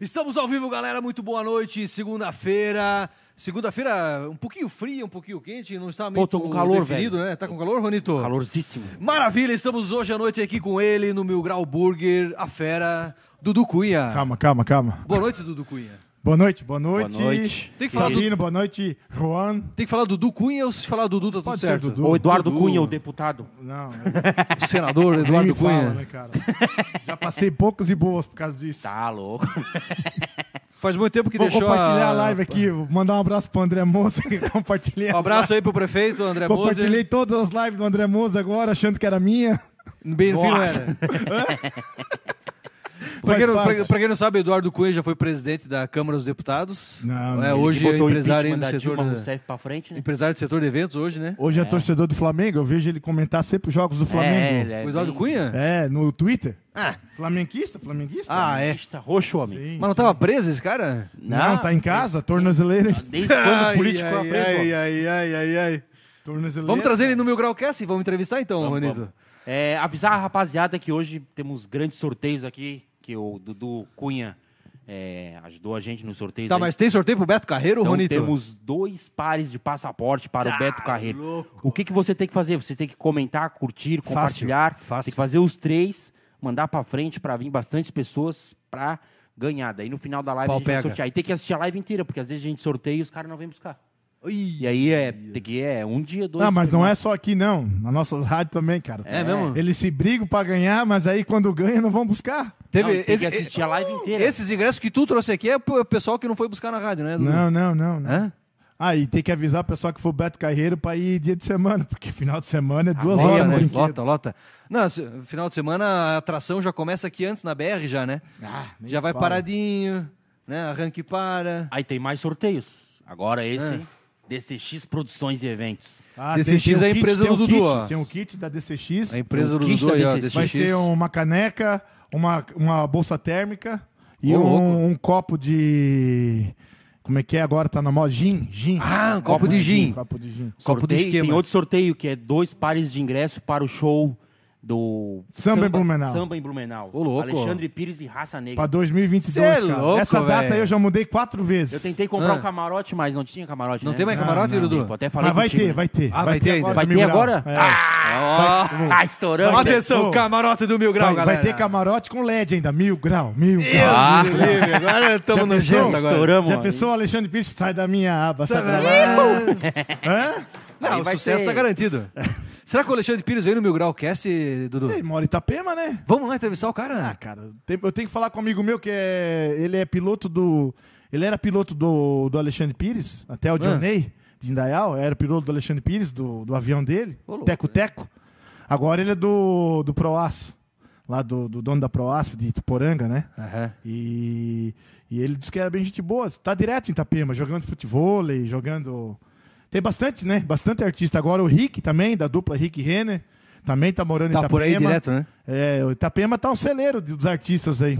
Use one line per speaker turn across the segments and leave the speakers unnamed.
Estamos ao vivo, galera. Muito boa noite. Segunda-feira. Segunda-feira um pouquinho fria, um pouquinho quente. Não está meio
tô com calor,
definido, né? Tá com calor, Ronito?
Calorzíssimo.
Maravilha. Estamos hoje à noite aqui com ele no Mil Grau Burger, a fera, Dudu Cunha.
Ah. Calma, calma, calma.
Boa noite, Dudu Cunha.
Boa noite, boa noite.
Boa noite.
Tem que falar
Sabino, boa noite, Juan.
Tem que falar Dudu Cunha ou se falar Dudu tá tudo
Pode ser
certo?
Dudu.
O Eduardo
Dudu.
Cunha, o deputado.
Não,
O senador
nem me
Eduardo Cunha.
fala, né, cara? Já passei poucas e boas por causa disso.
Tá louco.
Faz muito tempo que
Vou
deixou
compartilhar a... live aqui, vou mandar um abraço pro André Moza, que compartilhei.
Um
as
abraço aí pro prefeito André
lives.
Moser.
Compartilhei todas as lives do André Moza agora, achando que era minha.
Bem no fim, não era. Pra quem, não,
Faz parte.
pra- pra quem não sabe, Eduardo Cunha já foi presidente da Câmara dos Deputados.
Não,
é,
ele
hoje é
Ele botou o
empresário aí
impeachment
no setor.
da Dilma
da-
Rousseff pra frente, né?
Empresário do setor de eventos hoje, né?
Hoje é, torcedor do Flamengo, eu vejo ele comentar sempre os jogos do Flamengo. É,
o Eduardo
bem-
Cunha?
no Twitter. Ah. Flamenguista, flamenguista?
É. Ah, é.
Está roxo, homem.
Sim,
Mas não
sim.
tava preso esse cara?
Não, tá em casa, tornozeleira.
Desde quando o político
ai,
é preso, homem?
ai, ai, ai, ai, ai.
tornozeleira.
Vamos trazer ele no meu Graucast e vamos entrevistar então,
Vamos,
Ronito.
vamos. É, avisar a rapaziada que hoje temos grandes sorteios aqui, que o Dudu Cunha é, ajudou a gente nos sorteios.
Tá,
aí.
mas tem sorteio pro Beto Carreiro,
Então
Ronito?
temos dois pares de passaporte para
Tá
o Beto Carreiro.
Ah,
O que, que você tem que fazer? Você tem que comentar, curtir, compartilhar.
fácil.
Tem que fazer os três, mandar pra frente pra vir bastante pessoas pra ganhar. Daí no final da live
Pau
a gente vai
pega.
sortear. E tem que assistir a live inteira, porque às vezes a gente sorteia e os caras não vêm buscar.
Ih,
E aí é, tem que, é um dia, dois
Ah, mas
três,
não é
mas-
só aqui, não. Nas nossas rádios também, cara.
É mesmo?
Eles se brigam pra ganhar, mas aí quando ganha não vão buscar.
Teve
Não, tem
esse- é,
que assistir a live inteira.
Esses ingressos que tu trouxe aqui é pro pessoal que não foi buscar na rádio, né? Dudu?
Não, não, não. não.
Hã?
Ah, e tem que avisar o pessoal que for Beto Carreiro pra ir dia de semana, porque final de semana é duas
Lota,
horas.
né?
no brinquedo.
Lota, lota. Não, se- final de semana a atração já começa aqui antes na BR já, né?
Ah, nem
já vai
fala.
paradinho, né? Arranque e para.
Aí tem mais sorteios. Agora
Ah.
esse, DCX Produções e Eventos.
Ah,
DCX
tem- tem
é a
o kit,
empresa
tem
do
o
Dudu,
kit,
ó.
Tem o kit da DCX.
A empresa
O
do
kit
Dudu aí,
da
ó,
DCX.
Vai
DCX.
ser uma caneca, uma, uma bolsa térmica e
Ô, louco.
um, um copo de... Como é que é agora? Tá na moda? Gin. Gin.
Ah, um copo de gin.
Copo de gin.
Copo do
Sorteio,
esquema.
Tem outro sorteio que é dois pares de ingresso para o show do
Samba em Blumenau.
Samba em Blumenau.
Ô, louco.
Alexandre Pires e Raça Negra.
Pra 2022,
Cê é
cara.
louco,
Essa data
velho.
aí eu já mudei quatro vezes.
Eu tentei comprar
Ah.
um camarote, mas não tinha camarote.
Não
né?
tem mais
Não,
camarote,
não,
Dudu?
Tipo, até falei
Mas vai
contigo,
ter,
né?
vai ter.
Ah, vai ter ainda.
agora,
Vai
Mil
ter
Grau.
agora?
É.
Ah, ó. Ah, estouramos.
Atenção,
Ô,
camarote do Mil Grau,
É. vai, vai
galera.
ter camarote com LED ainda. Mil grau, mil grau.
Ah. Agora estamos
Já
no
pensou?
jeito agora.
Estouramos.
Já
mano.
pensou, Alexandre Pires? Sai da minha aba,
é
sai da Hã?
Não,
Aí
o
vai
sucesso
ser-
tá garantido. Será que o Alexandre Pires veio no Mil Grau Cast, Dudu?
Ele mora em Itapema, né?
Vamos lá entrevistar o
Ah,
cara?
cara, tem- eu tenho que falar com um amigo meu que é. Ele é piloto do. Ele era piloto do, do Alexandre Pires, até o
Ah.
Johnny de Indaial, era piloto do Alexandre Pires, do, do avião dele,
Ô, louco, né?
Teco Teco. Agora ele é do, do Proaço, lá do, do dono da Proaço, de Ituporanga, né?
Aham.
E, e ele disse que era bem gente boa. Tá direto em Itapema, jogando futebol, jogando. Tem bastante, né? Bastante artista. Agora o Rick também, da dupla Rick e Renner, também tá morando em
Tá
Itapema.
por aí direto, né?
É, o Itapema tá um celeiro de- dos artistas aí.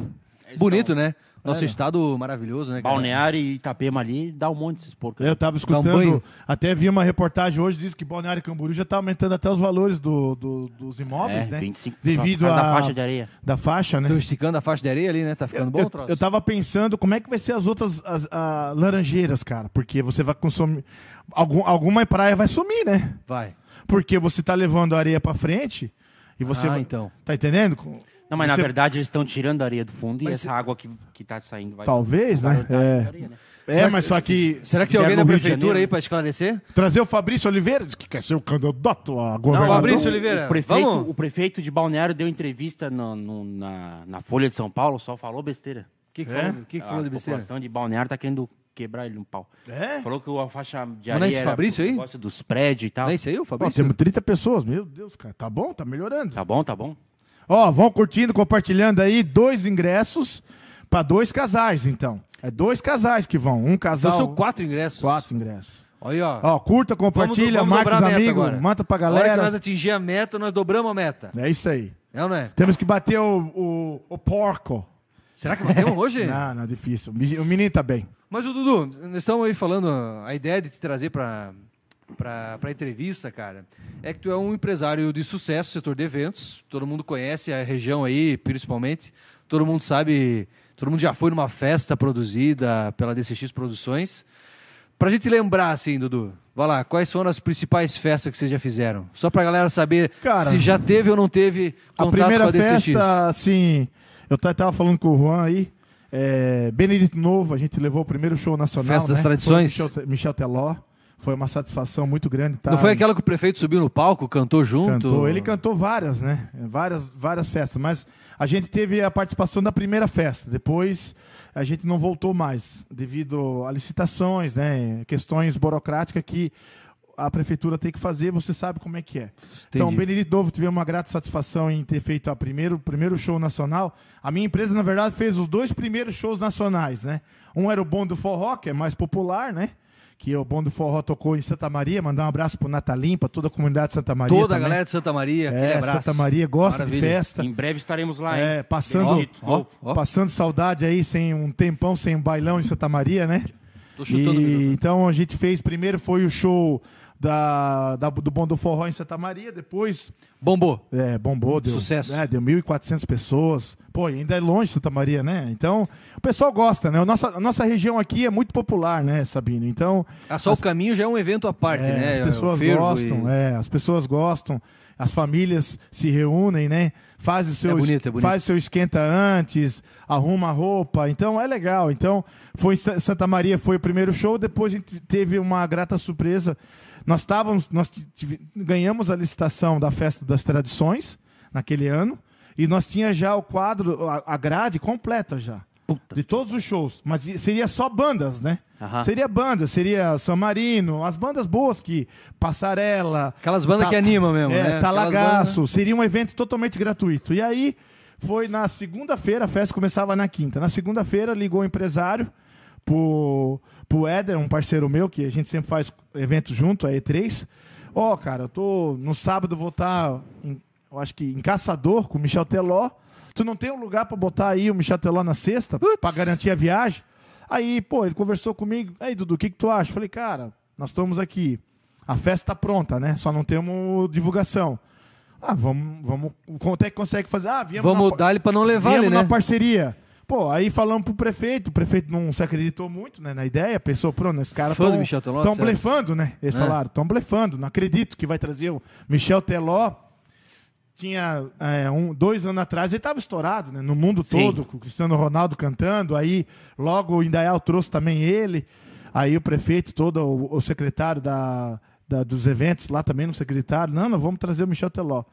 Bonito, né? Nosso estado maravilhoso, né? cara?
Balneário e Itapema ali, dá um monte desses porcos.
É, Eu tava
banho.
escutando, até vi uma reportagem hoje, diz que Balneário Camboriú já tá aumentando até os valores do, do- dos
É,
imóveis, né?
25
Devido
só por causa da
à-
faixa de areia.
Da faixa, né?
Estão esticando a faixa de areia ali, né? Tá ficando bom o
eu,
troço?
eu tava pensando como é que vai ser as outras as, a- laranjeiras, cara. Porque você vai consumir. Algum, alguma praia vai sumir, né?
Vai.
Porque você tá levando a areia pra frente e você.
Ah,
vai-
então.
Tá entendendo? Com-
Não, mas na
você-
verdade eles estão tirando a areia do fundo e
Mas
essa água que, que tá saindo vai...
Talvez, né?
vai-
É.
areia, né?
É, mas só que. é
Será que tem
fizeram
alguém da
no Rio de
prefeitura
Janeiro.
aí pra esclarecer?
Trazer o Fabrício Oliveira, diz que quer ser o candidato a
Não,
governador.
Fabrício Oliveira.
O prefeito,
vamos?
o prefeito de Balneário deu entrevista no- no- na, na Folha de São Paulo, só falou besteira.
O que, que,
É?
falou, que, que falou de
A
besteira?
população de Balneário tá querendo quebrar ele no pau.
É?
Falou que a faixa de
Mas não é
areia
esse
era
Fabrício
pro
aí?
negócio dos prédios e tal.
Não é isso aí, o
Ó,
Fabrício?
temos 30 pessoas, meu Deus, cara. Tá bom, tá melhorando.
Tá bom, tá bom.
Ó, vão curtindo, compartilhando aí dois ingressos pra dois casais, então. É dois casais que vão. Um
Então
casal.
são quatro ingressos.
Quatro ingressos.
Olha, ó.
Ó, curta, compartilha,
Vamos- vamos dobrar
marca
a
os
meta
amigos,
agora.
manda pra
A hora que
galera.
nós atingir a meta, nós dobramos a meta.
É isso aí.
É ou não é?
Temos que bater o, o, o porco.
Será que batemos hoje?
Não, não, difícil. O meni- O menino tá bem.
Mas, ô, Dudu, nós estamos aí falando, a ideia de te trazer para pra, pra entrevista, cara, é que tu é um empresário de sucesso, setor de eventos, todo mundo conhece a região aí, principalmente, todo mundo sabe todo mundo já foi numa festa produzida pela DCX Produções. Pra gente lembrar, assim, Dudu, vai lá, quais foram as principais festas que vocês já fizeram? Só pra galera saber
Cara,
se já teve ou não teve contato
A
com
primeira
a DCX.
festa, assim, eu ta- tava falando com o Juan aí, é, Benedito Novo, a gente levou o primeiro show nacional.
Festa das
né?
Tradições.
Foi o Michel, Michel Teló, foi uma satisfação muito grande. Tá,
Não foi aquela que o prefeito subiu no palco, cantou junto?
Cantou. Ele cantou várias, né? Várias, várias festas. Mas a gente teve a participação da primeira festa. Depois a gente não voltou mais, devido a licitações, né? Questões burocráticas que a prefeitura tem que fazer, você sabe como é que é. Então,
Entendi.
Benedito Novo tivemos uma grata satisfação em ter feito a primeiro, o primeiro show nacional. A minha empresa, na verdade, fez os dois primeiros shows nacionais, né? Um era o Bom do Forró, que é mais popular, né? Que o Bom do Forró tocou em Santa Maria. Mandar um abraço pro Natalim, pra toda a comunidade de Santa Maria.
Toda a
também.
galera de Santa Maria, aquele
É,
abraço.
Santa Maria gosta
Maravilha.
de festa.
Em breve estaremos lá, hein?
É, passando,
Benedito,
Tá. Ó, ó,
passando saudade aí, sem um tempão, sem um bailão em Santa Maria, né?
tô chutando o
E,
Dudu.
então a gente fez, primeiro foi o show da, da- do Bom do Forró em Santa Maria, depois
Bombou.
é, bombou, deu,
Sucesso.
É, deu 1.400 pessoas. Pô, e ainda é longe Santa Maria, né? Então, o pessoal gosta, né? A nossa, a nossa região aqui é muito popular, né, Sabino? Então,
Ah, só o caminho já é um evento à parte,
é,
né?
As pessoas
Fervo
gostam,
e-
é, as pessoas gostam, as famílias se reúnem, né? Faz o seu,
É
es-
bonito, é bonito.
faz o seu esquenta antes, arruma a roupa, então é legal. Então, foi em Sa- Santa Maria foi o primeiro show, depois a gente teve uma grata surpresa. Nós estávamos, nós ti- tive- ganhamos a licitação da Festa das Tradições naquele ano, e nós tinha já o quadro, a- a grade completa já.
Puta.
De todos os shows. Mas i- seria só bandas, né?
Aham.
Seria bandas, seria San Marino, as bandas boas que. Passarela.
Aquelas bandas que animam mesmo,
é,
né?
Talagaço. Seria um evento totalmente gratuito. E aí, foi na segunda-feira, a festa começava na quinta. Na segunda-feira, ligou o empresário pro, pro Éder, um parceiro meu, que a gente sempre faz evento junto, a E3. Ó, cara, eu tô. No sábado eu vou estar, em, eu acho que em Caçador, com o Michel Teló. Tu não tem um lugar pra botar aí o Michel Teló na sexta, pra garantir a viagem? Aí, pô, ele conversou comigo. Aí, Dudu, o que, que tu acha? Eu Falei, cara, nós estamos aqui. A festa tá pronta, né? Só não temos divulgação. Ah, vamos, vamos. Quanto é que consegue fazer? Ah, viemos na
Vamos
par-
dar ele pra não levar
Viemos
ele,
na
né?
parceria. Pô, aí falamos pro prefeito, o prefeito não se acreditou muito né, na ideia, pensou, pronto, esses caras
Fã do
estão
Michel Teló,
tão
será?
blefando, né? Eles
É.
falaram, estão blefando, não acredito que vai trazer o Michel Teló. Tinha é, um, dois anos atrás, ele estava estourado né, no mundo
Sim.
todo, com o Cristiano Ronaldo cantando, aí logo o Indaial trouxe também ele, aí o prefeito todo, o, o secretário da, da- dos eventos lá também, no secretário, não, não, vamos trazer o Michel Teló.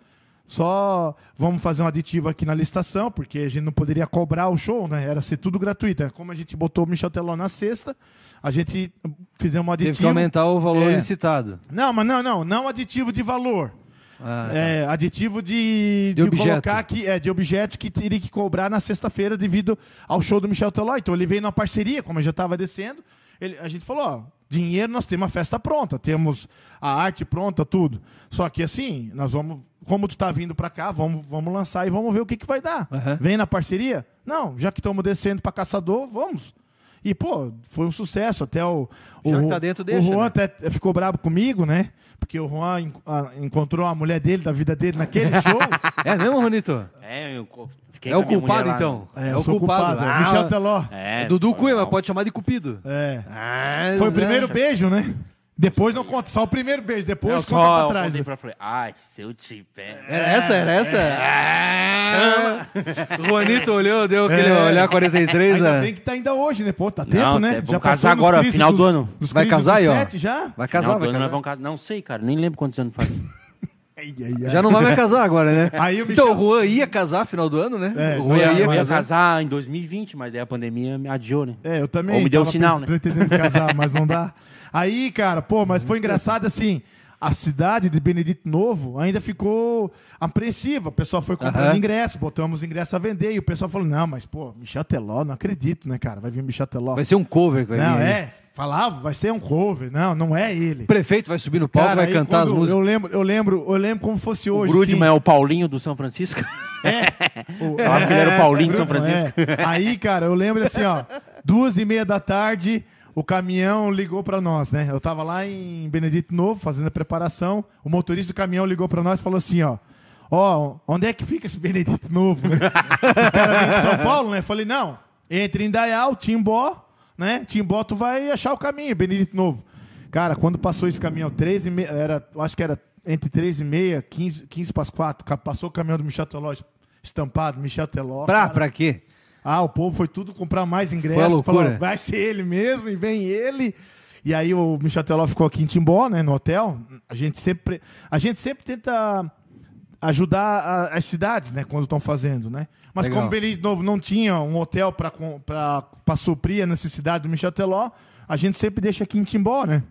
Só vamos fazer um aditivo aqui na licitação, porque a gente não poderia cobrar o show, né? Era ser tudo gratuito. né? Como a gente botou o Michel Teló na sexta, a gente fizemos um aditivo.
Teve que aumentar o valor
É.
licitado.
Não, mas não, não, não aditivo de valor.
Ah,
É, aditivo de,
De
de,
objeto.
colocar que é de objeto que teria que cobrar na sexta-feira devido ao show do Michel Teló. Então ele veio numa parceria, como eu já estava descendo. ele- a gente falou, ó, dinheiro nós temos a festa pronta, temos a arte pronta, tudo. Só que assim, nós vamos, como tu tá vindo para cá, vamos, vamos lançar e vamos ver o que que vai dar.
Aham.
Vem na parceria? Não, já que estamos descendo para caçador, vamos. E, pô, foi um sucesso. Até o. o
Já que tá dentro, deixa,
O Juan
né?
até ficou bravo comigo, né? Porque o Juan en- a- encontrou a mulher dele, da vida dele, naquele show.
é mesmo, Ronito?
É, eu co- fiquei
É
com
o
a minha
culpado,
mulher lá,
então.
né?
É, eu sou culpado. é o Michel
Ah,
Teló.
É,
Dudu
foi
Cunha,
mal.
mas pode chamar de Cupido.
É.
Ah,
Foi o
Zé.
primeiro beijo, né? Depois não conta, só o primeiro beijo,
É,
depois
Eu
conta pra
só
trás.
né?
apontei pra frente. Ai, se eu te pego.
Era É, essa? Era essa? Ah. Juanito olhou, deu aquele
É.
olhar 43.
Ainda
ah.
bem que tá ainda hoje, né? Pô, tá tempo, né?
é, vamos
passou
casar
nos
agora,
crises
final do
dos-
ano.
dos
Vai
crises
casar
dos
aí, ó.
sete já?
Vai casar,
não,
vai
nós
casar.
vamos casar. Não sei, cara. Nem lembro quantos anos faz.
Ai, ai, ai.
Já não vai mais casar agora, né?
Aí o Michel-
Então o Juan ia casar final do ano, né?
É,
o
Eu
Juan
ia,
ia
eu ia
casar.
casar em 2020, mas daí a pandemia me adiou, né?
É, eu também.
Ou me deu
tava
um sinal,
pre-
né?
Pretendendo casar, mas não dá. Aí, cara, pô, mas foi engraçado assim. A cidade de Benedito Novo ainda ficou apreensiva. O pessoal foi comprando
Aham.
ingresso, botamos ingresso a vender. E o pessoal falou: não, mas, pô, Michel Teló, não acredito, né, cara? Vai vir Michel Teló.
Vai ser um cover que vai
não,
vir aí.
é. Falava, vai ser um cover. Não, não é ele.
O prefeito vai subir no palco,
Cara,
vai
aí
cantar as
quando
músicas.
Eu lembro, eu lembro, eu lembro como fosse
O
hoje.
Grudman
assim.
é o Paulinho do São Francisco.
O-
Falava que ele era o Paulinho de São Francisco.
É. Aí, cara, eu lembro assim, ó, duas e meia da tarde, o caminhão ligou pra nós, né? Eu tava lá em Benedito Novo, fazendo a preparação, o motorista do caminhão ligou pra nós e falou assim, ó, ó, onde é que fica esse Benedito Novo? Os caras vêm de São Paulo, né? Eu falei, não, Entre Indaial, Timbó, né? Timbó, tu vai achar o caminho, Benedito Novo. Cara, quando passou esse caminhão, 13 e meia, era, eu acho que era entre 13 e meia, 15, 15 para as 4, ca- passou o caminhão do Michel Teló estampado, Michel Teló.
Pra,
cara.
pra quê?
Ah, o povo foi tudo comprar mais ingressos.
Foi a loucura.
Falou, vai ser ele mesmo e vem ele. E aí o Michel Teló ficou aqui em Timbó, né, no hotel. A gente sempre, a gente sempre tenta ajudar a- as cidades, né, quando estão fazendo, né? Mas
Legal.
como Belém de Novo não tinha um hotel para suprir a necessidade do Michel Teló, a gente sempre deixa aqui em Timbó, né?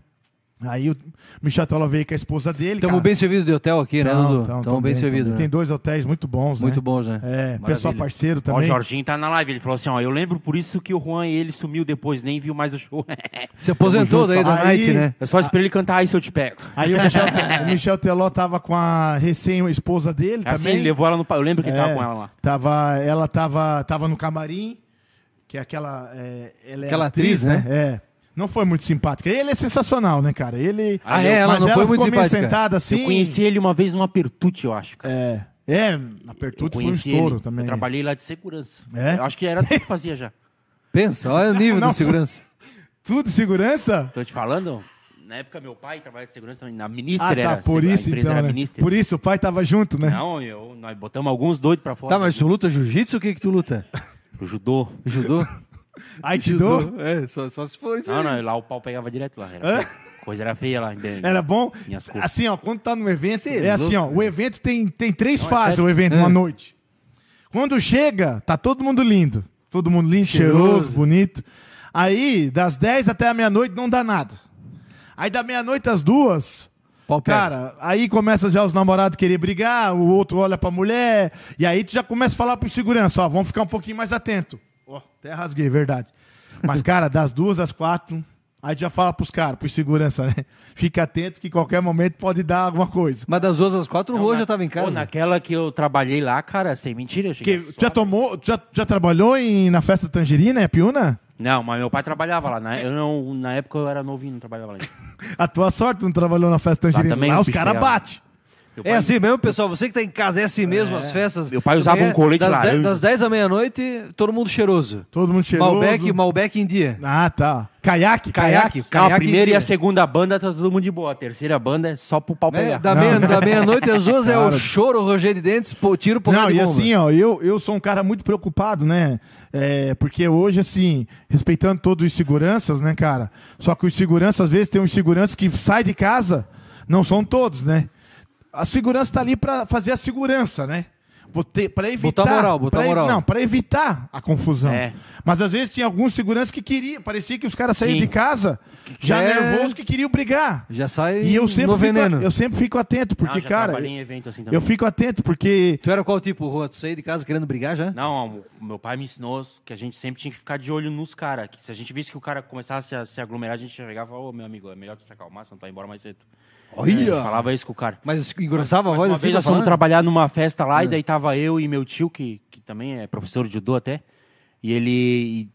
Aí o Michel Teló veio com a esposa dele.
Estamos
cara.
bem servidos de hotel aqui, né,
Tamo,
Dudu?
tamo,
Estamos
tamo
bem,
tamo
servidos,
Tem
né?
dois hotéis muito bons, né?
Muito bons, né?
É,
Maravilha.
pessoal parceiro
Ó, o
também.
Jorginho tá na live, ele falou assim, ó, eu lembro por isso que o Juan, ele sumiu depois, nem viu mais o show.
Se aposentou
Tamo
daí
junto.
da
Aí-
night, né?
Eu só esperei ele cantar, aí se eu te pego.
Aí o Michel, o Michel Teló tava com a recém-esposa dele
Assim,
também.
ele levou ela no... pa- Eu lembro que ele
É,
tava com ela lá.
Tava, ela tava, tava no camarim, que é aquela... é, ela é
Aquela atriz,
né?
É. Não foi muito simpática. Ele é sensacional, né, cara? Ele...
Ah,
Aí
é,
eu-
ela
mas
não
ela
foi
ficou
muito
meio
simpática.
sentada assim.
Eu conheci ele uma vez num apertute, eu acho, cara.
É, é na
Eu
Pertute foi um
conheci
estouro
ele,
também.
eu trabalhei lá de segurança.
É?
Eu acho que era tudo que fazia já.
Pensa, olha o nível
Não,
de segurança.
Tudo segurança?
Tô te falando, na época meu pai trabalhava de segurança também, na Minister
ah, tá,
era,
por
a
isso
empresa
então,
era
né?
Minister.
Por isso o pai tava junto, né?
Não, eu, nós botamos alguns doidos pra fora. né?
Tá, mas tu luta jiu-jitsu ou o que que tu luta?
O judô.
Judô?
Aikido?
É, só, só se for isso
Não,
aí.
não, lá o pau pegava direto lá. Era Coisa era feia lá em Belém.
Era bom?
Minhas costas.
Assim, ó, quando tá no evento,
Cê é
é assim, ó, o evento tem, tem três fases, o evento, uma noite. Quando chega, tá todo mundo lindo. Todo mundo lindo, cheiroso,
Cheiroso.
bonito. Aí, das 10 até a meia-noite, não dá nada. Aí, da meia-noite às duas,
Pau pega.
cara, aí começa já os namorados querer brigar, o outro olha pra mulher, e aí tu já começa a falar pro segurança, ó, vamos ficar um pouquinho mais atento. Ó, até rasguei, verdade. Mas, cara, das duas às quatro, aí tu já fala pros caras, pros segurança, né? Fica atento que qualquer momento pode dar alguma coisa.
Mas das duas às quatro, o
Não,
Rô
na-
já tava em
Pô,
casa.
naquela que eu trabalhei lá, cara, sem mentira, eu
Que,
cheguei.
tu
suado.
já tomou, tu já, tu já trabalhou em, na festa Tangerina, é Piúna?
Não, mas meu pai trabalhava lá. Na, eu não, na época eu era novinho, não trabalhava lá. ainda.
A tua sorte não trabalhou na festa Tangerina.
também
Lá
o
os
bicho
caras
pegava.
batem.
Meu pai-
É assim mesmo, pessoal. Você que tá em casa, é assim mesmo, as festas.
Meu pai usava
Também é
um colete
das
laranja.
dez- Das 10 à meia-noite, todo mundo cheiroso.
Todo mundo cheiroso.
Malbec, Malbec em dia.
Ah, tá. Caiaque, caiaque.
Caiaque,
Não, a
caiaque em
primeira e
dia.
a segunda banda tá todo mundo de boa. A terceira banda é só pro pau
Né?
pegar.
Da
Não,
meia-
não.
da meia-noite às duas é o choro, roger de dentes, pô, tiro, porrada
Não,
de
e
bomba.
assim, ó, eu, eu sou um cara muito preocupado, né? É, porque hoje, assim, respeitando todos os seguranças, né, cara? Só que os seguranças, às vezes, tem uns seguranças que sai de casa, não são todos, né? A segurança tá ali pra fazer a segurança, né? Vou ter- Pra evitar.
moral, botar
pra e-
moral.
Não, pra evitar a confusão.
É.
Mas às vezes tinha alguns seguranças que queriam, parecia que os caras saíam
Sim.
de casa já
quer-
nervoso que queriam brigar.
É. Já sai
E eu sempre,
no
fico,
veneno.
eu sempre fico atento, porque,
não, já
cara,
trabalhei em evento assim também.
então.
eu fico atento, porque
Tu era qual tipo, Rô? Tu saía de casa querendo brigar já?
Não, o meu pai me ensinou que a gente sempre tinha que ficar de olho nos caras. Se a gente visse que o cara começasse a se aglomerar, a gente chegava e falava, ô meu amigo, é melhor tu se acalmar, senão tu vai embora mais cedo.
Olha!
Eu falava isso com o cara.
Mas engrossava a voz
Uma
assim?
vez um
pra
nós fomos
falar?
trabalhar numa festa lá,
É.
e daí tava eu e meu tio, que, que também é professor de judô até, e ele e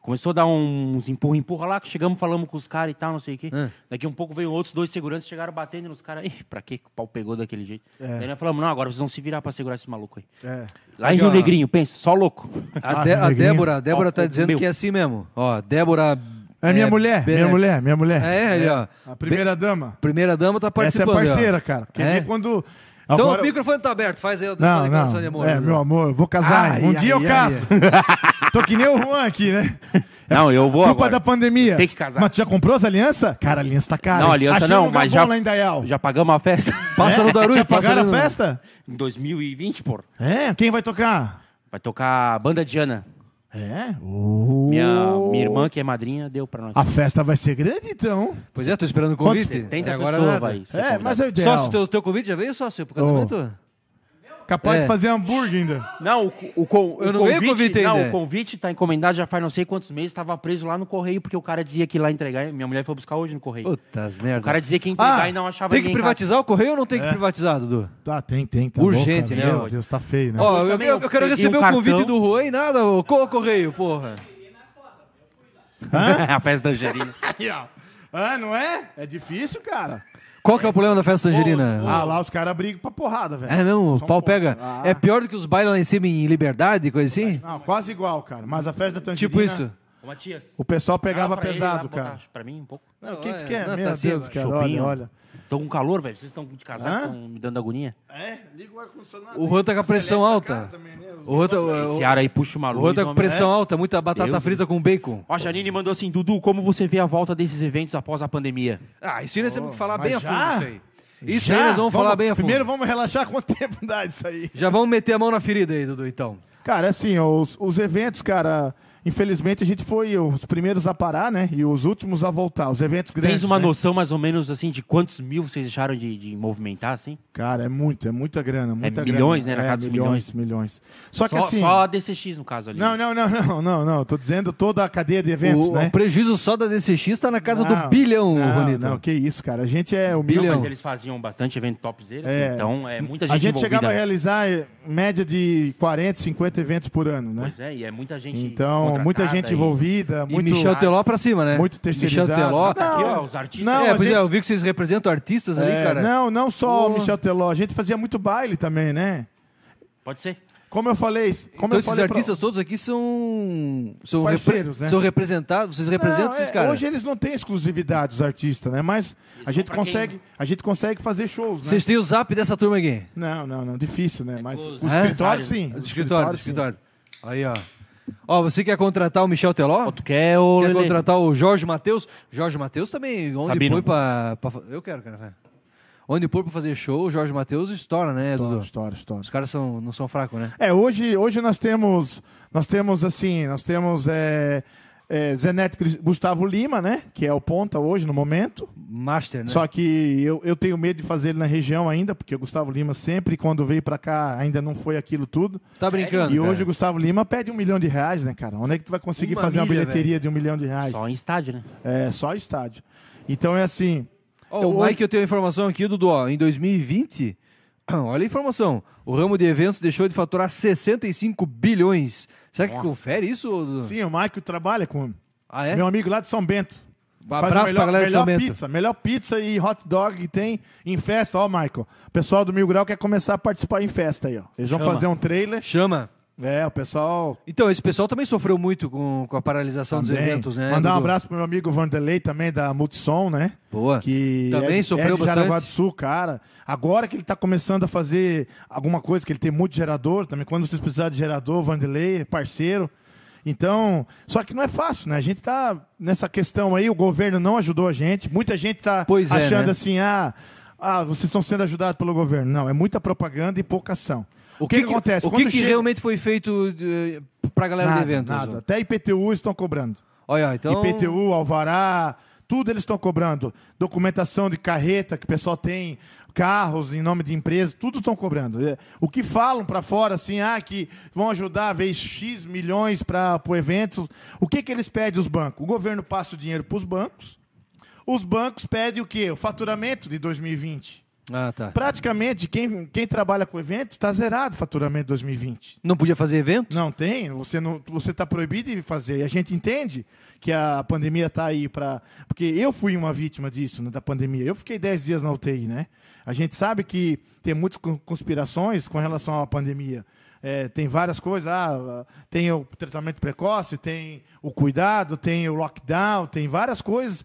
começou a dar uns empurra, empurra lá, que chegamos, falamos com os caras e tal, não sei o quê.
É.
Daqui um pouco veio outros dois seguranças, chegaram batendo nos caras. Ih, pra que que o pau pegou daquele jeito? Daí nós falamos, não, agora vocês vão se virar pra segurar esse maluco aí.
É.
Lá em
Aqui,
Rio
ó.
Negrinho, pensa, só louco.
A,
Ah,
Dé- a
neguinho.
Débora, a Débora tá
Ó,
dizendo
meu.
que é assim mesmo. Ó, Débora.
É minha mulher,
Benetti.
minha mulher, minha mulher.
É, ali, ó.
A primeira dama.
Primeira dama tá
Essa é
participando.
parceira,
ó.
cara. Quer
É?
ver quando.
Então
Agora-
o microfone tá aberto, faz aí a tua
Não,
declaração
não.
de amor.
é,
Dudu.
meu amor, eu vou casar.
Ai,
um dia eu
ai,
caso. Tô que nem o Juan aqui, né?
Não, eu vou
Culpa
agora.
da pandemia.
Tem que casar.
Mas tu já comprou as alianças? Cara, a aliança tá cara.
Não,
hein?
aliança
Achei um
não,
lugar
mas
bom
já,
Lá em Dayal.
já pagamos a festa.
Passa no Darui,
já
passa
pagaram
no-
É? a festa?
Em 2020, pô.
É, quem vai tocar?
Vai tocar a banda Diana.
É? Oh.
Minha, minha irmã, que é madrinha, deu pra nós.
A festa vai ser grande, então.
Pois é, tô esperando o
Quantos-
convite.
70
Até agora
pessoas
nada.
vai ser
É,
convidado.
mas é o ideal.
Sócio, teu, teu convite já veio, sócio, pro casamento?
Capaz
É.
de fazer hambúrguer ainda.
Não, o, co- o, con-
Eu
o
não ganhei
convite,
convite
não,
né?
ainda.
o convite tá encomendado já faz não sei quantos meses, tava preso lá no correio, porque o cara dizia que ia lá entregar. Minha mulher foi buscar hoje no correio.
Putas
o
merda.
cara dizia que ia entregar
Ah,
e não achava
Tem que
ninguém em
privatizar o correio ou não tem que privatizar, Dudu?
Tá, tem, tem. Tá
Urgente,
louco,
né,
Meu
hoje.
Deus, tá feio, né?
Ó, eu,
também,
eu-
eu
eu quero
peguei
receber
um
o convite
cartão.
do Juan e nada, ô, co- correio, porra.
casa. a festa da Angelina.
Ah, não é? É difícil, cara.
Qual que é o problema da festa tangerina?
Ah, lá os caras brigam pra porrada, velho.
É mesmo? O
São
pau
foda.
pega.
Ah.
É pior do que os bailes lá em cima em Liberdade, coisa assim?
Não, quase igual, cara. Mas a festa da Tangerina...
Tipo isso.
Ô, Matias.
O pessoal pegava
dá pra ele lá
pesado,
botar
cara.
Pra mim, um pouco.
Não, o que
é,
que quer?
não,
Meu
tá assim,
Deus, cara, olha,
Chopinho.
olha.
Tô com calor, velho. Vocês estão de casaco,
Hã?
estão me dando agonia.
É, liga o ar-condicionado.
O Juan tá com a pressão alta.
né?
O Juan tá- o-
Esse ar aí puxa uma
o
luz.
Juan tá com
homem.
pressão alta, muita batata
Deus,
frita com bacon.
Ó, a Janine mandou assim, Dudu, como você vê a volta desses eventos após a pandemia?
Ah, isso aí nós temos que falar
mas
bem a
já?
fundo isso aí. Isso aí nós vamos, falar bem a fundo.
Primeiro vamos relaxar quanto tempo dá isso aí.
Já vamos meter a mão na ferida aí, Dudu, então.
Cara, assim, os, os eventos, cara, infelizmente a gente foi os primeiros a parar, né? E os últimos a voltar. Os eventos grandes.
Tens uma
né?
noção mais ou menos assim de quantos mil vocês deixaram de, de movimentar, assim?
Cara, é muito, é muita grana. Muita grana.
milhões, né? Era
É,
cada dos
milhões, milhões. Só que
Só,
assim.
só a DCX, no caso ali. né?
Não, não, não, não, não, não. Tô dizendo toda a cadeia de eventos,
O,
né?
o prejuízo só da DCX tá na casa do
Não,
bilhão,
não,
Juanito.
Não, que isso, cara. A gente é o
Bilhão.
Mas eles faziam bastante evento topzera,
É.
assim, então é muita gente
A gente
envolvida.
chegava a realizar eh, média de 40, 50 eventos por ano, né?
Pois é, e é muita gente
Então, muita
contratada
gente
e-
envolvida,
E
muito
Michel Teló pra cima, né?
muito terceirizado.
Michel Teló.
Não,
Tá Aqui, ó, os artistas...
Não,
é,
a
pois é,
gente-
eu vi que vocês representam artistas ali,
É,
cara.
Não, não só o
Pô.
Michel Teló, a gente fazia muito baile também, né?
Pode ser.
Como eu falei, como
então
eu
esses
falei pra-
artistas todos aqui são são,
Parceiros, né?
são representados, vocês
Não,
representam
é,
esses caras.
Hoje eles não têm exclusividade os artistas, né? Mas a gente
pra quem-
consegue, a gente consegue fazer shows, né?
Vocês têm o zap dessa turma aqui?
Não, não, não, difícil, né? Mas
os
os
É?
escritórios sim.
Do
os
escritório, do
escritórios, sim.
escritório. Aí, ó. Ó, você quer contratar o Michel Teló?
Ó, tu quer o
Quer
Lelê?
contratar o Jorge Matheus? Jorge Matheus também, onde
Sabino.
põe pra, pra fa- Eu quero, cara. vai. Onde pôr pra fazer show, o Jorge Matheus estoura, né,
História,
Dudu?
história, história.
Os caras são, não são fracos, né?
É, hoje, hoje nós temos. Nós temos assim, nós temos é, é, Zenete Cris- Gustavo Lima, né? Que é o ponta hoje no momento.
Master, né?
Só que eu, eu tenho medo de fazer ele na região ainda, porque o Gustavo Lima sempre, quando veio pra cá, ainda não foi aquilo tudo.
tá brincando.
E hoje o
cara.
Gustavo Lima pede um milhão de reais, né, cara? Onde é que tu vai conseguir
Uma
fazer uma
milha,
bilheteria de um milhão de reais?
Só em estádio, né?
É, só estádio. Então é assim.
Ó,
Então,
o
hoje-
Mike, eu tenho a informação aqui, Dudu. Ó, em 2020, olha a informação. O ramo de eventos deixou de faturar 65 bilhões. Será que
Nossa.
confere isso, Dudu?
Sim, o Maico trabalha com
Ah, é?
meu amigo lá de São Bento.
Um
Faz a
abraço
melhor,
pra galera de
melhor
São Bento.
pizza, melhor pizza e hot dog que tem em festa, ó, Michael. O pessoal do Mil Grau quer começar a participar em festa aí, ó. Eles vão
Chama.
fazer um trailer.
Chama.
É, o pessoal
Então, esse pessoal também sofreu muito com, com a paralisação dos
Também.
eventos, né?
Mandar um
Dudu?
abraço pro meu amigo Vanderlei também, da Multissom, né?
Boa.
Que
Também
é, de-
sofreu
é de Jaraguá
bastante.
do Sul, cara. Agora que ele tá começando a fazer alguma coisa, que ele tem muito gerador também. Quando vocês precisarem de gerador, Vanderlei é parceiro. Então, só que não é fácil, né? A gente tá nessa questão aí, o governo não ajudou a gente. Muita gente tá
Pois é,
achando
né?
assim, ah, ah, vocês estão sendo ajudados pelo governo. Não, é muita propaganda e pouca ação.
O que, que
acontece?
O que,
Quando
que
chega-
realmente foi feito de, pra galera
nada,
de eventos?
nada.
Dudu?
Até IPTU estão cobrando.
Olha, ó, então.
IPTU, Alvará, tudo eles estão cobrando. Documentação de carreta que o pessoal tem, carros em nome de empresa, tudo estão cobrando. É, O que falam para fora, assim, ah, que vão ajudar a vez X milhões para o evento, o que, que eles pedem os bancos? O governo passa o dinheiro para os bancos, os bancos pedem o quê? O faturamento de 2020.
Ah, tá.
Praticamente, quem, quem trabalha com evento está zerado o faturamento de 2020.
Não podia fazer evento?
Não tem, você não, você está proibido de fazer. E a gente entende que a pandemia está aí para, porque eu fui uma vítima disso, né, da pandemia. Eu fiquei 10 dias na UTI, né? A gente sabe que tem muitas con- conspirações com relação à pandemia. É, tem várias coisas, ah, tem o tratamento precoce, tem o cuidado, tem o lockdown, tem várias coisas.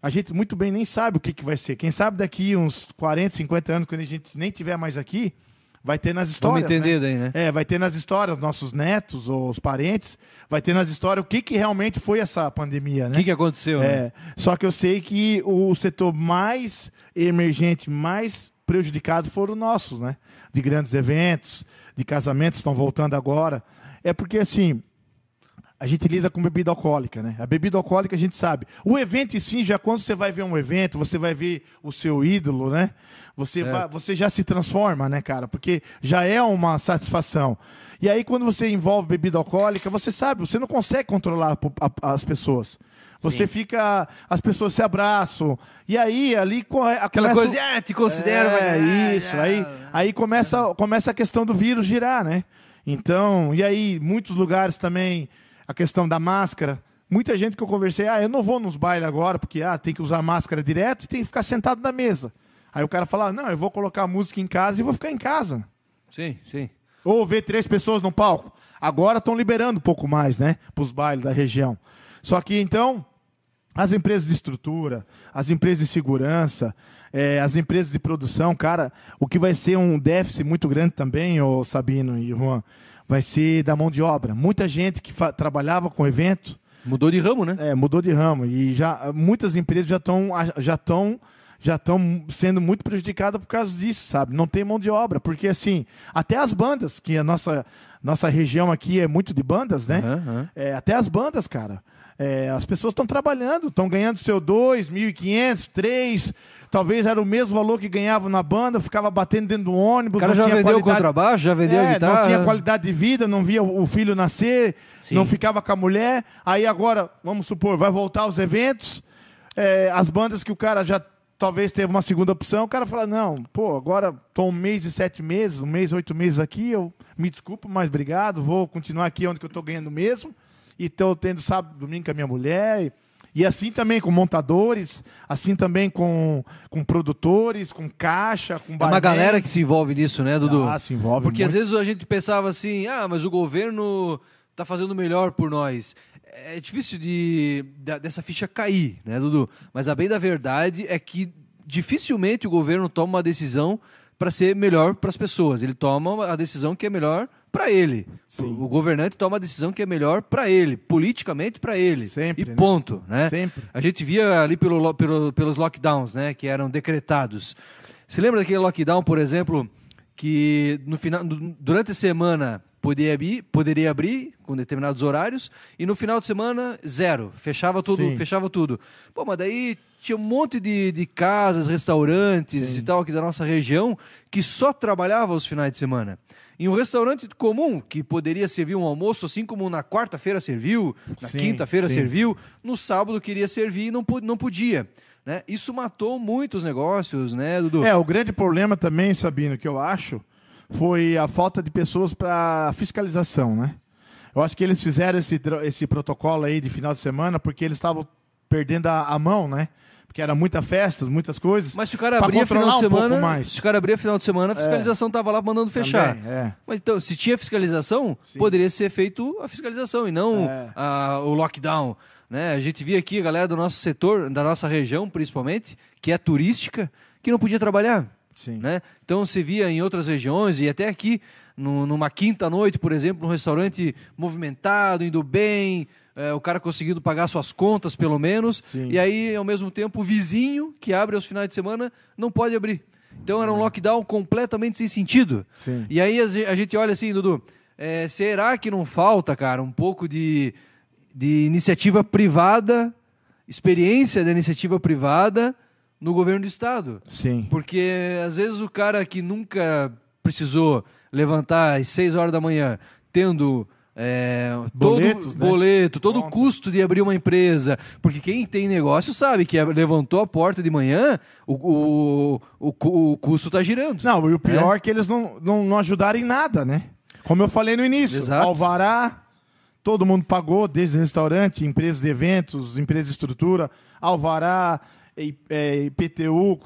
A gente muito bem nem sabe o que, que vai ser. Quem sabe daqui uns 40, 50 anos, quando a gente nem tiver mais aqui, vai ter nas
Vamos
histórias.
entender
né?
daí, né?
É, vai ter nas histórias, nossos netos ou os parentes, vai ter nas histórias o que, que realmente foi essa pandemia,
O
né?
que, que aconteceu? né?
É, só que eu sei que o setor mais emergente, mais prejudicado foram os nossos, né? De grandes eventos, de casamentos estão voltando agora. É porque assim, a gente lida com bebida alcoólica, né? A bebida alcoólica a gente sabe. O evento em si, já quando você vai ver um evento, você vai ver o seu ídolo, né? Você,
É.
vai- você já se transforma, né, cara? Porque já é uma satisfação. E aí, quando você envolve bebida alcoólica, você sabe, você não consegue controlar a po- a- as pessoas. Você fica. As pessoas se abraçam. E aí, ali. co- a-
Aquela
começa
coisa
o-
de, ah, te considero,
é,
mas- ah,
isso.
ah,
Aí, aí começa, começa a questão do vírus girar, né? Então, e aí, muitos lugares também, a questão da máscara. Muita gente que eu conversei, ah, eu não vou nos bailes agora, porque ah, tem que usar máscara direto e tem que ficar sentado na mesa. Aí o cara fala: não, eu vou colocar a música em casa e vou ficar em casa.
Sim, sim.
Ou ver três pessoas no palco. Agora estão liberando um pouco mais, né? Para os bailes da região. Só que então, as empresas de estrutura, as empresas de segurança, eh, as empresas de produção, cara, o que vai ser um déficit muito grande também, ô Sabino e Juan, vai ser da mão de obra. Muita gente que fa- trabalhava com evento
Mudou de ramo, né?
é, mudou de ramo e já muitas empresas já estão já estão já estão sendo muito prejudicadas por causa disso, sabe? Não tem mão de obra, porque assim, até as bandas, que a nossa nossa região aqui é muito de bandas, né?
Aham, aham.
É, até as bandas, cara. É, as pessoas estão trabalhando, estão ganhando seu 2, 1.500, 3, talvez era o mesmo valor que ganhavam na banda, ficava batendo dentro do ônibus,
O cara
não
já
tinha
vendeu o
qualidade-
contrabaixo, já vendeu
é,
a guitarra. né?
Não tinha qualidade de vida, não via o filho nascer,
Sim.
não ficava com a mulher. Aí agora, vamos supor, vai voltar aos eventos, é, as bandas que o cara já talvez teve uma segunda opção, o cara fala, não, pô, agora tô um mês e sete meses, um mês, oito meses aqui, eu me desculpo, mas obrigado, vou continuar aqui onde que eu tô ganhando mesmo, e tô tendo sábado, domingo com a minha mulher, e, e assim também com montadores, assim também com, com produtores, com caixa, com
É uma
barman.
galera que se envolve nisso, né, Dudu?
Ah, se envolve
Porque às
muito.
vezes a gente pensava assim, ah, mas o governo tá fazendo melhor por nós. É difícil de, da- dessa ficha cair, né, Dudu? Mas a bem da verdade é que dificilmente o governo toma uma decisão para ser melhor para as pessoas. Ele toma a decisão que é melhor para ele. O o governante toma a decisão que é melhor para ele, politicamente para ele.
Sempre,
e
né?
ponto, né?
Sempre.
A gente via ali pelo, lo- pelo- pelos lockdowns, né, que eram decretados. Você lembra daquele lockdown, por exemplo, que no final, du- durante a semana poderia abrir, poderia abrir com determinados horários e no final de semana zero, fechava tudo,
Sim.
fechava tudo. Pô, mas daí tinha um monte de, de casas, restaurantes e tal aqui da nossa região que só trabalhava os finais de semana. E um restaurante comum que poderia servir um almoço, assim como na quarta-feira serviu, na
Sim,
quinta-feira
sim.
serviu viu, no sábado queria servir e não, pu- não podia. Né? Isso matou muitos negócios, né, Dudu?
É, o grande problema também, Sabino, que eu acho, foi a falta de pessoas para fiscalização, né? Eu acho que eles fizeram esse, dro- esse protocolo aí de final de semana porque eles estavam perdendo a, a mão, né? Porque era muita festas, muitas coisas.
Mas se o cara
Pra
abria
controlar
final de
um pouco
semana,
mais. É.
se o cara abria final de semana, a fiscalização tava lá mandando fechar.
Também, é.
Mas então, se tinha fiscalização, poderia ser feito a fiscalização e não
É.
a- o lockdown. Né? A gente via aqui a galera do nosso setor, da nossa região principalmente, que é turística, que não podia trabalhar.
Sim.
né? Então você via em outras regiões e até aqui, no- numa quinta-noite, por exemplo, num restaurante movimentado, indo bem, eh, o cara conseguindo pagar suas contas, pelo menos.
Sim.
E aí, ao mesmo tempo, o vizinho que abre aos finais de semana não pode abrir. Então era um lockdown completamente sem sentido.
Sim.
E aí a ge- a gente olha assim, Dudu, eh, será que não falta, cara, um pouco de, de iniciativa privada, experiência da iniciativa privada no governo do Estado?
Sim.
Porque às vezes o cara que nunca precisou levantar às 6 horas da manhã, tendo é,
Boletos,
todo
né?
boleto, todo o
Conta.
custo de abrir uma empresa. Porque quem tem negócio sabe que é, levantou a porta de manhã, o, o, o, cu- o custo está girando.
Não, e o pior é que eles não, não, não ajudaram em nada, né? Como eu falei no início,
Exato.
Alvará, todo mundo pagou, desde restaurante, empresas de eventos, empresa de estrutura, Alvará, I- é, IPTU,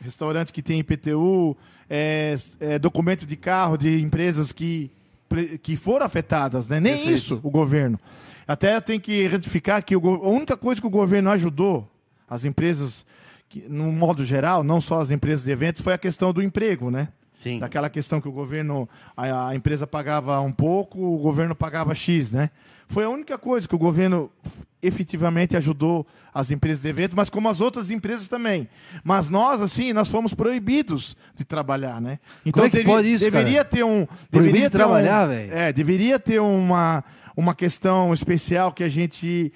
restaurante que tem IPTU, é, s- é, documento de carro de empresas que, pre- que foram afetadas, né? Nem
Perfeito.
isso o governo. Até eu tenho que retificar que o go- a única coisa que o governo ajudou as empresas, que, no modo geral, não só as empresas de eventos, foi a questão do emprego, né?
Sim.
Daquela questão que o governo, a, a empresa pagava um pouco, o governo pagava X, né? Foi a única coisa que o governo f- efetivamente ajudou as empresas de evento, mas como as outras empresas também. Mas nós, assim, nós fomos proibidos de trabalhar, né? Então
é que pode isso, cara?
deveria ter um.
Proibido de
deveria ter
trabalhar,
um-
velho?
É, deveria ter uma, uma questão especial que a gente.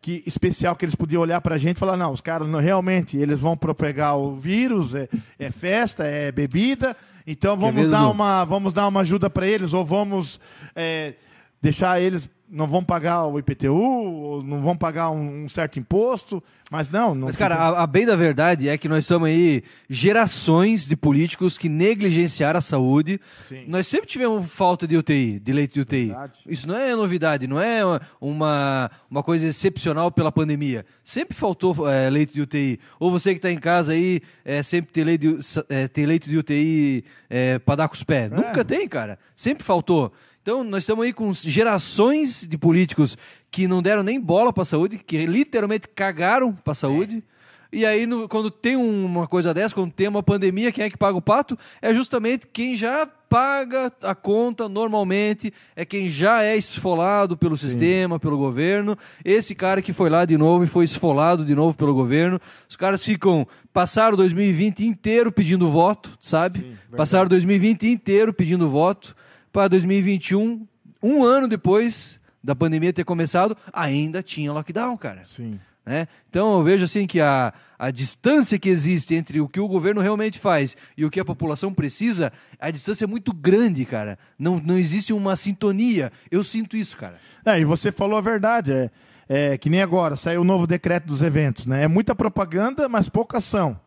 Que, especial que eles podiam olhar pra gente e falar: não, os caras não, realmente eles vão propagar o vírus, é, é festa, é bebida, então vamos
ver,
dar,
Dudu?
uma, vamos dar uma ajuda pra eles ou vamos é, deixar eles não vão pagar o IPTU, ou não vão pagar um, um certo imposto, mas não. não
Mas,
fizeram-
cara, a, a bem da verdade é que nós somos aí gerações de políticos que negligenciaram a saúde.
Sim.
Nós sempre tivemos falta de UTI, de leite de UTI.
Verdade.
Isso não é novidade, não é uma, uma coisa excepcional pela pandemia. Sempre faltou é, leite de UTI. Ou você que está em casa aí, é, sempre tem leite de, sa- é, tem leite de UTI é, para dar com os pés. Nunca tem, cara. Sempre faltou. Então, nós estamos aí com gerações de políticos que não deram nem bola para a saúde, que literalmente cagaram para a saúde. E aí, no- quando tem um, uma coisa dessa, quando tem uma pandemia, quem é que paga o pato? É justamente quem já paga a conta normalmente, é quem já é esfolado pelo sistema, pelo governo. Esse cara que foi lá de novo e foi esfolado de novo pelo governo. Os caras ficam. Passaram 2020 inteiro pedindo voto, sabe? passaram 2020 inteiro pedindo voto. Para 2021, um ano depois da pandemia ter começado, ainda tinha lockdown, cara
Sim.
né? Então eu vejo assim que a, a distância que existe entre o que o governo realmente faz e o que a população precisa, a distância é muito grande, cara. Não, não existe uma sintonia. Eu sinto isso, cara.
É, e você falou a verdade, é, é que nem agora, saiu o novo decreto dos eventos, né? É muita propaganda, mas pouca ação.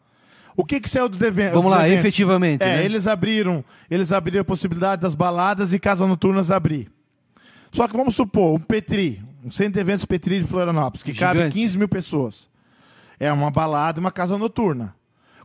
O que que saiu do deve-
Vamos
dos
lá,
É, eventos?
efetivamente.
É,
né?
eles abriram, eles abriram a possibilidade das baladas e casas noturnas abrir. Só que vamos supor, um Petri, um centro de eventos Petri de Florianópolis, que cabe
Gigante.
15 mil pessoas. É uma balada e uma casa noturna.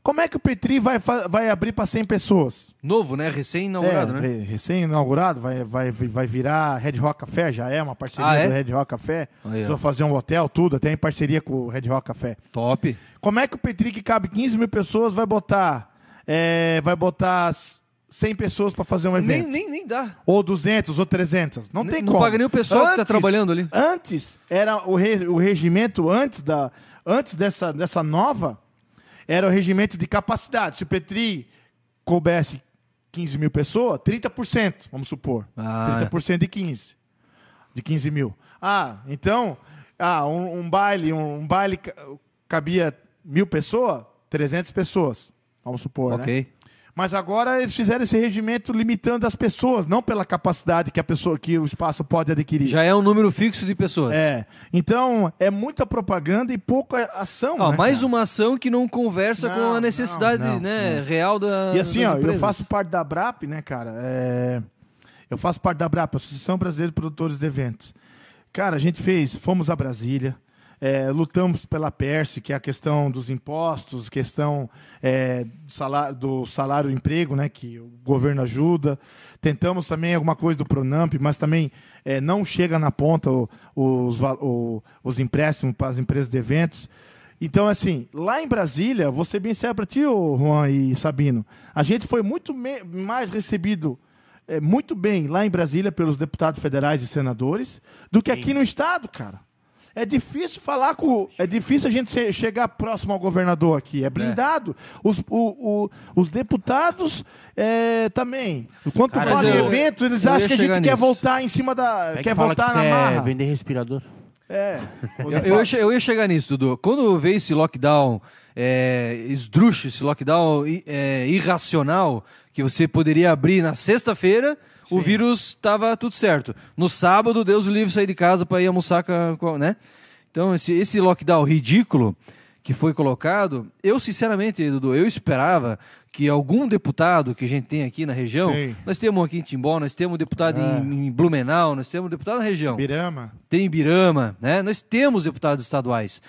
Como é que o Petri vai, fa- vai abrir para 100 pessoas?
Novo, né? Recém-inaugurado,
É,
né?
re- Recém-inaugurado, vai, vai, vai virar Red Rock Café, já é uma parceria
Ah, é?
do Red Rock Café.
Aí, ó.
Eles vão fazer um hotel, tudo, até em parceria com o Red Rock Café.
Top.
Como é que o Petri, que cabe 15 mil pessoas, vai botar, é, vai botar s- 100 pessoas para fazer um
Nem,
evento?
nem, nem dá.
Ou 200, ou 300. Não
Nem-
tem
não
como.
paga nem o pessoal que tá trabalhando ali.
Antes, era o, re- o regimento, antes, da, antes dessa, dessa nova, era o regimento de capacidade. Se o Petri coubesse 15 mil pessoas, 30%, vamos supor.
Ah,
30% de 15. De 15 mil. Ah, então, ah, um, um baile, um, um baile ca- cabia mil pessoas, 300 pessoas, vamos supor, né?
ok.
Mas agora eles fizeram esse regimento limitando as pessoas, não pela capacidade que a pessoa que o espaço pode adquirir.
Já é um número fixo de pessoas.
É. Então, é muita propaganda e pouca ação.
Ó,
né,
mais
cara?
uma ação que não conversa
Não,
com a
não,
necessidade
não,
né, real da.
E assim,
das
ó, eu
empresas.
faço parte da BRAP, né, cara? É, Eu faço parte da BRAP, Associação Brasileira de Produtores de Eventos. Cara, a gente fez, fomos a Brasília, é, lutamos pela PERSE, que é a questão dos impostos, questão é, do salário, do salário emprego, né, que o governo ajuda. Tentamos também alguma coisa do Pronamp, mas também é, não chega na ponta o- os, va- o- os empréstimos para as empresas de eventos. Então, assim, lá em Brasília, vou ser bem sério para ti, ô Juan e Sabino, a gente foi muito me- mais recebido é, muito bem lá em Brasília pelos deputados federais e senadores do que aqui no estado, cara. É difícil falar com. É difícil a gente se- chegar próximo ao governador aqui. É blindado. Os, o- o- os deputados é, também. Enquanto
Cara,
fala
mas
em
eu-
evento, eles
eu ia
acham que a gente
chegar
quer
nisso.
voltar em cima da.
Como é que
quer
fala
voltar
que
na
quer
marra.
vender respirador.
É.
Eu, eu ia, che- eu ia chegar nisso, Dudu. Quando veio esse lockdown é, esdrúxo, esse lockdown i- é, irracional, que você poderia abrir na sexta-feira, o vírus estava tudo certo. No sábado, Deus o livre sair de casa para ir almoçar, com a- com a- né? Então, esse, esse lockdown ridículo que foi colocado, eu sinceramente, Dudu, eu esperava que algum deputado que a gente tem aqui na região,
Sim.
nós temos aqui em Timbó, nós temos um deputado
É.
em, em Blumenau, nós temos um deputado na região
Birama.
tem Ibirama, né? Nós temos deputados estaduais.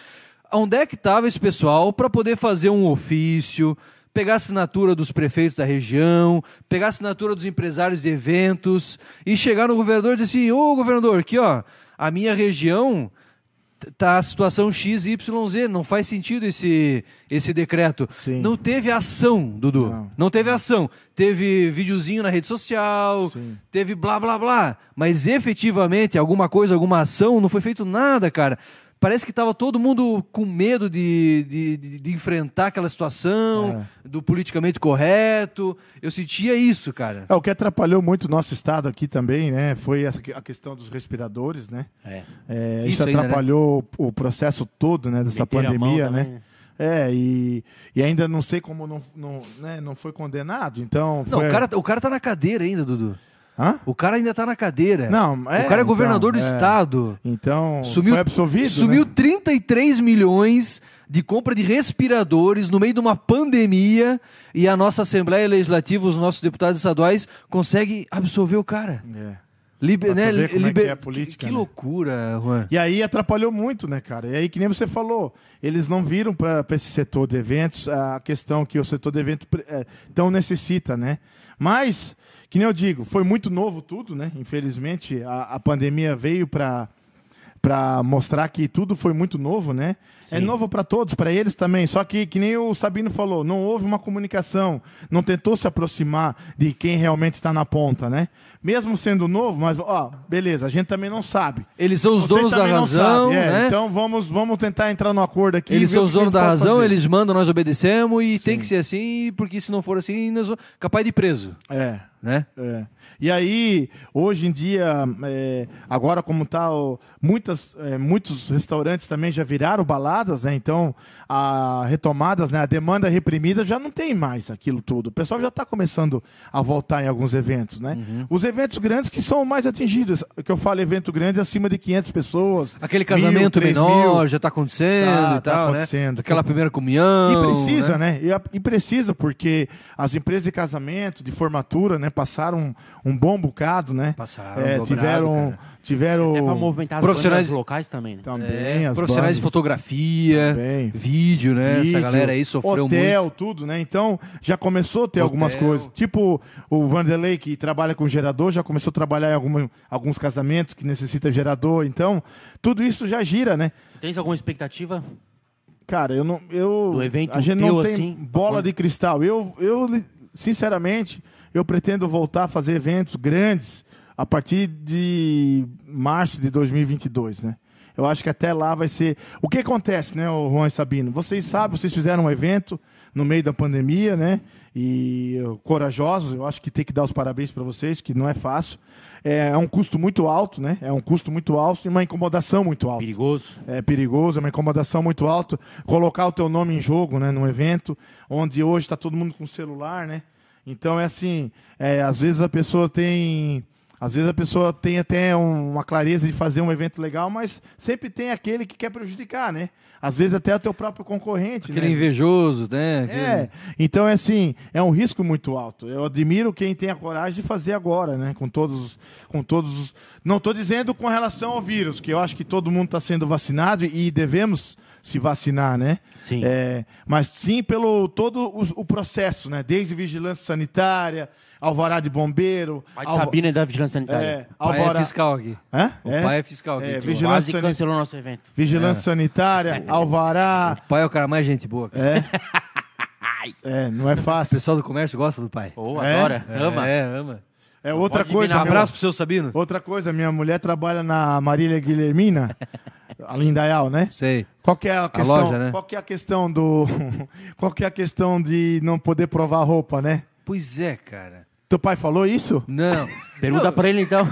Onde é que estava esse pessoal para poder fazer um ofício, pegar a assinatura dos prefeitos da região, pegar a assinatura dos empresários de eventos e chegar no governador e dizer assim: ô governador, aqui ó, a minha região tá a situação XYZ, não faz sentido esse, esse decreto.
Sim.
Não teve ação, Dudu.
Não.
Não. teve ação. Teve videozinho na rede social,
Sim.
teve blá blá blá. Mas efetivamente, alguma coisa, alguma ação, não foi feito nada, cara. Parece que tava todo mundo com medo de, de, de- de enfrentar aquela situação,
É.
do politicamente correto. Eu sentia isso, cara.
É, o que atrapalhou muito o nosso estado aqui também, né? Foi essa que- a questão dos respiradores, né?
É.
É,
Isso
isso,
ainda,
atrapalhou o o processo todo, né? Dessa
Meteram a mão
pandemia,
também,
né? É, e, e ainda não sei como não, não, né, não foi condenado, então.
Não,
foi-
o cara, o cara tá na cadeira ainda, Dudu.
Hã?
O cara ainda tá na cadeira.
Não, é,
o cara é
então,
governador do
é.
estado.
Então,
Sumiu,
foi absolvido?
sumiu
né?
33 milhões de compra de respiradores no meio de uma pandemia e a nossa Assembleia Legislativa, os nossos deputados estaduais, consegue absolver o cara.
É.
Liber,
Pra
né,
tu ver como é
liber-
que é a política,
que, que
né?
loucura, Juan.
E aí atrapalhou muito, né, cara? E aí, que nem você falou, eles não viram para esse setor de eventos a questão que o setor de eventos pre- eh, tão necessita, né? Mas, que nem eu digo, foi muito novo tudo, né? Infelizmente, a, a pandemia veio para para mostrar que tudo foi muito novo, né? É novo para todos, para eles também. Só que, que nem o Sabino falou, não houve uma comunicação, não tentou se aproximar de quem realmente está na ponta, né? Mesmo sendo novo, mas ó, beleza, a gente também não sabe.
Eles são os
Vocês
donos da
também não
razão,
sabem, é,
né?
Então vamos, vamos tentar entrar no acordo aqui.
eles
e ver
são
o
os
que a gente
donos da
pode
razão,
fazer.
eles mandam, nós obedecemos e tem que ser assim, porque se não for assim, nós vamos... capaz de preso,
É,
né?
é. E aí, hoje em dia, é, agora como tá, o- muitas, é, muitos restaurantes também já viraram baladas, né? Então, a retomadas, né? A demanda reprimida já não tem mais aquilo tudo. O pessoal já está começando a voltar em alguns eventos, né?
Uhum.
Os eventos grandes que são mais atingidos, que eu falo evento grande é acima de 500 pessoas.
Aquele
mil,
casamento
3 mil.
menor já tá acontecendo
Tá,
e tal,
tá
né?
acontecendo.
Aquela primeira comunhão.
E precisa,
né?
né? E, a- e precisa, porque as empresas de casamento, de formatura, né, passaram um, um bom bocado, né?
Passaram,
É,
dobrado,
tiveram.
cara. É,
Tiveram.
Até pra movimentar
Profissionais-
as bandas locais também, né?
Então. Também,
É,
as
profissionais de
bandas,
fotografia,
Também.
vídeo, né? Essa
vídeo,
galera aí sofreu
hotel,
muito.
tudo, né? Então, já começou a ter algumas
Hotel.
coisas. Tipo, o Vanderlei, que trabalha com gerador, já começou a trabalhar em alguma- alguns casamentos que necessita gerador. Então, tudo isso já gira, né?
Tens alguma expectativa?
Cara, eu não. Eu,
Do evento
a gente
teu,
não tem
assim,
bola de cristal. Eu, eu, li- sinceramente, eu pretendo voltar a fazer eventos grandes a partir de março de 2022, né? Eu acho que até lá vai ser. O que acontece, né, o Juan e Sabino? Vocês sabem, vocês fizeram um evento no meio da pandemia, né? E eh, corajosos, eu acho que tem que dar os parabéns para vocês, que não é fácil. É, é um custo muito alto, né? É um custo muito alto e uma incomodação muito alta
Perigoso.
é perigoso, é uma incomodação muito alta. Colocar o teu nome em jogo, né, num evento onde hoje está todo mundo com celular, né? Então é assim, é, às vezes a pessoa tem, às vezes a pessoa tem até um- uma clareza de fazer um evento legal, mas sempre tem aquele que quer prejudicar, né? Às vezes até o teu próprio concorrente,
Aquele
né?
invejoso, né? Aquele-
É, então é assim, é um risco muito alto. Eu admiro quem tem a coragem de fazer agora, né? Com todos, os- com todos. os- Não estou dizendo com relação ao vírus, que eu acho que todo mundo está sendo vacinado e devemos se vacinar, né?
Sim.
É, mas sim pelo todo o, o processo, né? Desde vigilância sanitária, alvará de bombeiro,
Pai de
alva-
Sabina e da Vigilância Sanitária.
é,
O pai é
alvará,
fiscal aqui.
Hã?
O pai é fiscal aqui.
É,
tio.
vigilância
Quase
sanitária.
cancelou nosso evento.
vigilância sanitária,
É.
alvará.
O pai é o cara mais gente boa. cara.
É, não é
O
fácil.
pessoal do comércio gosta do pai.
Ou
É?
adora,
É,
ama.
É, ama.
É outra
Pode vir
coisa.
na
meu.
Abraço pro seu Sabino.
Outra coisa, minha mulher trabalha na Marília Guilhermina, a Lindaial, né?
Sei.
Qual que é a questão?
loja, né?
Qual que é a questão do Qual que é a questão de não poder provar roupa, né?
Pois é, cara.
Teu pai falou isso?
Não.
Pergunta pra ele então.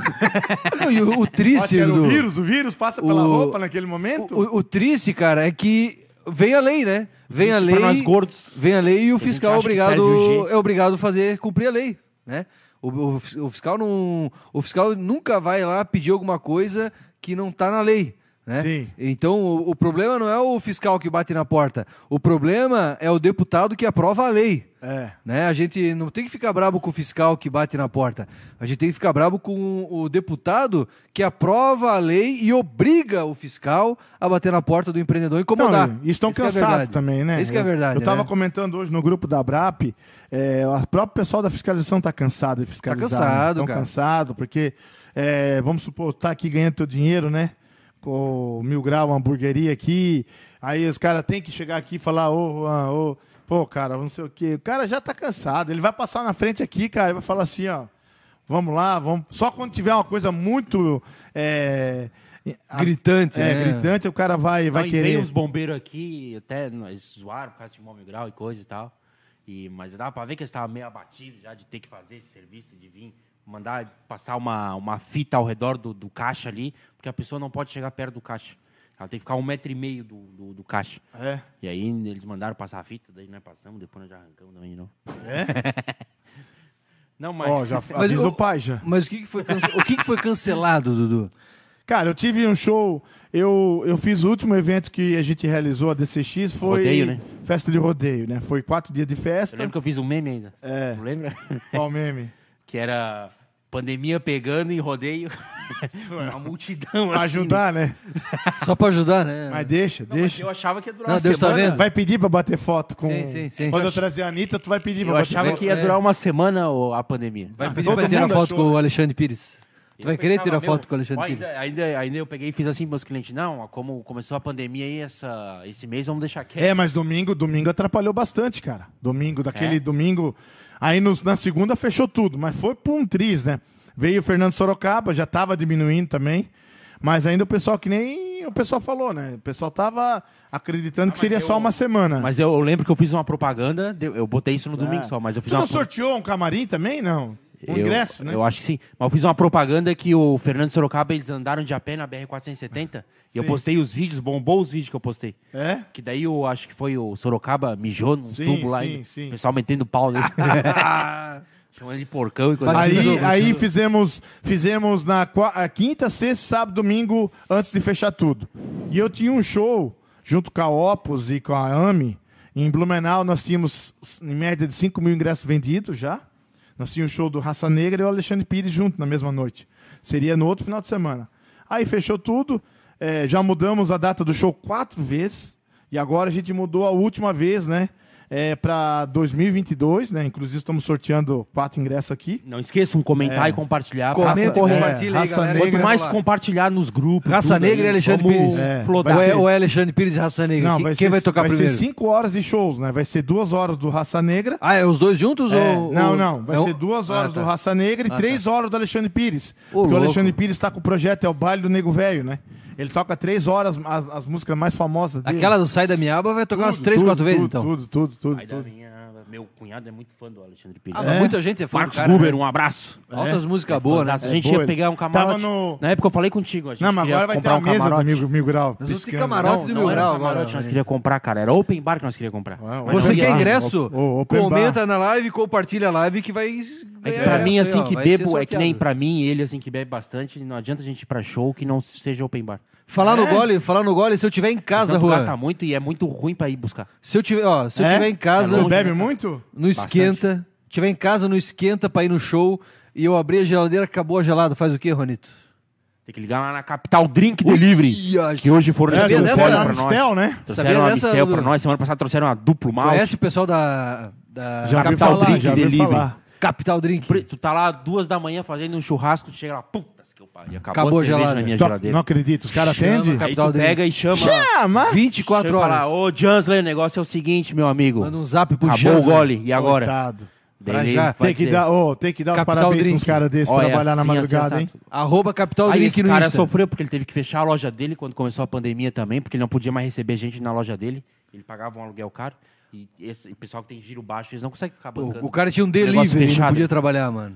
Não, e o, o
Ó,
triste,
Ah, que era
Edu,
o um vírus, o vírus passa pela
O-
roupa naquele momento?
o, o triste, cara, é que vem a lei, né? Vem a lei.
Pra nós gordos.
Vem a lei e o
gente
fiscal é
acha que serve o
obrigado,
G.
é obrigado a fazer cumprir a lei, né? O, o fis- o fiscal não, o fiscal nunca vai lá pedir alguma coisa que não está na lei, né?
Sim.
Então o, o problema não é o fiscal que bate na porta, o problema é o deputado que aprova a lei.
É.
Né? A gente não tem que ficar brabo com o fiscal que bate na porta. A gente tem que ficar brabo com o deputado que aprova a lei e obriga o fiscal a bater na porta do empreendedor e incomodar.
Não, e estão
Isso que é
cansados
verdade.
também, né?
Isso que é
Eu-
verdade.
Eu estava
né?
comentando hoje no grupo da BRAP, é, o próprio pessoal da fiscalização está cansado de fiscalizar.
Tá cansado,
Estão
cara.
cansado, porque, é, vamos supor, tá aqui ganhando teu dinheiro, né? Com o Mil Grau, uma hamburgueria aqui. Aí os caras têm que chegar aqui e falar, ô, Juan, ô, pô, cara, não sei o quê. O cara já tá cansado. Ele vai passar na frente aqui, cara, e vai falar assim, ó. Vamos lá, vamos. Só quando tiver uma coisa muito. é,
Gritante,
é,
né?
gritante, o cara vai, vai
Não, e
querer.
Veio
um
uns bombeiros aqui, até eles zoaram por causa de móvel grau e coisa e tal. E, mas dava pra ver que eles estavam meio abatidos já de ter que fazer esse serviço, de vir mandar passar uma, uma fita ao redor do, do caixa ali, porque a pessoa não pode chegar perto do caixa. Ela tem que ficar um metro e meio do, do, do caixa.
É.
E aí eles mandaram passar a fita, daí nós passamos, depois nós já arrancamos também de novo. Não, mas.
É? Ó, já
Mas
avisa
o-
o pai já.
Mas o que, que foi cance- o que, que foi cancelado, Dudu?
Cara, eu tive um show. Eu, eu fiz o último evento que a gente realizou, a DCX, foi.
Rodeio, né?
Festa de rodeio, né? Foi quatro dias de festa.
Eu lembro que eu fiz um meme ainda.
É.
Não lembra?
Qual meme?
que era pandemia pegando e rodeio. Uma multidão
Pra
assim, né?
ajudar, né?
Só pra ajudar, né?
Mas deixa,
Não, mas
deixa.
Eu achava que ia durar
Não,
uma
Deus tá
semana.
vendo.
Vai pedir pra bater foto com.
Sim, sim, sim.
Quando eu trazer a Anitta, tu vai pedir pra
Eu
bater
achava
foto.
que ia durar uma semana o- a pandemia.
é. Vai pedir
todo
pra tirar
mundo
foto
achou,
com
né?
o Alexandre Pires. Tu vai
Eu
querer
pensava,
tirar
meu,
foto com o Alexandre
ó,
Pires?
ainda, ainda, ainda eu peguei e fiz assim pros meus clientes. Não, ó, como começou a pandemia aí essa, esse mês, vamos deixar quieto.
É, mas domingo, domingo atrapalhou bastante, cara. Domingo, daquele
É?
domingo. Aí nos- na segunda fechou tudo, mas foi pra um triz, né? Veio o Fernando Sorocaba, já tava diminuindo também. Mas ainda o pessoal que nem o pessoal falou, né? O pessoal tava acreditando que seria só uma semana.
Ah, Mas eu, eu lembro que eu fiz uma propaganda, de- eu botei
Ah.
isso no domingo só, mas eu fiz
tu
uma
não sorteou um camarim também, não? Um
eu,
ingresso, né?
Eu acho que sim. Mas eu fiz uma propaganda que o Fernando Sorocaba, eles andaram de a pé na BR-470 e eu
Sim.
postei os vídeos, bombou os vídeos que eu postei.
É?
Que daí eu acho que foi o Sorocaba mijou num
Sim,
tubo lá.
sim,
e
sim.
O pessoal metendo pau nele. Chamando de porcão e coisa
Aí,
assim.
aí fizemos, fizemos na qua- a quinta, sexta, sábado, domingo, antes de fechar tudo. E eu tinha um show junto com a Opus e com a AMI. Em Blumenau nós tínhamos em média de 5 mil ingressos vendidos já. Nós tínhamos o show do Raça Negra e o Alexandre Pires junto na mesma noite. Seria no outro final de semana. Aí fechou tudo. eh, já mudamos a data do show quatro vezes. E agora a gente mudou a última vez, né? É, para 2022, né? Inclusive estamos sorteando quatro ingressos aqui.
Não esqueçam
É.
comentar e compartilhar.
Comenta
Faça
e
correr.
compartilha aí,
Raça
galera.
negra.
Quanto mais
Vamos lá.
compartilhar nos grupos.
Raça
tudo
Negra
aí,
e Alexandre
vamos
Pires.
É,
Flodar.
Ou
vai
é,
ser-
ou é Alexandre Pires e Raça Negra? Quem- Quem
ser-
vai tocar
vai ser
primeiro?
cinco horas de shows, né? Vai ser duas horas do Raça Negra.
Ah, é os dois juntos?
É,
ou,
não,
ou-
não. Vai
é um-
ser duas horas
Ah, tá.
do Raça Negra e três horas do Alexandre Pires. porque
louco.
o Alexandre Pires tá com o projeto, é o baile do Nego Velho, né? Ele toca três horas as, as músicas mais famosas dele.
Aquela do Sai da Minha Aba vai tocar umas três,
Tudo,
quatro
tudo,
vezes, então.
Tudo, tudo, tudo.
Aí da
tudo.
minha- meu cunhado é muito fã do Alexandre Pires.
Ah, mas Muita gente é fã do
Marcos
cara.
Guber, um abraço.
Altas músicas
É.
boas, né?
Fantástico. a gente
né? boa,
ia
ele-
pegar um camarote.
Tava no-
Na época eu falei contigo. A gente
Não, mas
queria
agora vai ter
comprar
a
um
mesa do
camarote.
Mil, mil Grau.
Nós vamos ter
piscando. né?
camarote do Mil
Não era
Grau
um
agora.
camarote, nós queríamos comprar, cara. Era open bar que nós queríamos comprar.
Uau,
Mas
uau.
Você
não ia.
quer
né? Ah,
ingresso?
o- o open
comenta na live, compartilha a live que vai.
É que
ganhar
pra mim,
essa aí,
assim,
ó,
que
vai ser
bebo, é que nem
sorteado.
pra mim, ele, assim, que bebe bastante, não adianta a gente ir pra show que não seja open bar.
Falar
É?
no gole, falar no gole, se eu tiver em casa,
Senão tu gasta
Juan.
muito e é muito ruim pra ir buscar.
Se eu tiver, ó, se eu
É?
tiver em casa,
É
Tu
longe,
bebe
né, cara?
muito?
no esquenta, tiver em casa, no esquenta pra ir no show e eu abrir a geladeira, acabou a gelada, faz o quê, Ronito?
Tem que ligar lá na Capital Drink Delivery,
Ia,
que hoje forneceu
Sabia
um
dessa?
fone
Era
pra nós.
Amstel, né?
Sabia
Trouxeram uma
dessa,
Mistel
Dudu?
pra nós, semana passada trouxeram uma duplo mal.
Conhece o pessoal da, da
Já ouvi
Capital
falar,
Drink
já ouvi
Delivery?
falar.
Capital Drink.
Tu tá lá duas da manhã fazendo um churrasco, tu chega lá, puta que eu pariu,
Acabou
acabou,
a
a cerveja
gelada.
na minha
Tu- Não
geladeira.
acredito, os caras
Chama,
atendem? Ah,
cara.
Aí
Capital
tu pega e chama...
Chama!
24
chama e fala,
horas.
Ô, Jansley, o negócio é o seguinte, meu amigo.
Manda um zap pro
Acabou o
Jansley. tá,
gole, e agora?
Coitado.
Daí
pra
ele
já.
vai
Tem que,
dizer,
dar, ô, tem que dar os
Capital
parabéns
Drink.
pra uns caras desses
"Olha,
trabalhar na
assim, assim,
madrugada, hein?
assado."
Arroba Capital
Aí
Drink
esse
no
cara é
Insta.
sofreu porque ele teve que fechar a loja dele quando começou a pandemia também, porque ele não podia mais receber gente na loja dele. Ele pagava um aluguel caro. E esse o pessoal que tem giro baixo, eles não conseguem ficar
Pô,
bancando.
O cara tinha um
Negócio
delivery, ele não
fechado.
podia trabalhar, mano.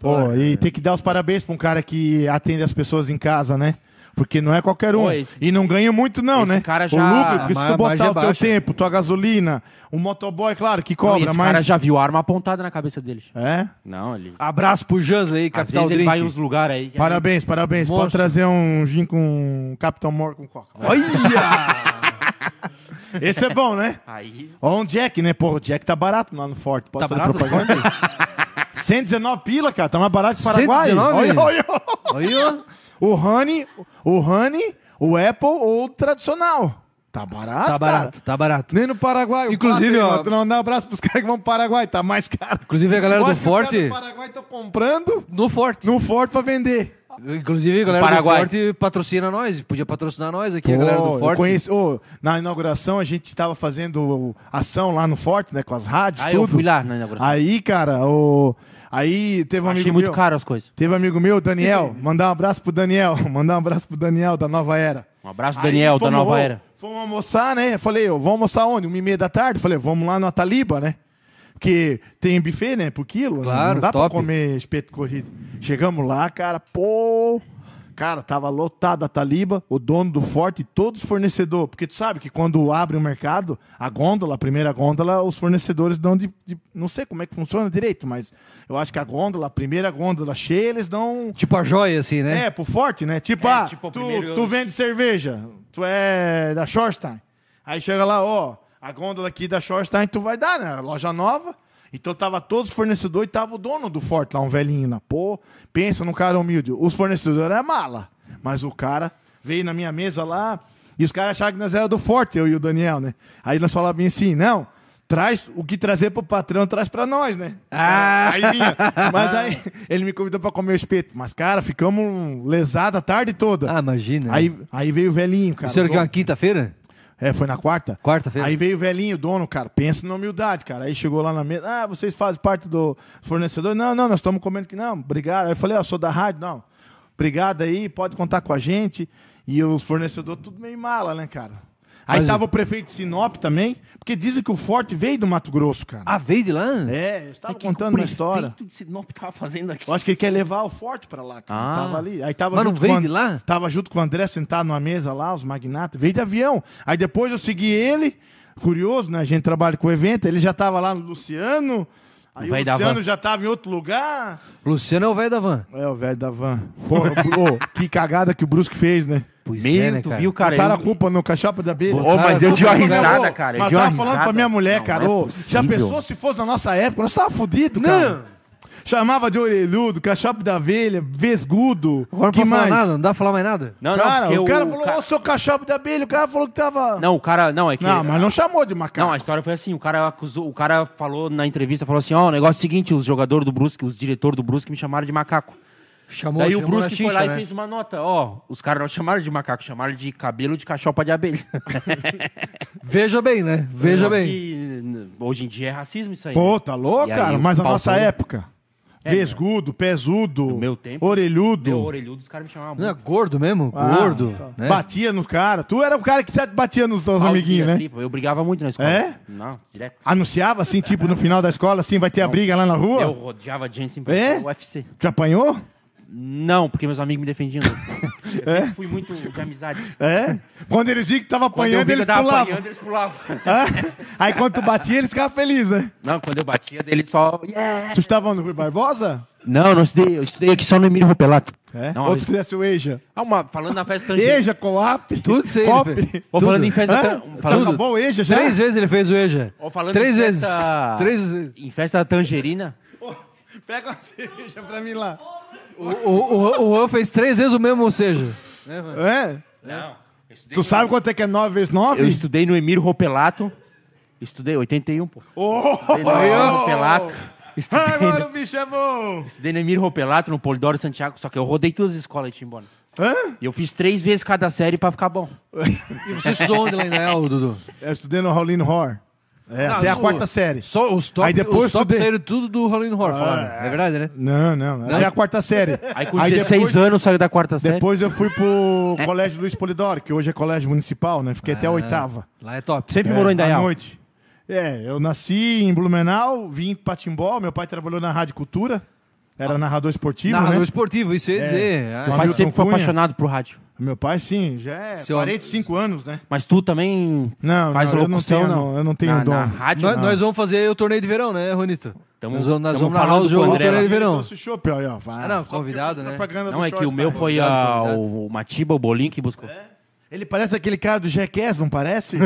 Pô, e tem que dar os parabéns pra um cara que atende as pessoas em casa, né? Porque não é qualquer um.
Pô, esse-
E não ganha muito, não,
esse
né?
cara
O
já-
lucro, porque se
Mar-
tu botar
margem
o teu
baixa.
tempo, tua gasolina, o motoboy, claro, que
Não, e
cobra,
esse
mas.
cara já viu a arma apontada na cabeça deles.
É?
Não, ele.
Abraço pro Jansley aí,
Às
Capital
vezes ele
Drink.
vai em uns lugares aí. que-
Parabéns, parabéns. Pode
Monstro.
trazer um gin com Capitão Mor com Coca. Esse é bom, né?
Aí.
Ó, um Jack, né? Porra, o Jack tá barato lá no Forte.
Tá
Pode fazer
barato?
propaganda aí? 119 pila, cara. Tá mais barato que o Paraguai.
119?
Olha, olha, olha.
Aí, ó. tá
O Honey, o Honey, o Apple ou o tradicional. Tá barato,
Tá barato,
cara.
tá barato.
Nem no Paraguai. o
Inclusive,
Pater,
ó-
Não, dá um abraço pros caras que vão pro Paraguai, tá mais caro.
Inclusive, a galera
Eu
do
acho que os caras
Forte-
do Paraguai estão comprando
No Forte.
no Forte pra vender.
Inclusive, a galera do
Paraguai.
Forte patrocina nós. Podia patrocinar nós aqui, a galera
Pô,
do
eu
Forte.
conheci- ô, na inauguração a gente tava fazendo ação lá no Forte, né? Com as rádios,
Aí
Ah,
tudo.
eu fui lá na inauguração.
Aí, cara, o... aí teve um
Achei
amigo
muito
meu.
caro as coisas.
Teve um amigo meu, Daniel. Mandar um abraço pro Daniel. Mandar um abraço pro Daniel da Nova Era.
Um abraço,
Aí
Daniel, da
fomos-
Nova Era.
Fomos almoçar, né? Eu Falei, eu, vamos almoçar onde? Uma e meia da tarde? Eu Falei, vamos lá no Ataliba, né? Porque tem buffet, né? Por quilo. né?
Claro,
Não dá
top.
pra comer espeto corrido. Chegamos lá, cara, pô. Cara, tava lotada a Taliba, o dono do forte, todos os fornecedores. Porque tu sabe que quando abre o mercado, a gôndola, a primeira gôndola, os fornecedores dão de, de- Não sei como é que funciona direito, mas eu acho que a gôndola, a primeira gôndola cheia, eles dão.
Tipo a joia, assim, né?
É, pro forte, né? Tipo,
É,
ah,
tipo,
tu,
primeiro-
tu vende cerveja, tu é da Shorstein. Aí chega lá, ó, a gôndola aqui da Shorstein tu vai dar, né? Loja nova. Então tava todos os fornecedores e tava o dono do forte lá, um velhinho na pô. Pensa num cara humilde. Os fornecedores é mala, mas o cara veio na minha mesa lá e os caras achavam que nós era do forte, eu e o Daniel, né? Aí nós falávamos assim, não... Traz o que trazer pro patrão, traz pra nós, né?
Ah!
Aí vinha. Mas aí ele me convidou pra comer o espeto. Mas, cara, ficamos lesados a tarde toda.
Ah, imagina.
aí, aí veio o velhinho, cara.
Isso era
o
que uma
dono-
quinta-feira?
É, foi na quarta?
Quarta-feira.
Aí veio o velhinho, o dono, cara. Pensa na humildade, cara. Aí chegou lá na mesa. Ah, vocês fazem parte do fornecedor? Não, não, nós estamos comendo que não. Obrigado. Aí eu falei, ó, sou da rádio. Não. Obrigado aí, pode contar com a gente. E os fornecedores, tudo meio mala, né, cara? Aí
Mas-
tava o prefeito de Sinop também, porque dizem que o Forte veio do Mato Grosso, cara.
Ah, veio de lá?
É, eu estava
O que que
contando uma
o
história.
prefeito de Sinop tava fazendo aqui?
Eu acho que ele quer levar o forte pra lá, cara.
Ah.
Tava ali. Aí tava
Mas não
junto
veio
com o
de
And-
lá?
Tava junto com o André sentado numa mesa lá, os magnatas. Veio de avião. Aí depois eu segui ele, curioso, né? A gente trabalha com evento. Ele já tava lá no Luciano. Aí o
Vai da
Luciano
van.
já tava em outro lugar.
Luciano é o velho da van.
É, o velho da van. Pô, ô, que cagada que o Brusque fez, né?
Pois
Meu,
é, né,
tu
cara?
viu, cara?
Botaram
eu-
a culpa no cachapa da abelha.
Ô, mas eu dei uma risada, cara. eu
Mas
dei uma
tava falando
risada.
pra minha mulher,
Não,
cara.
não é
ô, já
possível.
pensou se fosse na nossa época? Nós tava fudido, cara.
Não.
Chamava de orelhudo, cachapo da abelha, vesgudo.
Agora não
que
pode
mais?
falar nada, não dá pra falar mais nada.
Não, não,
cara,
porque
o cara
o
falou,
ca-
ô, seu cachapo da abelha, o cara falou que tava...
Não, o cara. Não, é que.
Não, mas não chamou de macaco.
Não, a história foi assim, o cara acusou, o cara falou na entrevista, falou assim, ó, o negócio é o seguinte, os jogadores do Brusque, os diretores do Brusque me chamaram de macaco.
Chamou,
Daí o
chamou na
Brusque foi
xincha,
lá
né?
e fez uma nota, ó, os caras não chamaram de macaco, chamaram de cabelo de cachopa de abelha.
Veja bem, né? Veja
Só
bem.
que, n- hoje em dia é racismo isso aí.
Pô,
né?
tá
E
louco,
aí,
cara, mas
faltou-
na
um- É,
nossa época. vesgudo, pesudo,
meu tempo,
orelhudo.
Meu orelhudo, os caras me chamavam
Não é
muito.
gordo mesmo?
Ah,
gordo.
tá.
Né?
Batia no cara. Tu era o cara que sempre batia nos teus
Pau,
amiguinhos,
tira,
né?
tripa, Eu brigava muito na escola.
É?
Não, direto.
Anunciava assim, tipo, no final da escola, assim, vai ter a briga lá na rua?
Eu rodeava de gente sempre
É?
o UFC.
Te apanhou?
Não, porque meus amigos me defendiam. Eu sempre fui muito de amizades.
É? Quando eles viam que tava
Quando eu
apanhando,
vi que eu
eles
tava
pulavam.
apanhando, eles pulavam.
Hã? Aí quando tu batia, eles ficavam felizes, né?
Não, quando eu batia, dele só. Yeah!
Tu estava no Rui Barbosa?
Não, não estudei, eu estudei aqui só no Emílio Ropelato.
É?
Não,
Ou
eu-
tu fizesse o Eja?
Ah, uma- falando na festa tangente.
Eja, Coap,
Tudo isso aí, ele
Pop.
fez.
Ou falando em festa.
Hã?
tan-
Tá
Falando,
Tudo.
bom o Eja já?
Três vezes ele fez o EJA.
ou falando
Três
em
vezes.
festa-
Três vezes.
Em festa tangerina.
Pega uma cerveja pra mim lá.
O, o, o, o Juan fez três vezes o mesmo, ou seja.
É?
Não. eu estudei
Tu
no-
sabe quanto é que é 9 vezes 9?
Eu estudei no Emílio Ropelato. Estudei 81, pô. Estudei no Emílio Ropelato. Estudei,
Oh! Agora
no-
o bicho é bom!
estudei no Emílio Ropelato, no Polidoro Santiago, só que eu rodei todas as escolas de Timbona.
Hã?
E eu fiz três vezes cada série pra ficar bom.
E você estudou onde lá em Nael, Dudu?
Eu estudei no Raulino Hor. É,
Não,
até a
o-
quarta série.
Só os top,
Aí depois Ah,
os top
estudei.
saíram tudo do Rolling Horror, falaram. É verdade, né?
Não, não, Até a quarta série.
Aí com 16
depois,
anos saiu da quarta série.
Depois eu fui pro Colégio Luiz Polidoro, que hoje é colégio municipal, né? Fiquei até a oitava.
Lá é top.
Sempre morou em
da
Dayal.
noite. É, eu nasci em Blumenau, vim para Timbó, meu pai trabalhou na Rádio Cultura, era narrador esportivo,
Narrador
né?
esportivo, isso eu ia dizer.
Meu
Ah,
pai
Hamilton
sempre foi
Cunha.
apaixonado pro rádio.
Meu pai, sim, já é
Seu-
45 anos, né?
Mas tu também
Não,
faz
não, eu não
locução,
tenho,
não?
não, eu não tenho
na,
dom.
Na rádio,
Ah, nós,
não.
nós vamos fazer o torneio de verão, né, Ronito?
Tamo-
nós vamos, nós
tamo
vamos narrar
falando
os
com
jogos
o
do
André
torneio de
lá.
verão.
Trouxe chopp, ó, ó, vai.
Ah, não,
Só porque
convidado,
eu fiz
né?
propaganda do
Não, é que
short, É?
o meu
tá?
foi
Convidado,
ah,
convidado.
o, o Matiba, o Bolinho que buscou.
Ele parece aquele cara do Jackass, não parece?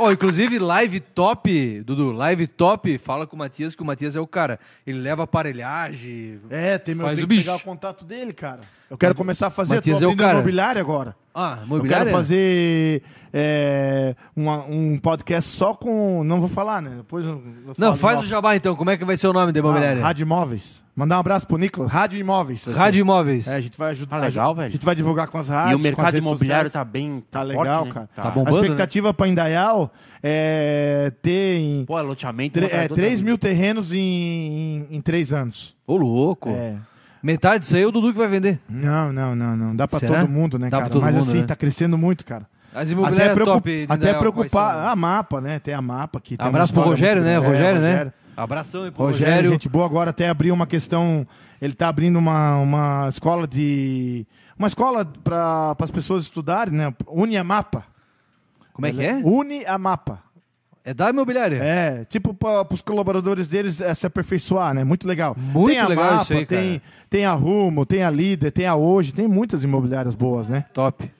Ó, inclusive, live top, Dudu, live top, fala com o Matias, que o Matias é o cara. Ele leva aparelhagem.
é, tem meu
Faz
tem
o
que
bicho.
pegar o contato dele, cara. Eu quero começar a fazer,
Matias é
tô
o
abrindo
cara.
imobiliário agora.
Ah,
Eu
mobiliário?
quero fazer é, uma- um podcast só com. Não vou falar, né? Depois eu, eu
Não,
falo
faz
no-
o jabá então. Como é que vai ser o nome da imobiliária?
Ah, Rádio Imóveis. Mandar um abraço pro Nicolas. Rádio Imóveis. vai ser.
Rádio Imóveis.
É, a gente vai ajudar.
Ah, legal,
A
velho.
gente vai divulgar com as rádios.
Ah,
E o
com as
mercado
redes
imobiliário
sociais.
tá bem.
Tá
forte,
legal,
né?
cara.
Tá bom. bombando,
a expectativa pra Indaial é ter em,
Pô, é loteamento.
tre-
uma atrás
é,
da
3
outra.
mil terrenos em, em, em 3 anos.
Ô, louco.
É.
Metade disso aí é o Dudu que vai vender.
Não, não, não, não. Dá pra
Será?
todo mundo, né,
Dá pra
cara?
todo
Mas
mundo,
assim,
né?
tá crescendo muito, cara.
As
Até,
imobiliárias
preocup-
é top. de
até
Dayal, quais
preocupar Ah,
são?
a mapa, né? Tem a mapa aqui. tem
Abraço
uma
pro
história
Rogério,
muito
né?
grande.
Rogério, né? Abração aí pro
Rogério,
Rogério.
gente boa, agora até abriu uma questão. Ele está abrindo uma, uma escola de. Uma escola para as pessoas estudarem, né? Uniamapa.
Como é que é?
Uniamapa.
É da imobiliária?
É, tipo para os colaboradores deles é, se aperfeiçoar, né? Muito legal.
Muito
tem a
legal
Mapa,
isso aí, cara.
tem, tem a Rumo, tem a Líder, tem a Hoje, tem muitas imobiliárias boas, né?
Top.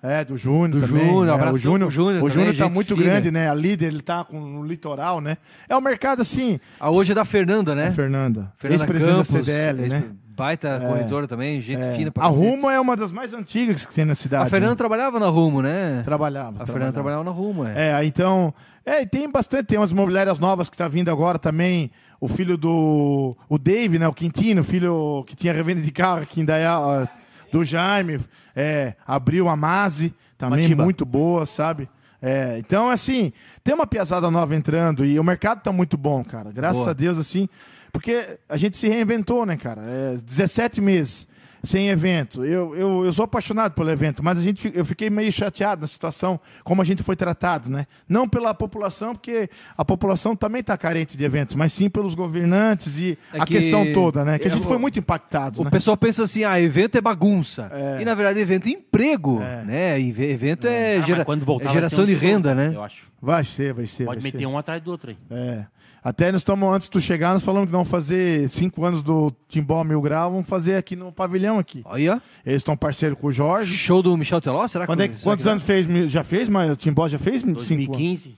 É, do Júnior.
Do
também,
Júnior,
né?
abração
O Júnior,
pro Júnior
o
também,
Júnior tá
gente
muito
fina.
grande, né? A líder, ele tá com no litoral, né? É um mercado assim.
A hoje é da Fernanda, né?
A Fernanda.
Fernanda
Ex-presidente da
Campos,
CDL,
ex-
né?
Baita corretora também, gente
É.
fina pra
A
cacete.
Rumo é uma das mais antigas que tem na cidade.
A Fernanda
né?
trabalhava na Rumo, né?
trabalhava.
A Fernanda trabalhava na Rumo, é.
É, então. É, e tem bastante, tem umas imobiliárias novas que tá vindo agora também. O filho do. O Dave, né? O Quintino, o filho que tinha revenda de carro aqui em Dayá, do Jaime. É, abriu a Maze, também
Matiba.
muito boa, sabe? É, então, assim, tem uma piazada nova entrando e o mercado tá muito bom, cara. Graças
Boa.
a Deus, assim. Porque a gente se reinventou, né, cara? É, 17 meses sem evento. Eu, eu, eu sou apaixonado pelo evento, mas a gente, fi- eu fiquei meio chateado na situação, como a gente foi tratado, né? Não pela população, porque a população também está carente de eventos, mas sim pelos governantes e
É
a
que-
questão toda, né? Que a
é,
gente
o-
foi muito impactado,
O
né?
pessoal pensa assim, ah, evento é bagunça.
É.
E na verdade evento é emprego, né? E ve- Evento é,
Ah, mas
gera-
quando voltar,
é
vai
geração
ser
de
um
renda,
escândalo,
né?
Eu acho.
Vai ser, vai ser.
Pode
vai
meter
ser.
um atrás do outro aí.
É. Até nós estamos, antes de tu chegar, nós falamos que não vamos fazer cinco anos do Timbó Mil Grau, vamos fazer aqui no pavilhão aqui.
Olha,
Eles estão parceiro com o Jorge.
show do Michel Teló, será
Quando
que
é-
será
quantos
que-
anos fez? Já fez, mas o Timbó já fez? Cinco anos.
2015.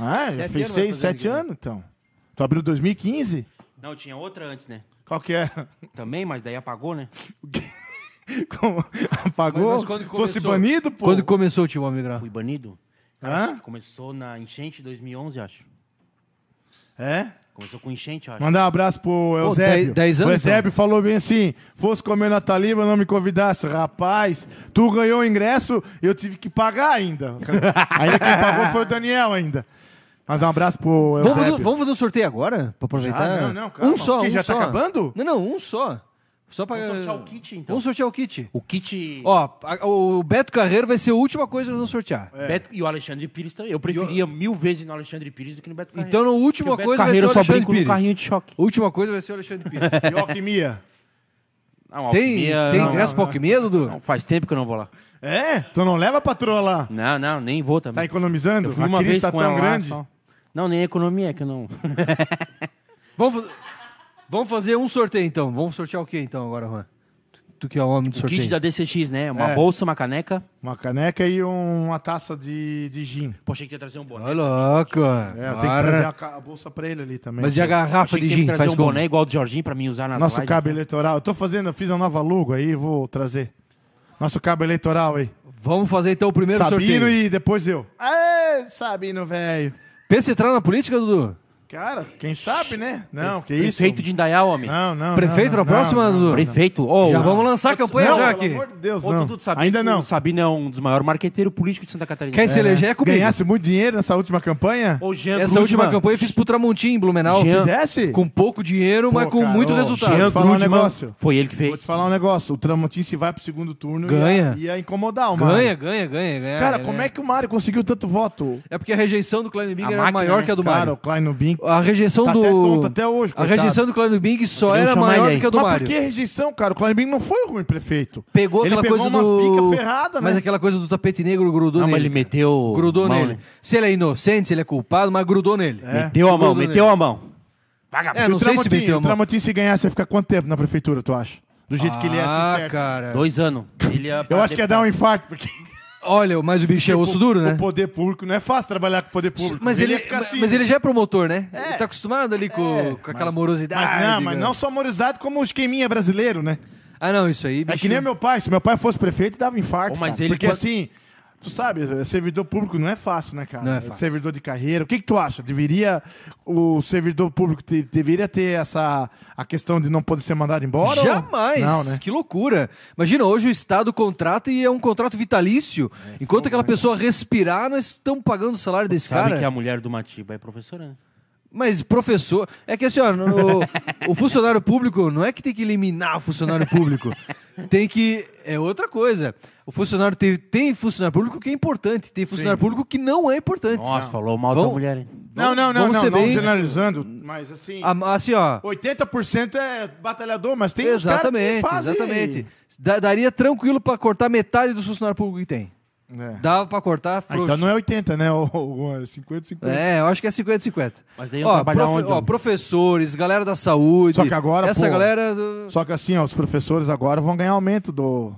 Ah, já
Sete
fez
anos vai
seis,
fazer
sete
ano que
anos, então. Tu abriu 2015?
Não, tinha outra antes, né?
Qual que é?
Também, mas daí apagou, né?
Como? Apagou?
Mas- mas quando
Fosse
começou?
banido, pô?
Quando começou o Timão Migrar?
Fui banido.
Hã?
Acho que Começou na enchente de 2011, acho.
É?
Começou com enchente, acho.
Mandar um abraço pro Eusébio.
dez- dez
o
anos, então.
Eusébio falou bem assim, fosse comer na Taliba, não me convidasse. Rapaz, tu ganhou o ingresso, eu tive que pagar ainda. ainda quem pagou foi o Daniel ainda. Mas um abraço pro
Vamos
Eusébio.
fazer, vamos fazer um sorteio agora? Pra aproveitar?
Já? Não, não, calma.
Um só,
Porque
um
já tá
só.
acabando?
Não, não, um só. Só pra...
Vamos sortear o kit, então.
Vamos sortear o kit.
O kit.
Ó, a- o Beto Carreiro vai ser a última coisa que nós vamos sortear.
Beto e o Alexandre Pires também. Eu preferia mil vezes no Alexandre Pires do que no Beto Carreiro.
Então, a última
Porque o Beto
coisa vai ser
Carreiro
o
só
Alexandre
brinca no
Pires.
carrinho de choque.
A última coisa vai ser o Alexandre Pires.
E o Alquimia.
Não,
tem
alquimia,
tem
não,
ingresso pra Alquimia, Dudu?
não, faz tempo que eu não vou lá.
É? Tu não leva a patroa lá?
Não, não, nem vou
Tá
também.
economizando?
eu fui
A
uma
crise
vez
tá
com
tão
ela
grande.
Lá, só. não, nem economia, que eu não.
Vamos, fa- vamos fazer um sorteio, então. Vamos sortear o que, então, agora, Juan? Tu- Tu que é o homem de
O kit
sorteio.
da DCX, né? Uma
É.
bolsa, uma caneca.
Uma caneca e um, uma taça de, de gin.
Pô, achei que ia trazer um boné.
Ô, louco.
É, eu tenho que
Para.
trazer a, ca- a bolsa pra ele ali também.
Mas e a garrafa
achei que
de
ia
gin?
trazer
Faz
um
como?
boné igual de Jorginho pra mim usar nas
Nosso
lives.
cabo eleitoral. Eu tô fazendo, eu fiz uma nova logo aí, vou trazer. Nosso cabo eleitoral aí.
Vamos fazer, então, o primeiro
Sabino
sorteio.
e depois eu. Aê, Sabino, velho.
Pensa em entrar na política, Dudu?
Cara, quem sabe, né? Não, que isso.
Prefeito de Indaiá, homem.
Não, não.
Prefeito na
não, não,
próxima,
não,
Dudu?
não.
Prefeito. Ô,
Já
o-
vamos lançar a campanha
Não,
já
pelo
aqui.
amor de Deus,
Ô,
não.
Dudu, tu sabia
Ainda
que
não.
O Sabino é um dos maiores marqueteiros políticos de Santa Catarina. né?
Quer se eleger é comigo?
Ganhasse muito dinheiro nessa última campanha?
Ô, Jean
Essa
Grudman.
última campanha eu fiz pro Tramontim em Blumenau.
Jean-
Fizesse?
Com pouco dinheiro, mas
Pô,
com
cara,
muito
ô,
resultado.
Jean-
Jean
Vou te falar um
Grudman,
negócio.
Foi ele que
Vou te
fez.
falar um negócio. O Tramontim, se vai pro segundo turno,
Ganha.
Ia, ia incomodar o Mário.
Ganha, né? ganha, ganha, ganha.
Cara, como é que o Mário conseguiu tanto voto?
É porque a rejeição do Klein Bing
A
era
máquina,
maior
né?
que a do
Cara, o
Mário.
Klein no Bing.
A rejeição
Tá
do.
até tonto até hoje,
A
coitado.
rejeição do Klein Bing só
queria
era
chamar
maior
ele aí.
que a do
Mas
Mário.
por que rejeição, cara? O Klein Bing não foi ruim prefeito.
Pegou
Ele
aquela
pegou
coisa
umas
do.
picas ferradas,
Mas
né?
aquela coisa do tapete negro grudou
Não, mas
nele.
ele meteu.
Grudou
mão,
nele.
né?
Se ele é inocente, se ele é culpado, mas grudou nele.
É.
Meteu a
Grudou
mão, meteu
nele.
a mão.
É,
Vagabundo.
não sei se
Tramontim,
meteu a
o
mão.
Tramontim, se ganhasse, ia ficar quanto tempo na prefeitura, tu acha? Do jeito que ele é, assim,
Ah,
certo.
cara.
Dois anos. Ele é ia pra
Eu acho que ia dar um
deputado.
infarto, porque...
Olha, mas o bicho é
tipo,
osso duro, né?
O poder público, não é fácil trabalhar com o poder público.
Mas ele,
ia ficar assim,
mas
né?
ele já é promotor, né?
É.
Ele tá acostumado ali com,
É,
com aquela
mas-
morosidade.
Mas não, mas
digamos.
não só amorizado, como o esqueminha brasileiro, né?
Ah, não, isso aí.
É
bicho.
que nem meu pai. Se meu pai fosse prefeito, dava infarto.
Ô, mas
cara.
ele
Porque
quando-
assim, tu sabe, servidor público não é fácil, né, cara?
Não é fácil.
Servidor de carreira. O que, que tu acha? Deveria. O servidor público te- deveria ter essa. A questão de não poder ser mandado embora? ou-
Jamais!
Não, né?
Que loucura! Imagina, hoje o Estado contrata e é um contrato vitalício.
É
Enquanto
né?
aquela pessoa respirar, nós estamos pagando o salário desse
Sabe
cara.
que a mulher do Matiba é professora, né?
Mas, professor, é que assim, ó, no- o funcionário público não é que tem que eliminar o funcionário público. Tem que. É outra coisa. O funcionário tem, tem funcionário público que é importante, tem funcionário público que não é importante.
Nossa, falou mal da
Vamos-
mulher, hein?
Não, não, não,
vamos
não,
ser
não
bem-
generalizando, mas assim,
A- Assim, ó.
80% é batalhador, mas tem uns caras que
Exatamente,
fazem...
exatamente. Da- daria tranquilo pra cortar metade dos funcionários públicos que tem.
É.
Dava pra cortar
Ah,
frouxo.
então não é 80, né? O, o, o 50, 50.
É, eu acho que é 50-50.
Mas daí eu
Ó,
trabalho
profe-
onde?
ó, professores, galera da saúde.
Só que agora,
Essa
pô,
galera. do-
Só que assim, ó, os professores agora vão ganhar aumento do...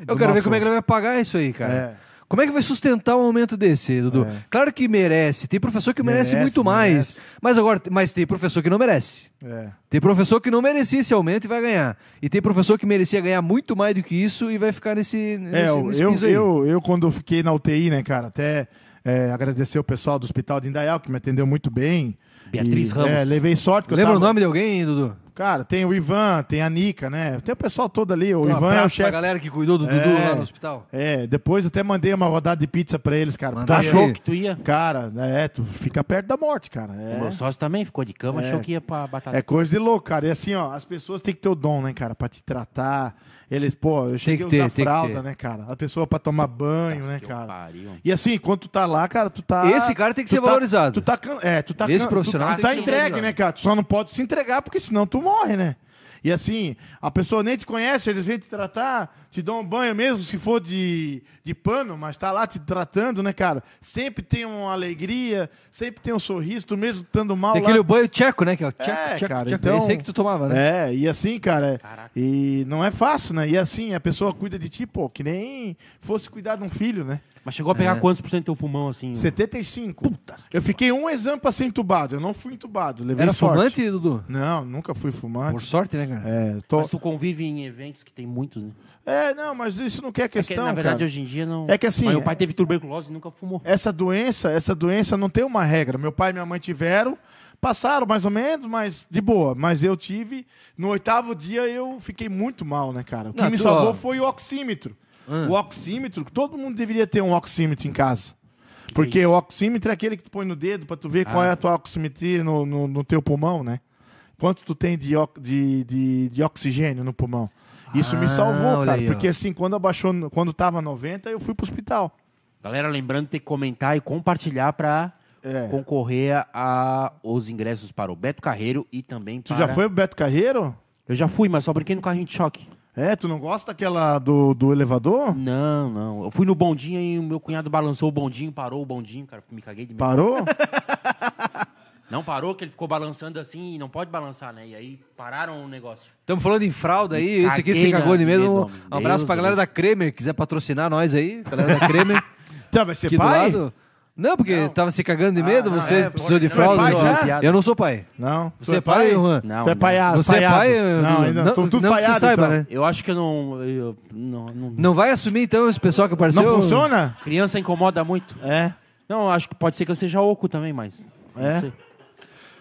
Eu
do
quero ver
nosso-
como é que ele vai pagar isso aí, cara.
É.
Como é que vai sustentar um aumento desse, Dudu?
É.
Claro que merece. Tem professor que merece,
Merece,
muito mais.
merece.
Mas agora, mas tem professor que não merece.
É.
Tem professor que não merecia esse aumento e vai ganhar. E tem professor que merecia ganhar muito mais do que isso e vai ficar nesse, nesse,
É, eu,
nesse
eu,
piso aí.
eu, eu, quando fiquei na UTI, né, cara, até é, agradecer o pessoal do Hospital de Indaial, que me atendeu muito bem.
Beatriz Ramos.
É, levei sorte. Que eu
Lembra
tava-
o nome de alguém, Dudu?
Cara, tem o Ivan, tem a Nica, né? Tem o pessoal todo ali. O
Um
Ivan é o
abraço pra
chefe.
galera que cuidou do Dudu
É.
lá no hospital.
É, depois eu até mandei uma rodada de pizza pra eles, cara.
Manda
Tu
aí.
achou
Sim.
que tu ia?
que- Cara, é, tu fica perto da morte, cara.
O meu
É,
sócio também ficou de cama,
É.
achou que ia pra
tá
batata.
é coisa de louco, cara. E assim, ó, as pessoas têm que ter o dom, né, cara, pra te tratar. Eles, pô, eu cheguei
que
a
ter,
usar
tem que
fralda,
ter. Tá
né, cara? A pessoa pra tomar banho, né,
Que
cara?
pariu.
E assim, quando tu tá lá, cara, tu tá.
Esse cara tem que
tu
ser
tá-
valorizado.
Tu tá, can- é, tu tá
Esse
can-
profissional
tu,
tem
tá
que ser
entregue,
valorizado.
né, cara? Tu só não pode se entregar, porque senão tu morre, né? E assim, a pessoa nem te conhece, eles vêm te tratar, te dão um banho mesmo, se for de, de pano, mas tá lá te tratando, né, cara? Sempre tem uma alegria, sempre tem um sorriso, tu mesmo estando mal.
Tem
lá,
aquele banho tcheco, né? Que é o tcheco,
É,
tcheco,
cara,
tcheco.
então-
Esse aí que tu tomava, né?
é, e assim, cara,
Caraca.
e não é fácil, né? E assim, a pessoa cuida de ti, pô, que nem fosse cuidar de um filho, né?
Mas chegou a pegar quantos por cento do teu pulmão, assim?
75. eu fiquei um exame pra ser entubado. Eu não fui entubado. Levei
Era
sorte.
fumante, Dudu?
Não, nunca fui
Por
fumante.
sorte, né, cara?
É, tô-
Mas tu convive em eventos que tem muitos, né?
é, não, mas isso não quer
Porque,
questão.
na verdade,
cara.
hoje em dia não...
É que assim,
Mas meu
é-
pai teve tuberculose e nunca fumou.
Essa doença, essa doença não tem uma regra. Meu pai e minha mãe tiveram, passaram mais ou menos, mas de boa. Mas eu tive. No oitavo dia eu fiquei muito mal, né, cara? O que
Ah,
me
tu-
salvou
ó. Ah.
foi o oxímetro. O oxímetro, todo mundo deveria ter um oxímetro em casa. Porque o oxímetro é aquele que tu põe no dedo pra tu ver
Ah.
qual é a tua oximetria no, no, no teu pulmão, né? Quanto tu tem de, ox- de, de, de oxigênio no pulmão. Isso
Ah,
me salvou,
olha
cara.
aí, ó.
porque assim, quando abaixou, quando tava 90, eu fui pro hospital.
Galera, lembrando, tem que comentar e compartilhar pra
É.
concorrer a, os ingressos para o Beto Carreiro e também
Tu
para...
já foi pro Beto Carreiro?
Eu já fui, mas só brinquei no carrinho de choque.
É, tu não gosta daquela do, do elevador?
Não, não. Eu fui no bondinho e o meu cunhado balançou o bondinho, parou o bondinho, cara. Me caguei de medo.
Parou?
Não parou, que ele ficou balançando assim e não pode balançar, né? E aí pararam o negócio.
Estamos falando em fralda aí, esse aqui
Caguei
se cagou de
né?
na-
medo.
medo,
Um
homem.
abraço
Deus
pra
do
galera
céu.
da Kremer, quiser patrocinar nós aí, galera da Kremer,
Tá, vai ser
aqui do
pai?
lado. Não, porque tava se cagando de
Ah,
medo,
não,
você
é,
precisou de
não é
fralda.
pai
eu-
já?
eu não sou pai.
Não. Tu
Você é pai, Juan?
Não,
tu é
não.
paiado,
Você é
paiado.
pai? eu-
Não, ainda não.
não,
Tamo tudo
não que
falhado,
você saiba,
então.
né?
Eu acho que eu não. eu- não, não-
Não vai assumir então esse pessoal que apareceu?
Não funciona?
Criança incomoda muito.
É.
Não, eu acho que pode ser que eu seja oco também, mas. não
É?
sei.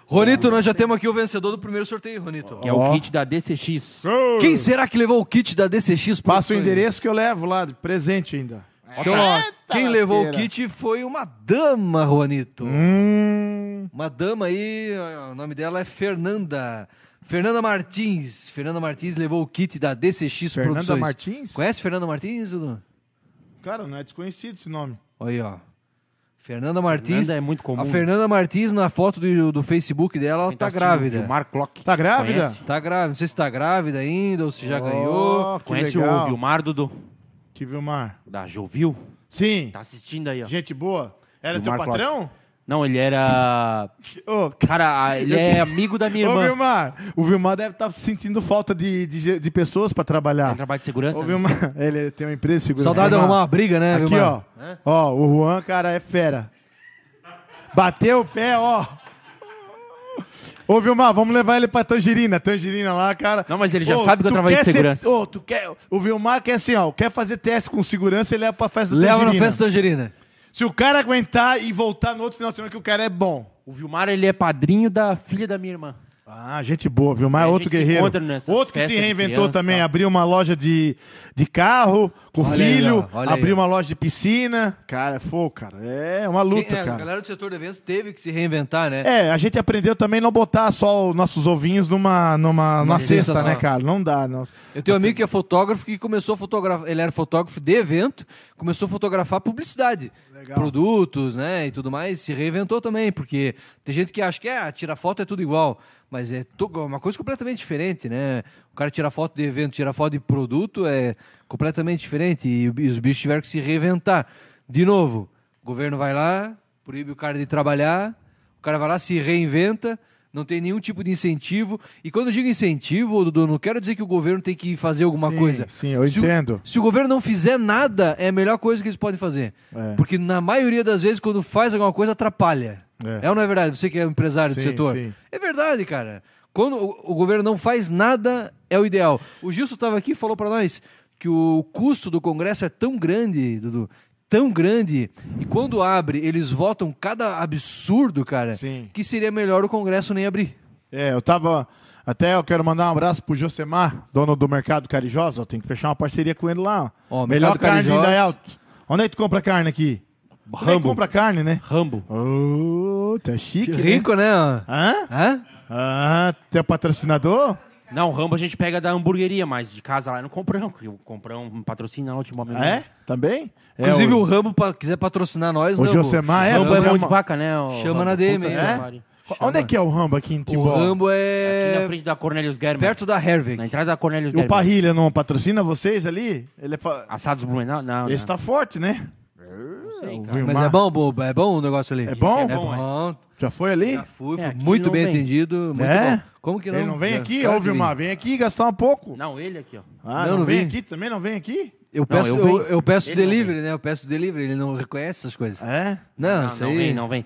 Ronito, nós já temos aqui o vencedor do primeiro sorteio, Ronito.
Que é
Ó.
o kit da DCX.
Quem será que levou o kit da DCX?
Passa o
Produções?
endereço que eu levo lá, de presente ainda.
Então, ó,
Eita,
quem levou o
lasqueira.
kit foi uma dama, Juanito.
Hum.
Uma dama aí, ó, o nome dela é Fernanda. Fernanda Martins. Fernanda Martins levou o kit da DCX
Fernanda
Produções.
Martins?
Conhece Fernanda Martins, Dudu?
Cara, não é desconhecido esse nome.
Olha aí, ó. Fernanda Martins.
Fernanda é muito comum.
A Fernanda Martins, na foto do, do Facebook dela, ela
Quem
tá
assistindo,
grávida.
Vilmar Clock.
Tá grávida?
Conhece,
Tá grávida. Não sei se tá grávida ainda ou se já ganhou.
Oh, que
Conhece
legal.
o Vilmar Dudu?
Que Vilmar.
Da Jovil?
Sim.
Tá assistindo aí, ó.
Gente boa. Era
Vilmar
teu patrão?
Não, ele era.
Ô,
Cara, a- ele é amigo da minha
Ô,
irmã.
Vilmar. O Vilmar deve estar sentindo falta de, de, de pessoas pra trabalhar.
Ele trabalha de segurança.
Ô,
né?
Vilmar, ele tem uma empresa de segurança.
Saudade de
Vilmar.
arrumar uma briga, né,
Aqui,
Vilmar?
ó. Ó, o Juan, cara, é fera. Bateu o pé, ó. Ô, Vilmar, vamos levar ele pra Tangerina. Tangerina lá, cara.
Não, mas ele já sabe que eu
tu
trabalhei de
quer ser-
segurança.
Ô, tu quer... O Vilmar quer assim, ó. Quer fazer teste com segurança, ele leva pra festa da
Leva na
Tangerina.
festa tangerina.
Se o cara aguentar e voltar no outro final de semana, que o cara é bom.
O Vilmar, ele é padrinho da filha da minha irmã.
Ah, gente boa, Vilmar é
A
outro
gente se
guerreiro.
encontra nessas
Outro que se
festas de
reinventou
criança,
também.
tá?
Abriu uma loja de, de carro com
Olha aí,
filho.
ó, olha aí,
abriu
ó.
uma loja de piscina. Cara, é fogo, cara. É uma
Quem-
luta,
é,
cara.
A galera do setor de eventos teve que se reinventar, né?
É, a gente aprendeu também não botar só os nossos ovinhos numa, numa, numa
cesta
cesta,
só.
né, cara? Não dá, não.
Eu tenho um amigo que é fotógrafo que começou a fotografar. Ele era fotógrafo de evento, começou a fotografar publicidade.
Legal.
produtos, né, e tudo mais, se reinventou também, porque tem gente que acha que é, ah, tirar foto é tudo igual, mas é to- uma coisa completamente diferente, né? O cara tirar foto de evento, tirar foto de produto é completamente diferente e, o- e os bichos tiveram que se reinventar. De novo, o governo vai lá, proíbe o cara de trabalhar, o cara vai lá, se reinventa, não tem nenhum tipo de incentivo. E quando eu digo incentivo, Dudu, não quero dizer que o governo tem que fazer alguma
Sim,
coisa.
sim, eu
Se o-
entendo.
se o governo não fizer nada, é a melhor coisa que eles podem fazer.
É.
Porque na maioria das vezes, quando faz alguma coisa, atrapalha.
É.
É, ou não é verdade? Você que é um empresário do
Sim,
setor.
sim.
É verdade, cara. Quando o, o governo não faz nada, é o ideal. O Gilson estava aqui e falou para nós que o custo do Congresso é tão grande, Dudu, tão grande, e quando abre, eles votam cada absurdo, cara,
Sim.
que seria melhor o Congresso nem abrir.
É, eu tava. Até eu quero mandar um abraço pro Josemar, dono do Mercado Carijós. Ó, tem que fechar uma parceria com ele lá. Ó.
Ó,
Melhor
Mercado
carne
Carijós.
da Elto. Onde é que tu compra carne aqui? Tu nem
Rambo.
compra carne, né?
Rambo.
Ô, tá chique, né?
Rico, né?
Hã?
Hã?
Ah, teu patrocinador?
Não, Rambo a gente pega da hamburgueria, mas de casa lá não compramos. porque Compramos um patrocínio na última
Ah, É? Também? É,
Uhum. Inclusive, o Rambo pa- quiser patrocinar nós,
O
Rambo.
Josemar é,
Rambo é mão de
Rambo-
vaca, né? o
Chama
Rambo?
na DM,
Puta
hein?
que
É?
pariu.
Onde é que é o Rambo aqui em
O
Timbó?
Rambo
Aqui na
é
frente da Cornelius Germer.
perto da
Na
Hervik.
entrada da Cornelius
é
E o
Germer.
Parrilha não patrocina vocês ali? Ele é fa-
Ah,
Assados Blumenau? Não,
Esse
não.
tá forte, né?
sei,
O
cara.
Vilmar.
Mas é bom, bobo, é bom o negócio ali.
É bom?
É
É
bom,
bom.
Já foi ali?
Já fui, fui
É, aqui
muito
não
bem
vem.
atendido. Muito
É?
bom. Como que não?
Ele não vem
Já-
aqui?
claro
Ô,
que vem.
Vilmar, vem aqui gastar um pouco.
Não, ele aqui, ó.
Ah,
Não,
não,
não
vem
vem.
aqui também? Não vem aqui?
Eu peço,
eu
eu, eu,
venho.
peço
Ele não Ah,
delivery, né? Eu peço delivery, ele não reconhece essas coisas.
É?
Não, isso aí.
Não vem, não vem.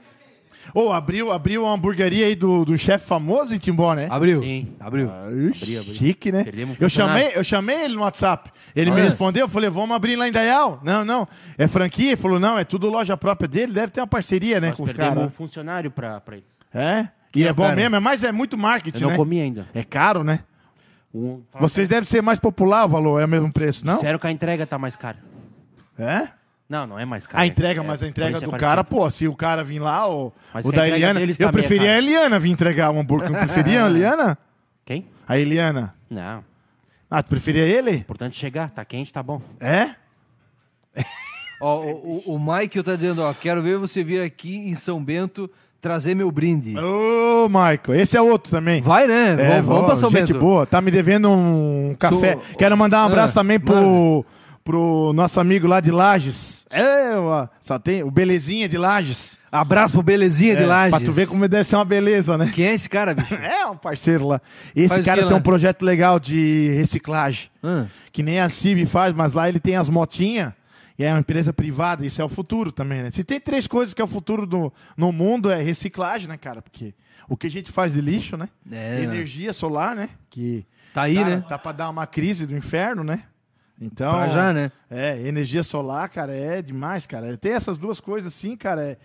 Ô, abriu, abriu a hamburgueria aí do, do chefe famoso em Timbó, né?
Abriu.
Sim.
Abriu.
abri, abri.
Chique, né?
Perdemos um
Eu
funcionário.
chamei, eu chamei ele no WhatsApp. Ele me
Olha.
respondeu, eu falei, vamos abrir lá em Dayal? Não, não. É franquia? Ele falou, não, é tudo loja própria dele, deve ter uma parceria, né,
Nós
com os
perdemos
caras.
um funcionário pra, pra ele.
É? E é,
é o
bom
cara?
mesmo, mas é muito
Eu
marketing,
não
né?
comi ainda.
É caro, né?
Um,
Vocês devem ser mais popular o valor, é o mesmo preço, não?
Disseram que a entrega tá mais cara.
É?
Não, não é mais cara.
A entrega,
É,
mas
é,
a entrega
por isso
do
é
cara,
parecido.
pô, se o cara vir lá, o,
Mas
o
que a
da
entrega
Eliana.
deles
Eu
também é
preferia a
cara.
Eliana vir entregar o hambúrguer. Tu preferia a Eliana?
Quem?
A Eliana.
Não.
Ah, tu preferia ele?
Importante chegar. Tá quente, tá bom.
É?
Ó, o, o, o Michael tá dizendo, ó, quero ver você vir aqui em São Bento trazer meu brinde.
Ô, Michael, esse é outro também.
Vai, né?
É,
vamos, vamos
vamos
pra São
gente
Bento.
boa, tá me devendo um café.
Sou-
Quero mandar um abraço
Ah,
também pro, pro nosso amigo lá de Lages. É, ó, só tem o Belezinha de Lages.
Abraço pro Belezinha de
É,
Lages.
Pra tu ver como deve ser uma beleza, né?
Quem é esse cara, bicho?
É um parceiro lá. Esse
Faz o
cara
quê
tem
lá?
um projeto legal de reciclagem.
Hã?
Que nem a CIB faz, mas lá ele tem as motinhas. E é uma empresa privada, isso é o futuro também, né? Se tem três coisas que é o futuro do, no mundo, é reciclagem, né, cara? Porque o que a gente faz de lixo, né?
É.
Energia solar, né? Que
Tá aí,
tá,
né?
Tá pra dar uma crise do inferno, né? Então.
Pra já, né?
É, energia solar, cara, é demais, cara. Tem essas duas coisas assim, cara. É,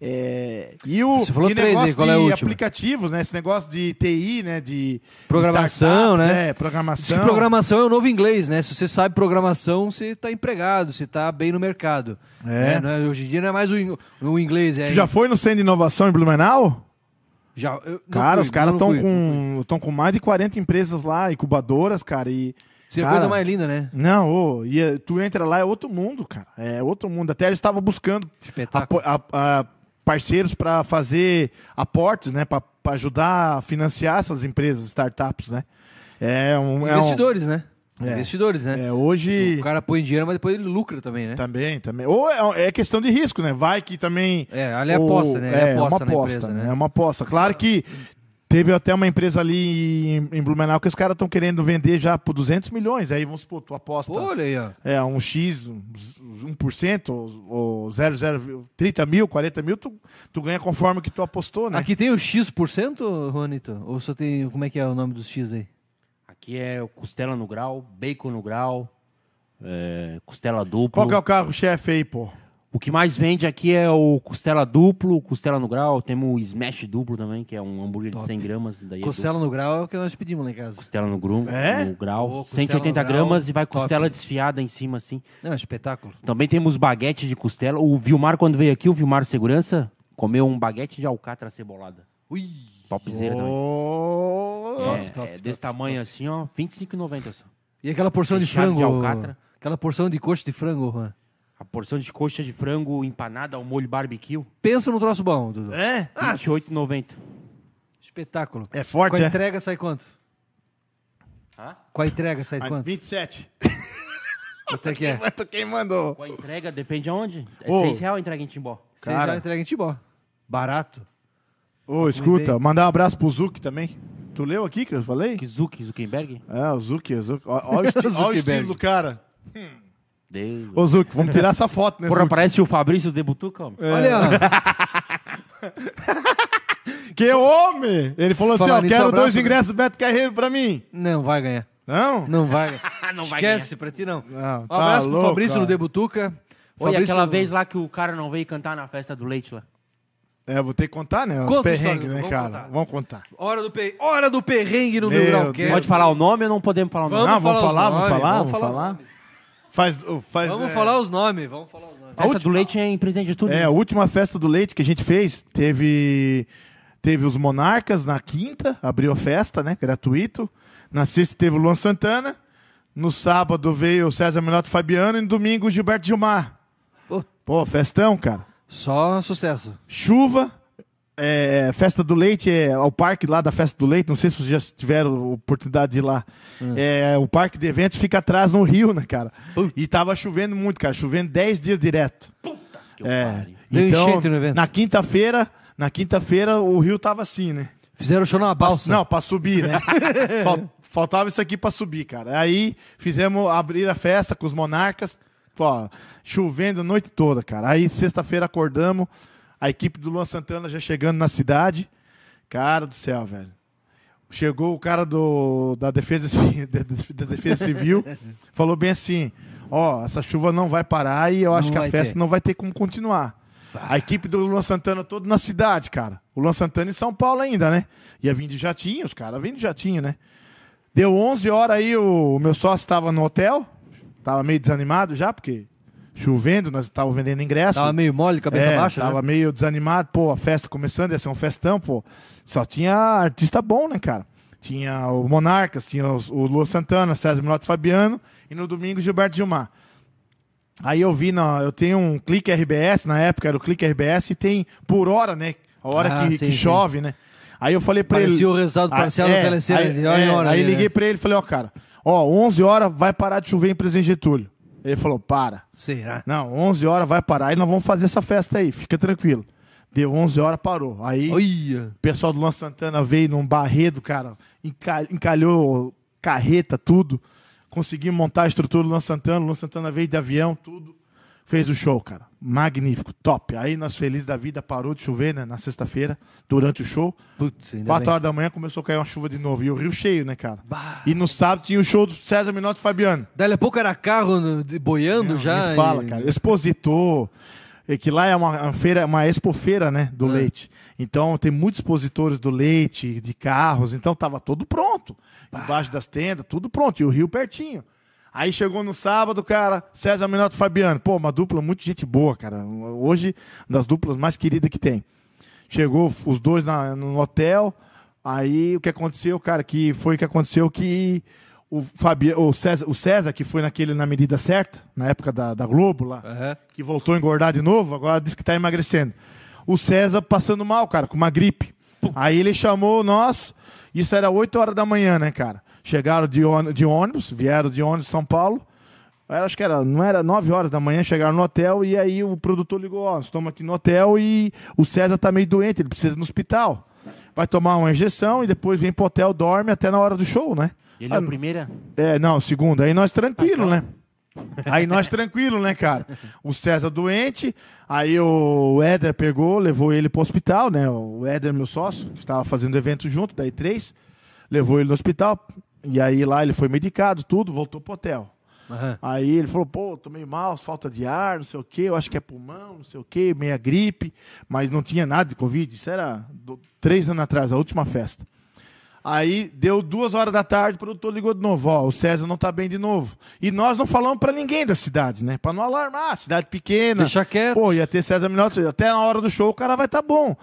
é, e o
Você falou
e
três
negócio
aí, qual é a
de
última?
aplicativos, né? Esse negócio de TI, né? De
Programação,
startup,
né?
É,
Diz
programação.
que programação é o novo inglês, né? Se você sabe programação, você tá empregado, você tá bem no mercado.
É.
Né? Não é- hoje em dia não é mais o, in- o inglês, é.
Tu já foi no Centro de Inovação em Blumenau?
já- eu não
cara,
fui,
os caras
não
estão
fui, não fui.
com, tão com mais de 40 empresas lá, incubadoras, cara, e...
Isso é a
cara,
coisa mais linda, né?
Não, ô, e eh, tu entra lá, é outro mundo, cara. É outro mundo. Até eles estavam buscando
Espetáculo.
apo- a- a- parceiros para fazer aportes, né? Para ajudar a financiar essas empresas, startups, né? É um. é um-
Investidores, né?
É.
Investidores, né?
é, Tá, hoje.
O cara põe dinheiro, mas depois ele lucra também, né?
Também, também. Ou é, é questão de risco, né? Vai que também.
É, ali é
ou-
aposta, né?
É,
É
uma
aposta na
aposta,
empresa,
né?
né?
É uma aposta. Claro que teve até uma empresa ali em, em Blumenau que os caras estão querendo vender já por 200 milhões. Aí vamos supor, tu aposta.
Pô, Olha aí, ó.
É, um X, um z- 1%, ou- ou 00, 30 mil, 40 mil, tu, tu ganha conforme o que tu apostou, né?
Aqui tem o X%, Juanito? Ou só tem. Como é que é o nome dos X aí?
Aqui é o costela no grau, bacon no grau, é, costela duplo.
Qual que é o carro-chefe aí, pô?
O que mais vende aqui é o costela duplo, costela no grau. Temos o smash duplo também, que é um hambúrguer de 100 gramas. Daí é duplo.
Costela no grau é o que nós pedimos lá em casa.
costela no, grum,
É?
no
Ô,
grau.
costela
180
no grau,
gramas e vai
top.
costela desfiada em cima, assim.
Não, é espetáculo.
Também temos baguete de costela. O Vilmar, quando veio aqui, o Vilmar Segurança, comeu um baguete de alcatra cebolada.
Ui.
Topzera também.
Ô,
É,
top,
é
top,
desse tamanho assim, ó, 25,90 só.
E aquela porção de
Recheado de
frango.
alcatra.
aquela porção de coxa de frango, Juan.
A porção de coxa de frango empanada ao molho barbecue,
Pensa num troço bom, Dudu.
É?
R$ 28,90.
Espetáculo.
É
Com
forte,
a
é?
entrega sai quanto?
Hã?
Com a entrega sai
Ah,
quanto?
27.
Quanto é que é?
Mas tu quem mandou?
Com a entrega, depende aonde. É
Ô.
R$ 6 reais a entrega em Timbó.
Você
Cara.
já entrega em Tibó. Barato. Tá
Ô, escuta, mandar um abraço pro Zuc também. Tu leu aqui que eu falei?
Que Zuc, Zuckerberg?
É, o Zuc, o Zuc. Ó, ó o, esti- ó o
Zuckerberg.
estilo do cara.
Deus.
Ô, Zuc, vamos tirar essa foto, né,
Porra,
Zuc?
parece o Fabrício de Butuca, homem.
É.
Olha,
Que homem! Ele falou assim,
Falar
ó,
nisso,
quero
abraço,
dois
né?
ingressos do Beto Carreiro pra mim.
não vai ganhar.
Não?
Não vai ganhar.
Ah, não vai
Esquece, pra ti não.
Não,
um
tá
abraço
louco,
pro Fabrício
cara.
no Debutuca.
Foi
Fabrício
aquela
no-
vez lá que o cara não veio cantar na festa do leite lá.
É, vou ter que contar, né? Os
Conta a
perrengues,
história,
né,
vamos
cara?
contar.
Vamos contar.
Hora do, pe... Hora do perrengue no
Meu
Meu, Grau
Deus.
Pode
Cast.
falar o nome ou não podemos falar o nome?
Vamos
Não, vamos
falar os
falar, vamos
nomes,
falar,
vamos
vamos
falar os
falar. Faz, ô, faz,
Vamos
é,
falar os nomes, vamos falar os nomes.
festa do leite é em presente de tudo.
É, a última festa do leite que a gente fez, teve, teve os Monarcas na quinta, abriu a festa, né? Gratuito. Na sexta teve o Luan Santana. No sábado veio o César Menotti e Fabiano e no domingo o Gilberto Gilmar.
Pô.
Pô, festão, cara.
Só sucesso.
Chuva. é, festa do Leite é o parque lá da Festa do Leite. Não sei se vocês já tiveram oportunidade de ir lá.
Hum.
É, o parque de eventos fica atrás no rio, né, cara? E tava chovendo muito, cara. Chovendo 10 dias direto.
Putas que eu
É.
pariu.
Deu
Então,
enchente no evento.
na quinta-feira, na quinta-feira o rio tava assim, né?
Fizeram show numa balsa.
Não, pra subir, né? Fal- Faltava isso aqui pra subir, cara. Aí fizemos abrir a festa com os monarcas, ó, chovendo a noite toda, cara. Aí sexta-feira acordamos, a equipe do Luan Santana já chegando na cidade. Cara do céu, velho. Chegou o cara do, da, defesa, Ci- da Def- da defesa Civil, falou bem assim: ó, essa chuva não vai parar e eu acho
Não
que a
vai
festa
ter.
não vai ter como continuar. A equipe do Luan Santana toda na cidade, cara. O Luan Santana em São Paulo ainda, né? Ia vir de jatinho, os caras vêm de jatinho, né? Deu 11 horas aí, o, o meu sócio estava no hotel, tava meio desanimado já, porque chovendo, nós estávamos vendendo ingresso.
Tava meio mole, cabeça
É,
baixa.
Tava
né?
meio desanimado, pô, a festa começando, ia ser um festão, pô. Só tinha artista bom, né, cara? Tinha o Monarcas, tinha os- o Lua Santana, César Minotti Fabiano e no domingo Gilberto Gilmar. Aí eu vi, na, eu tenho um clique RBS, na época era o clique RBS, e tem por hora, né? A hora
Ah,
que,
sim,
que
sim.
chove, né? Aí eu falei pra ele.
Parecia o resultado parcial
Ah,
do
é,
telecena,
aí,
de hora em
é,
hora
Aí
ali,
liguei
né?
pra ele e falei, ó, cara, ó, 11 horas vai parar de chover em Presidente Getúlio. Ele falou, para.
Será?
Não, 11 horas vai parar e nós vamos fazer essa festa aí, fica tranquilo. Deu 11 horas, parou. Aí
Olha.
o pessoal do Luan Santana veio num barredo, cara, enca- encalhou carreta, tudo. Conseguimos montar a estrutura do Luan Santana, o Luan Santana veio de avião, tudo. Fez o show, cara. Magnífico, top. Aí nós felizes da vida, parou de chover, né, na sexta-feira, durante o show.
Putz, ainda
4
bem.
horas da manhã começou a cair uma chuva de novo. E o rio cheio, né, cara?
Bah.
E no sábado tinha o show do César Minotti e Fabiano.
Daí a pouco era carro no- de- boiando já.
Me
e-
fala, cara. Expositor. É que lá é uma uma feira, uma expofeira, né, do leite. Então tem muitos expositores do leite, de carros, então tava tudo pronto. Embaixo das tendas, tudo pronto, e o rio pertinho. Aí chegou no sábado, cara, César Minotti e Fabiano. Pô, uma dupla muito gente boa, cara. Hoje, das duplas mais queridas que tem. Chegou os dois na- no hotel. Aí o que aconteceu, cara, que foi o que aconteceu que o, Fabi, o, César, o César, que foi naquele na medida certa, na época da, da Globo lá,
Aham.
que voltou a engordar de novo, agora diz que tá emagrecendo. O César passando mal, cara, com uma gripe. Aí ele chamou nós, isso era 8 horas da manhã, né, cara? Chegaram de, ôni- de ônibus, vieram de ônibus de São Paulo. Era, acho que era, não era 9 horas da manhã, chegaram no hotel e aí o produtor ligou, ó, nós estamos aqui no hotel e o César tá meio doente, ele precisa ir no hospital. Vai tomar uma injeção e depois vem pro hotel, dorme até na hora do show, né?
Ele é
Ah,
o primeiro?
é, não, segunda. Aí nós tranquilo, né? Aí nós tranquilo, né, cara? O César doente, aí o Éder pegou, levou ele pro hospital, né? O Éder, meu sócio, que estava fazendo evento junto, daí três, levou ele no hospital. E aí lá ele foi medicado, tudo, voltou pro hotel.
Aham.
É. Aí ele falou, pô, tomei mal, falta de ar, não sei o quê, eu acho que é pulmão, não sei o quê, meia gripe, mas não tinha nada de Covid, isso era do- três anos atrás, a última festa. Aí deu duas horas da tarde, o produtor ligou de novo, ó, o César não tá bem de novo. E nós não falamos pra ninguém da cidade, né? Pra não alarmar, cidade pequena.
Deixa quieto.
Pô, ia ter César Minotti, até na hora do show o cara vai tá bom.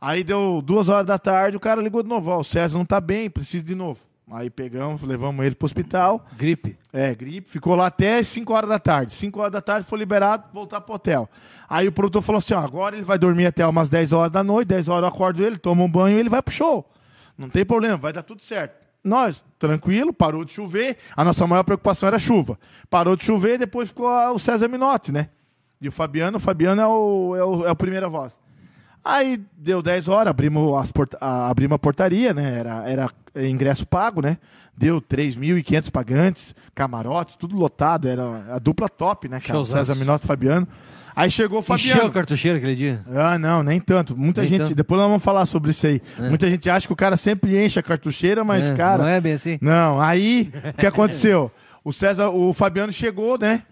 Aí deu duas horas da tarde, o cara ligou de novo, ó, o César não tá bem, precisa de novo. Aí pegamos, levamos ele pro hospital.
Gripe.
É, gripe. Ficou lá até 5 horas da tarde. 5 horas da tarde foi liberado, voltar pro hotel. Aí o produtor falou assim: ó, agora ele vai dormir até umas 10 horas da noite, 10 horas eu acordo ele, tomo um banho e ele vai pro show. Não tem problema, vai dar tudo certo. Nós, tranquilo, parou de chover. A nossa maior preocupação era chuva. Parou de chover e depois ficou a- o César Minotti, né? E o Fabiano, o Fabiano é o, é o, é o primeira voz. Aí deu 10 horas, abrimos, as porta- a, abrimos a portaria, né? Era, era é, ingresso pago, né? Deu 3.500 pagantes, camarotes, tudo lotado. Era a dupla top, né, cara? O
Showzaço.
César Minotti e Fabiano. Aí chegou o Fabiano.
Encheu a cartucheira aquele dia?
Ah, não, nem tanto. Muita
Nem
gente.
tanto.
Depois nós vamos falar sobre isso aí. Muita gente acha que o cara sempre enche a cartucheira, mas,
É,
cara.
Não é bem assim?
Não, aí o que aconteceu? O César, o Fabiano chegou, né?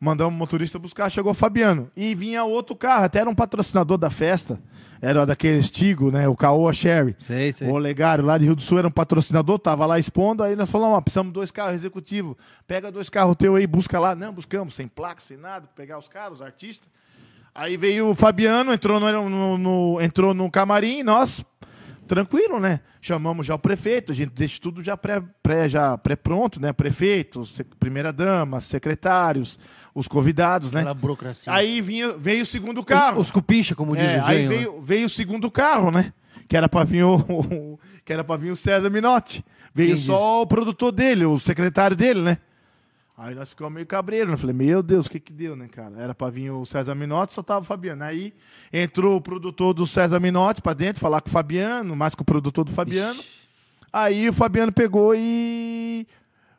Mandamos o motorista buscar, chegou o Fabiano. E vinha outro carro, até era um patrocinador da festa. Era daqueles Tigo, né? O Caoa Sherry.
Sei, sei.
O Olegário lá de Rio do Sul era um patrocinador, tava lá expondo, aí nós falamos, ó, precisamos de dois carros executivos. Pega dois carros teu aí, busca lá. Não, buscamos, sem placa, sem nada, pegar os caras, os artistas. Aí veio o Fabiano, entrou no, no- no- entrou no camarim, nós, tranquilo, né? Chamamos já o prefeito, a gente deixa tudo já pré, pré- já pré pronto, né? Prefeito, se- primeira-dama, secretários, os convidados, né?
Aquela burocracia.
Aí vinha, veio o segundo carro.
Os cupincha, como diz
É,
o
aí
Jânio. né?
veio, veio o segundo carro, né? Que era pra vir o, o- que era pra vir o César Minotti. Veio
Quem
só o produtor dele, o secretário dele, né? Aí nós ficamos meio cabreiro, né? Falei, meu Deus, o que que deu, né, cara? Era pra vir o César Minotti, só tava o Fabiano. Aí entrou o produtor do César Minotti pra dentro, falar com o Fabiano, mais com o produtor do Fabiano. Aí o Fabiano pegou e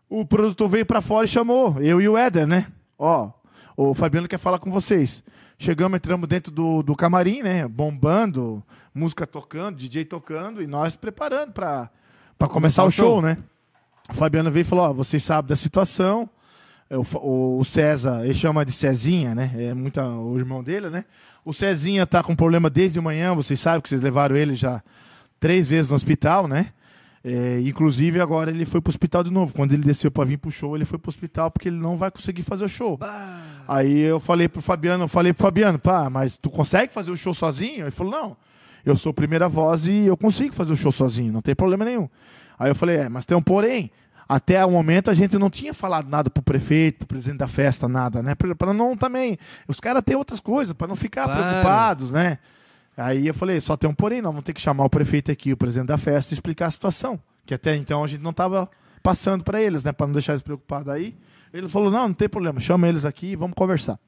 o produtor veio pra fora e chamou, eu e o Éder, né? Ó, o Fabiano quer falar com vocês. Chegamos, entramos dentro do, do camarim, né? Bombando, música tocando, DJ tocando e nós preparando pra, pra começar o show, né? O Fabiano veio e falou: Ó, vocês sabem da situação. É, O, Fa- o César, ele chama de Cezinha, né? É muito a- o irmão dele, né? O Cezinha tá com problema desde manhã, vocês sabem que vocês levaram ele já três vezes no hospital, né? É, inclusive agora ele foi pro hospital de novo. Quando ele desceu pra vir pro show, ele foi pro hospital porque ele não vai conseguir fazer o show. Aí eu falei pro Fabiano, eu falei pro Fabiano, pá, mas tu consegue fazer o show sozinho? Ele falou, não, eu sou primeira voz e eu consigo fazer o show sozinho, não tem problema nenhum. Aí eu falei, é, mas tem um porém. Até o momento a gente não tinha falado nada pro prefeito, pro presidente da festa, nada, né? Pra pra não também. Os caras têm outras coisas, pra não ficar
Claro.
preocupados, né? Aí eu falei, só tem um porém, nós vamos ter que chamar o prefeito aqui, o presidente da festa, e explicar a situação. Que até então a gente não estava passando para eles, né? Para não deixar eles preocupados aí. Ele falou, não, não tem problema, chama eles aqui e vamos conversar.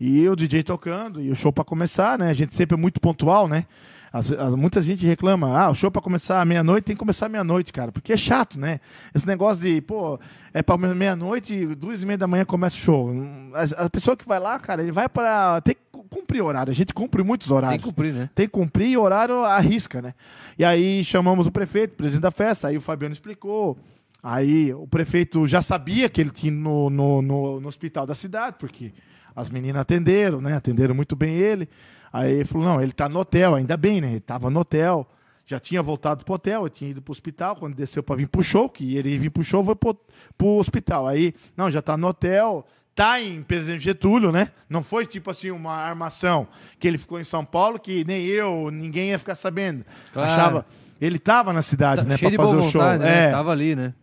E eu, DJ tocando, e o show para começar, né? A gente sempre é muito pontual, né? As, as- muita gente reclama, ah, o show para começar à meia-noite tem que começar à meia-noite, cara, porque é chato, né? Esse negócio de, pô, é para meia-noite, duas e meia da manhã começa o show. Hum, as- A, pessoa que vai lá, cara, ele vai para. Tem que cu- cumprir horário, a gente cumpre muitos
Tem
horários.
que cumprir, né?
Tem que cumprir e horário arrisca, né? E aí chamamos o prefeito, o presidente da festa, aí o Fabiano explicou. Aí o prefeito já sabia que ele tinha no, no, no, no hospital da cidade, porque as meninas atenderam, né? Atenderam muito bem ele. Aí ele falou: não, ele tá no hotel, ainda bem, né? Ele tava no hotel, já tinha voltado pro hotel, eu tinha ido pro hospital, quando desceu para vir pro show, que ele ia vir pro show, foi pro, pro hospital. Aí, não, já tá no hotel, tá em Presidente Getúlio, né? Não foi tipo assim uma armação que ele ficou em São Paulo que nem eu, ninguém ia ficar sabendo.
Claro. Tá
Achava, ele tava na cidade, né,
Cheio de
para fazer
boa
o show.
vontade, né?
É.
Tava ali, né?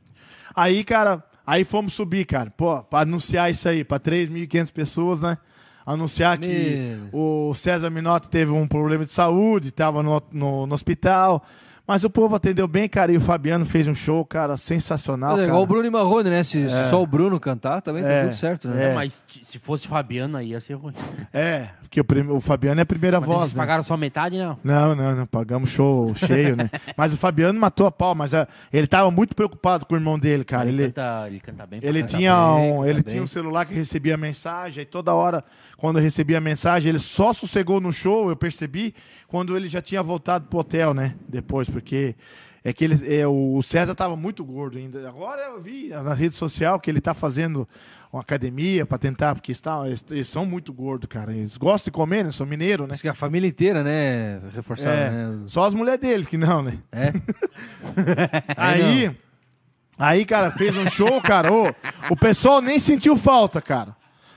Aí, cara, aí fomos subir, cara. Pô, pra anunciar isso aí, pra 3.500 pessoas, né? Anunciar que
Meu.
o César Minotti teve um problema de saúde, tava no, no, no hospital. Mas o povo atendeu bem, cara, e o Fabiano fez um show, cara, sensacional,
Mas é
cara.
igual o Bruno e Marrone, né? Se, se só o Bruno cantar, também tá
É.
tudo certo,
É,
né?
Mas t- se fosse Fabiano, aí ia ser ruim.
É, porque o, prim- o Fabiano é a primeira
Mas
voz,
vocês
né?
pagaram só metade, não?
Não, não, não. Pagamos show cheio, né? Mas o Fabiano matou a pau, mas ah, ele tava muito preocupado com o irmão dele, cara.
ele,
Ele,
canta, ele canta bem. pra
ele
caramba.
tinha um, ele
bem.
tinha um celular que recebia mensagem, e toda hora, quando eu recebia a mensagem, ele só sossegou no show, eu percebi, quando ele já tinha voltado pro hotel, né? Depois, porque é que ele, é, o César tava muito gordo ainda. Agora eu vi na rede social que ele tá fazendo uma academia pra tentar, porque está, eles, eles são muito gordos, cara. Eles gostam de comer, né? São mineiros, né?
Mas que a família inteira, né? Reforçada,
É,
né?
Só as mulheres dele que não, né?
É. Aí
Aí, aí, cara, fez um show, cara. ô, o pessoal nem sentiu falta, cara.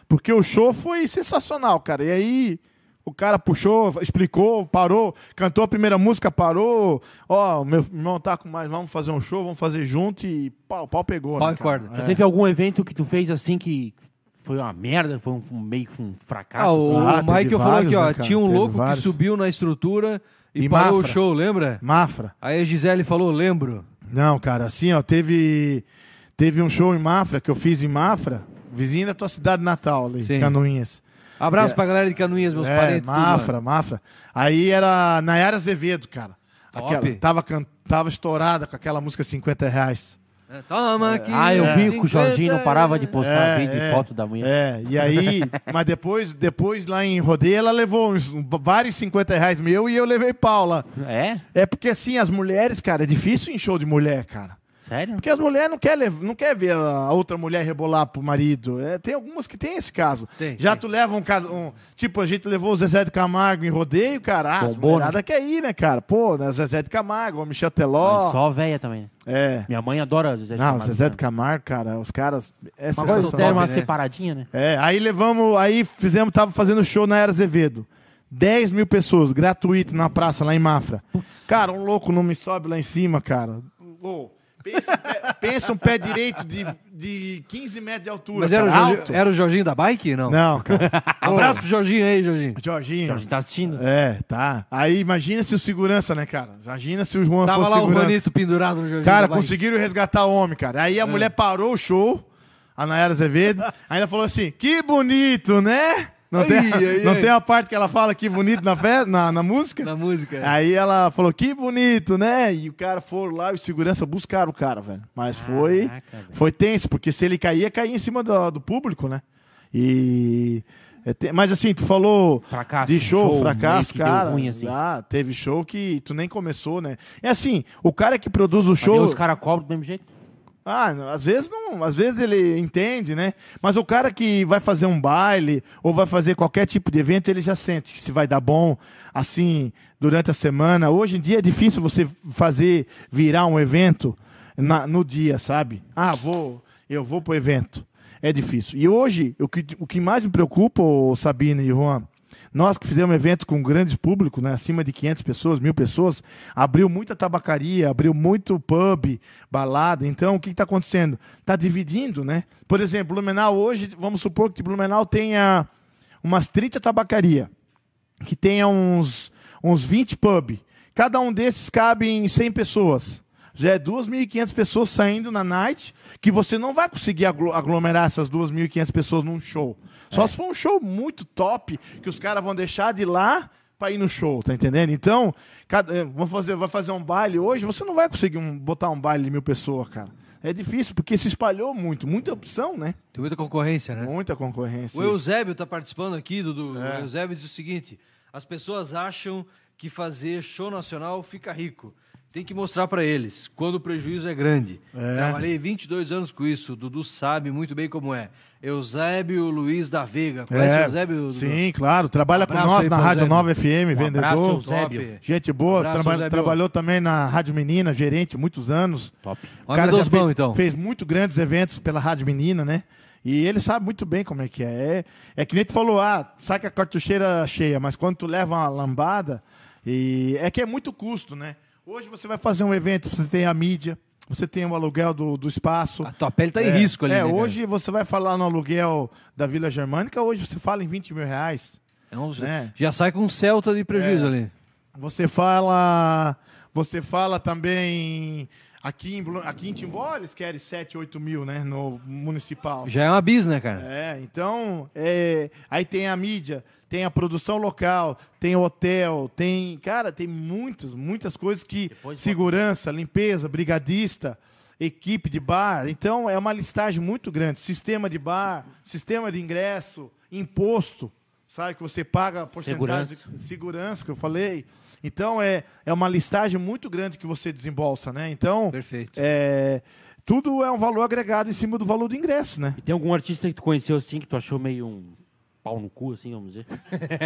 Porque o show foi sensacional, cara. E aí, O cara puxou, explicou, parou, cantou a primeira música, parou. Ó, meu irmão tá com mais, vamos fazer um show, vamos fazer junto e pau, pau pegou.
Pau
né,
e
cara?
corda.
Já
É.
teve algum evento que tu fez assim que foi uma merda, foi um, um meio que um fracasso?
Ah, o
assim?
Ah, teve
Michael falou
vários,
aqui, ó.
né, cara?
tinha um
Teve
louco
vários.
que subiu na estrutura e,
E
parou
Mafra.
o show, lembra?
Mafra.
Aí a Gisele falou, lembro.
Não, cara, assim, ó, teve teve um show em Mafra que eu fiz em Mafra, vizinha da tua cidade natal, ali,
Sim.
Canoinhas.
Abraço
É.
pra galera de Canoinhas, meus
é,
parentes. tudo, mano.
Mafra, Mafra. Aí era Nayara Azevedo, cara.
Top.
Aquela, tava, can- tava estourada com aquela música 50 reais.
É, Toma aqui. é.
Ah, eu vi que o
50
Jorginho não parava de postar
É,
vídeo
é.
e foto da mulher.
É, e aí, mas depois, depois lá em Rodeio, ela levou uns, vários 50 reais meu e eu levei Paula.
É?
É porque assim, as mulheres, cara, é difícil em show de mulher, cara.
Sério?
Porque as mulheres não querem não quer ver a outra mulher rebolar pro marido. É, tem algumas que tem esse caso.
Tem,
Já tu leva um caso. um- tipo, a gente levou o Zezé de Camargo em rodeio, cara. Ah, as
Bombou,
mulherada quer ir, né, cara? Pô, né, Zezé de Camargo, o Michel Teló.
Só velha também. né?
É.
Minha mãe adora Zezé de
Não,
Camargo,
Zezé
né?
de Camargo, cara, os caras. É
Uma coisa,
São
deram
top,
uma
né?
separadinha, né?
É, aí levamos, aí fizemos, tava fazendo show na Era Azevedo. 10 mil pessoas, gratuito, na praça, lá em Mafra. Cara, um louco não me sobe lá em cima, cara. Ô, pensa, um pé- pensa um pé direito de, de 15 metros de altura,
Mas era o,
cara,
Jorginho,
alto.
era o Jorginho da bike? Tá Não.
Não, cara. Ô,
Abraço pro Jorginho aí, Jorginho.
Jorginho.
A gente tá assistindo.
É, tá. Aí imagina se o segurança, né, cara? Imagina se o Juan
Tava
fosse
lá o
segurança.
Juanito pendurado no Jorginho da
Cara,
bike.
conseguiram resgatar o homem, cara. Aí a mulher parou o show, a Nayara Azevedo, ainda falou assim: que bonito, né? Não,
Ai,
tem,
ai,
não
ai.
tem a parte que ela fala que bonito na, fe- na, na música?
Na música.
Aí ela falou, que bonito, né? E o cara foram lá e o segurança buscaram o cara, velho. Mas foi,
Caraca, velho.
foi tenso, porque se ele caía, caía em cima do, do público, né? E. é te- Mas assim, tu falou
Fracasso,
de show,
show, meio
fracasso,
que deu
cara.
ruim, assim.
Ah, teve show que tu nem começou, né? É assim, o cara que produz o
Show.
show.
Os caras cobram do mesmo jeito. Um
Ah, não, às vezes não, às vezes ele entende, né? Mas o cara que vai fazer um baile ou vai fazer qualquer tipo de evento, ele já sente que se vai dar bom assim durante a semana. Hoje em dia é difícil você fazer virar um evento na- no dia, sabe? Ah, vou, eu vou pro evento. É difícil. E hoje, o que, o que mais me preocupa, ô Sabino e Juan, nós que fizemos eventos com grandes público, né, acima de 500 pessoas, mil pessoas, abriu muita tabacaria, abriu muito pub, balada. Então, o que está acontecendo? Está dividindo, né? Por exemplo, Blumenau hoje, vamos supor que Blumenau tenha umas 30 tabacaria, que tenha uns, uns 20 pub. Cada um desses cabe em 100 pessoas. Já é 2.500 pessoas saindo na night, que você não vai conseguir aglo- aglomerar essas 2.500 pessoas num show. Só se for um show muito top, que os caras vão deixar de ir lá pra ir no show, tá entendendo? Então, cada, eh, vão fazer, vai fazer um baile hoje, você não vai conseguir um- botar um baile de mil pessoas, cara. É difícil, porque se espalhou muito, muita opção, né?
Tem muita concorrência, né?
Muita concorrência.
O Eusébio tá participando aqui, Dudu. O
É.
Eusébio diz o seguinte: as pessoas acham que fazer show nacional fica rico. Tem que mostrar pra eles quando o prejuízo é grande. Trabalhei 22 anos com isso. O Dudu sabe muito bem como é. Eusébio Luiz da Veiga. Conhece o Eusébio? Dudu?
É, Sim, claro. Trabalha
Abraço
com nós
aí
na
pro
Rádio
Eusébio.
Nova FM,
Um abraço,
vendedor.
Eusébio. Zébio.
Gente boa,
Abraço,
traba-
Zébio.
trabalhou também na Rádio Menina, gerente, muitos anos.
Top.
O
Homem
cara
dos
já
bons,
fez,
então.
fez muito grandes eventos pela Rádio Menina, né? E ele sabe muito bem como é que é. É, é que nem tu falou, ah, sai com a cartucheira é cheia, mas quando tu leva uma lambada, e é que é muito custo, né? Hoje você vai fazer um evento, você tem a mídia, você tem o aluguel do, do espaço.
A tua pele tá em
É,
risco ali.
É,
né, cara?
hoje você vai falar no aluguel da Vila Germânica, hoje você fala em 20 mil reais.
É um-
né?
Já sai com um Celta de prejuízo
É.
ali.
Você fala. Você fala também. Aqui em, Blu- aqui em Timbó, eles querem 7, 8 mil, né? No municipal.
Já é uma bis, né, cara?
É, então. é, aí tem a mídia, tem a produção local, tem o hotel, tem. Cara, tem muitas, muitas coisas que.
Depois bota-
segurança, limpeza, brigadista, equipe de bar. Então é uma listagem muito grande. Sistema de bar, sistema de ingresso, imposto, sabe? Que você paga a porcentagem
Segurança.
de segurança que eu falei. Então é, é uma listagem muito grande que você desembolsa, né? Então.
Perfeito.
é, tudo é um valor agregado em cima do valor do ingresso, né?
E tem algum artista que tu conheceu assim que tu achou meio um pau no cu, assim, vamos dizer?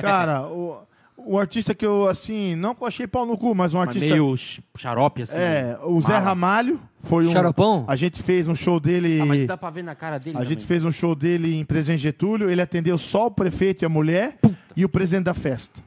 Cara, o, um artista que eu, assim, não que eu achei pau no cu, mas um
Mas
artista.
meio ch- xarope, assim.
É, o Zé
Mala.
Ramalho foi um.
Xaropão?
A gente fez um show dele.
Ah, mas dá pra ver na cara dele
A
também.
gente fez um show dele em Presidente Getúlio, ele atendeu só o prefeito e a mulher e o presidente da festa.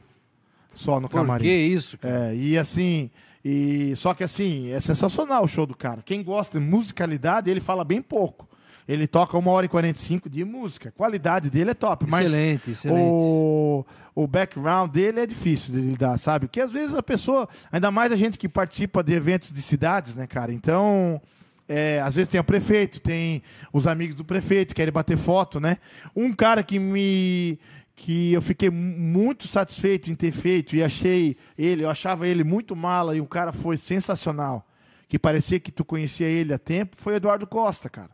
Só no
Por
camarim.
que isso, cara?
É, e assim, e só que assim, é sensacional o show do cara. Quem gosta de musicalidade, ele fala bem pouco. Ele toca uma hora e 45 de música. A qualidade dele é top, mas
Excelente, excelente.
o, o background dele é difícil de lidar, sabe? Porque às vezes a pessoa, ainda mais a gente que participa de eventos de cidades, né, cara? Então, é, às vezes tem o prefeito, tem os amigos do prefeito, querem bater foto, né? Um cara que me. que eu fiquei mu- muito satisfeito em ter feito e achei ele, eu achava ele muito mala e o cara foi sensacional. Que parecia que tu conhecia ele há tempo, foi Eduardo Costa, cara.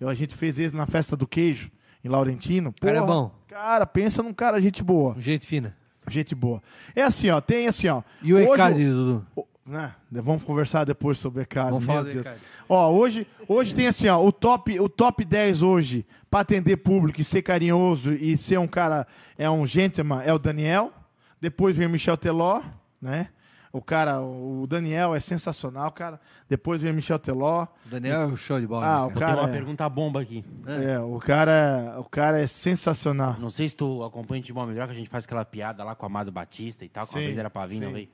Eu, a gente fez ele na festa do queijo, em Laurentino.
Cara é
Porra,
bom.
Cara, pensa num cara gente boa.
Gente fina.
Gente boa. É assim, ó, tem assim, ó.
E o
hoje
ECAD, Dudu?
o- né, vamos conversar depois sobre o ECAD.
Vamos
meu
falar do
Deus.
ECAD.
Ó, hoje, hoje tem assim, ó, o top, o top 10 hoje para atender público e ser carinhoso e ser um cara, é um gentleman, é o Daniel. Depois vem o Michel Teló, né? O cara, o Daniel é sensacional, cara. Depois vem o Michel Teló.
Daniel é show de bola.
Ah,
né,
o
cara?
Tem
cara,
uma
é-
pergunta bomba aqui.
é, o cara, o cara é sensacional.
Não sei se tu acompanha o futebol melhor, que a gente faz aquela piada lá com o Amado Batista e tal, que uma
Sim,
vez era pra vir, não
sim.
veio.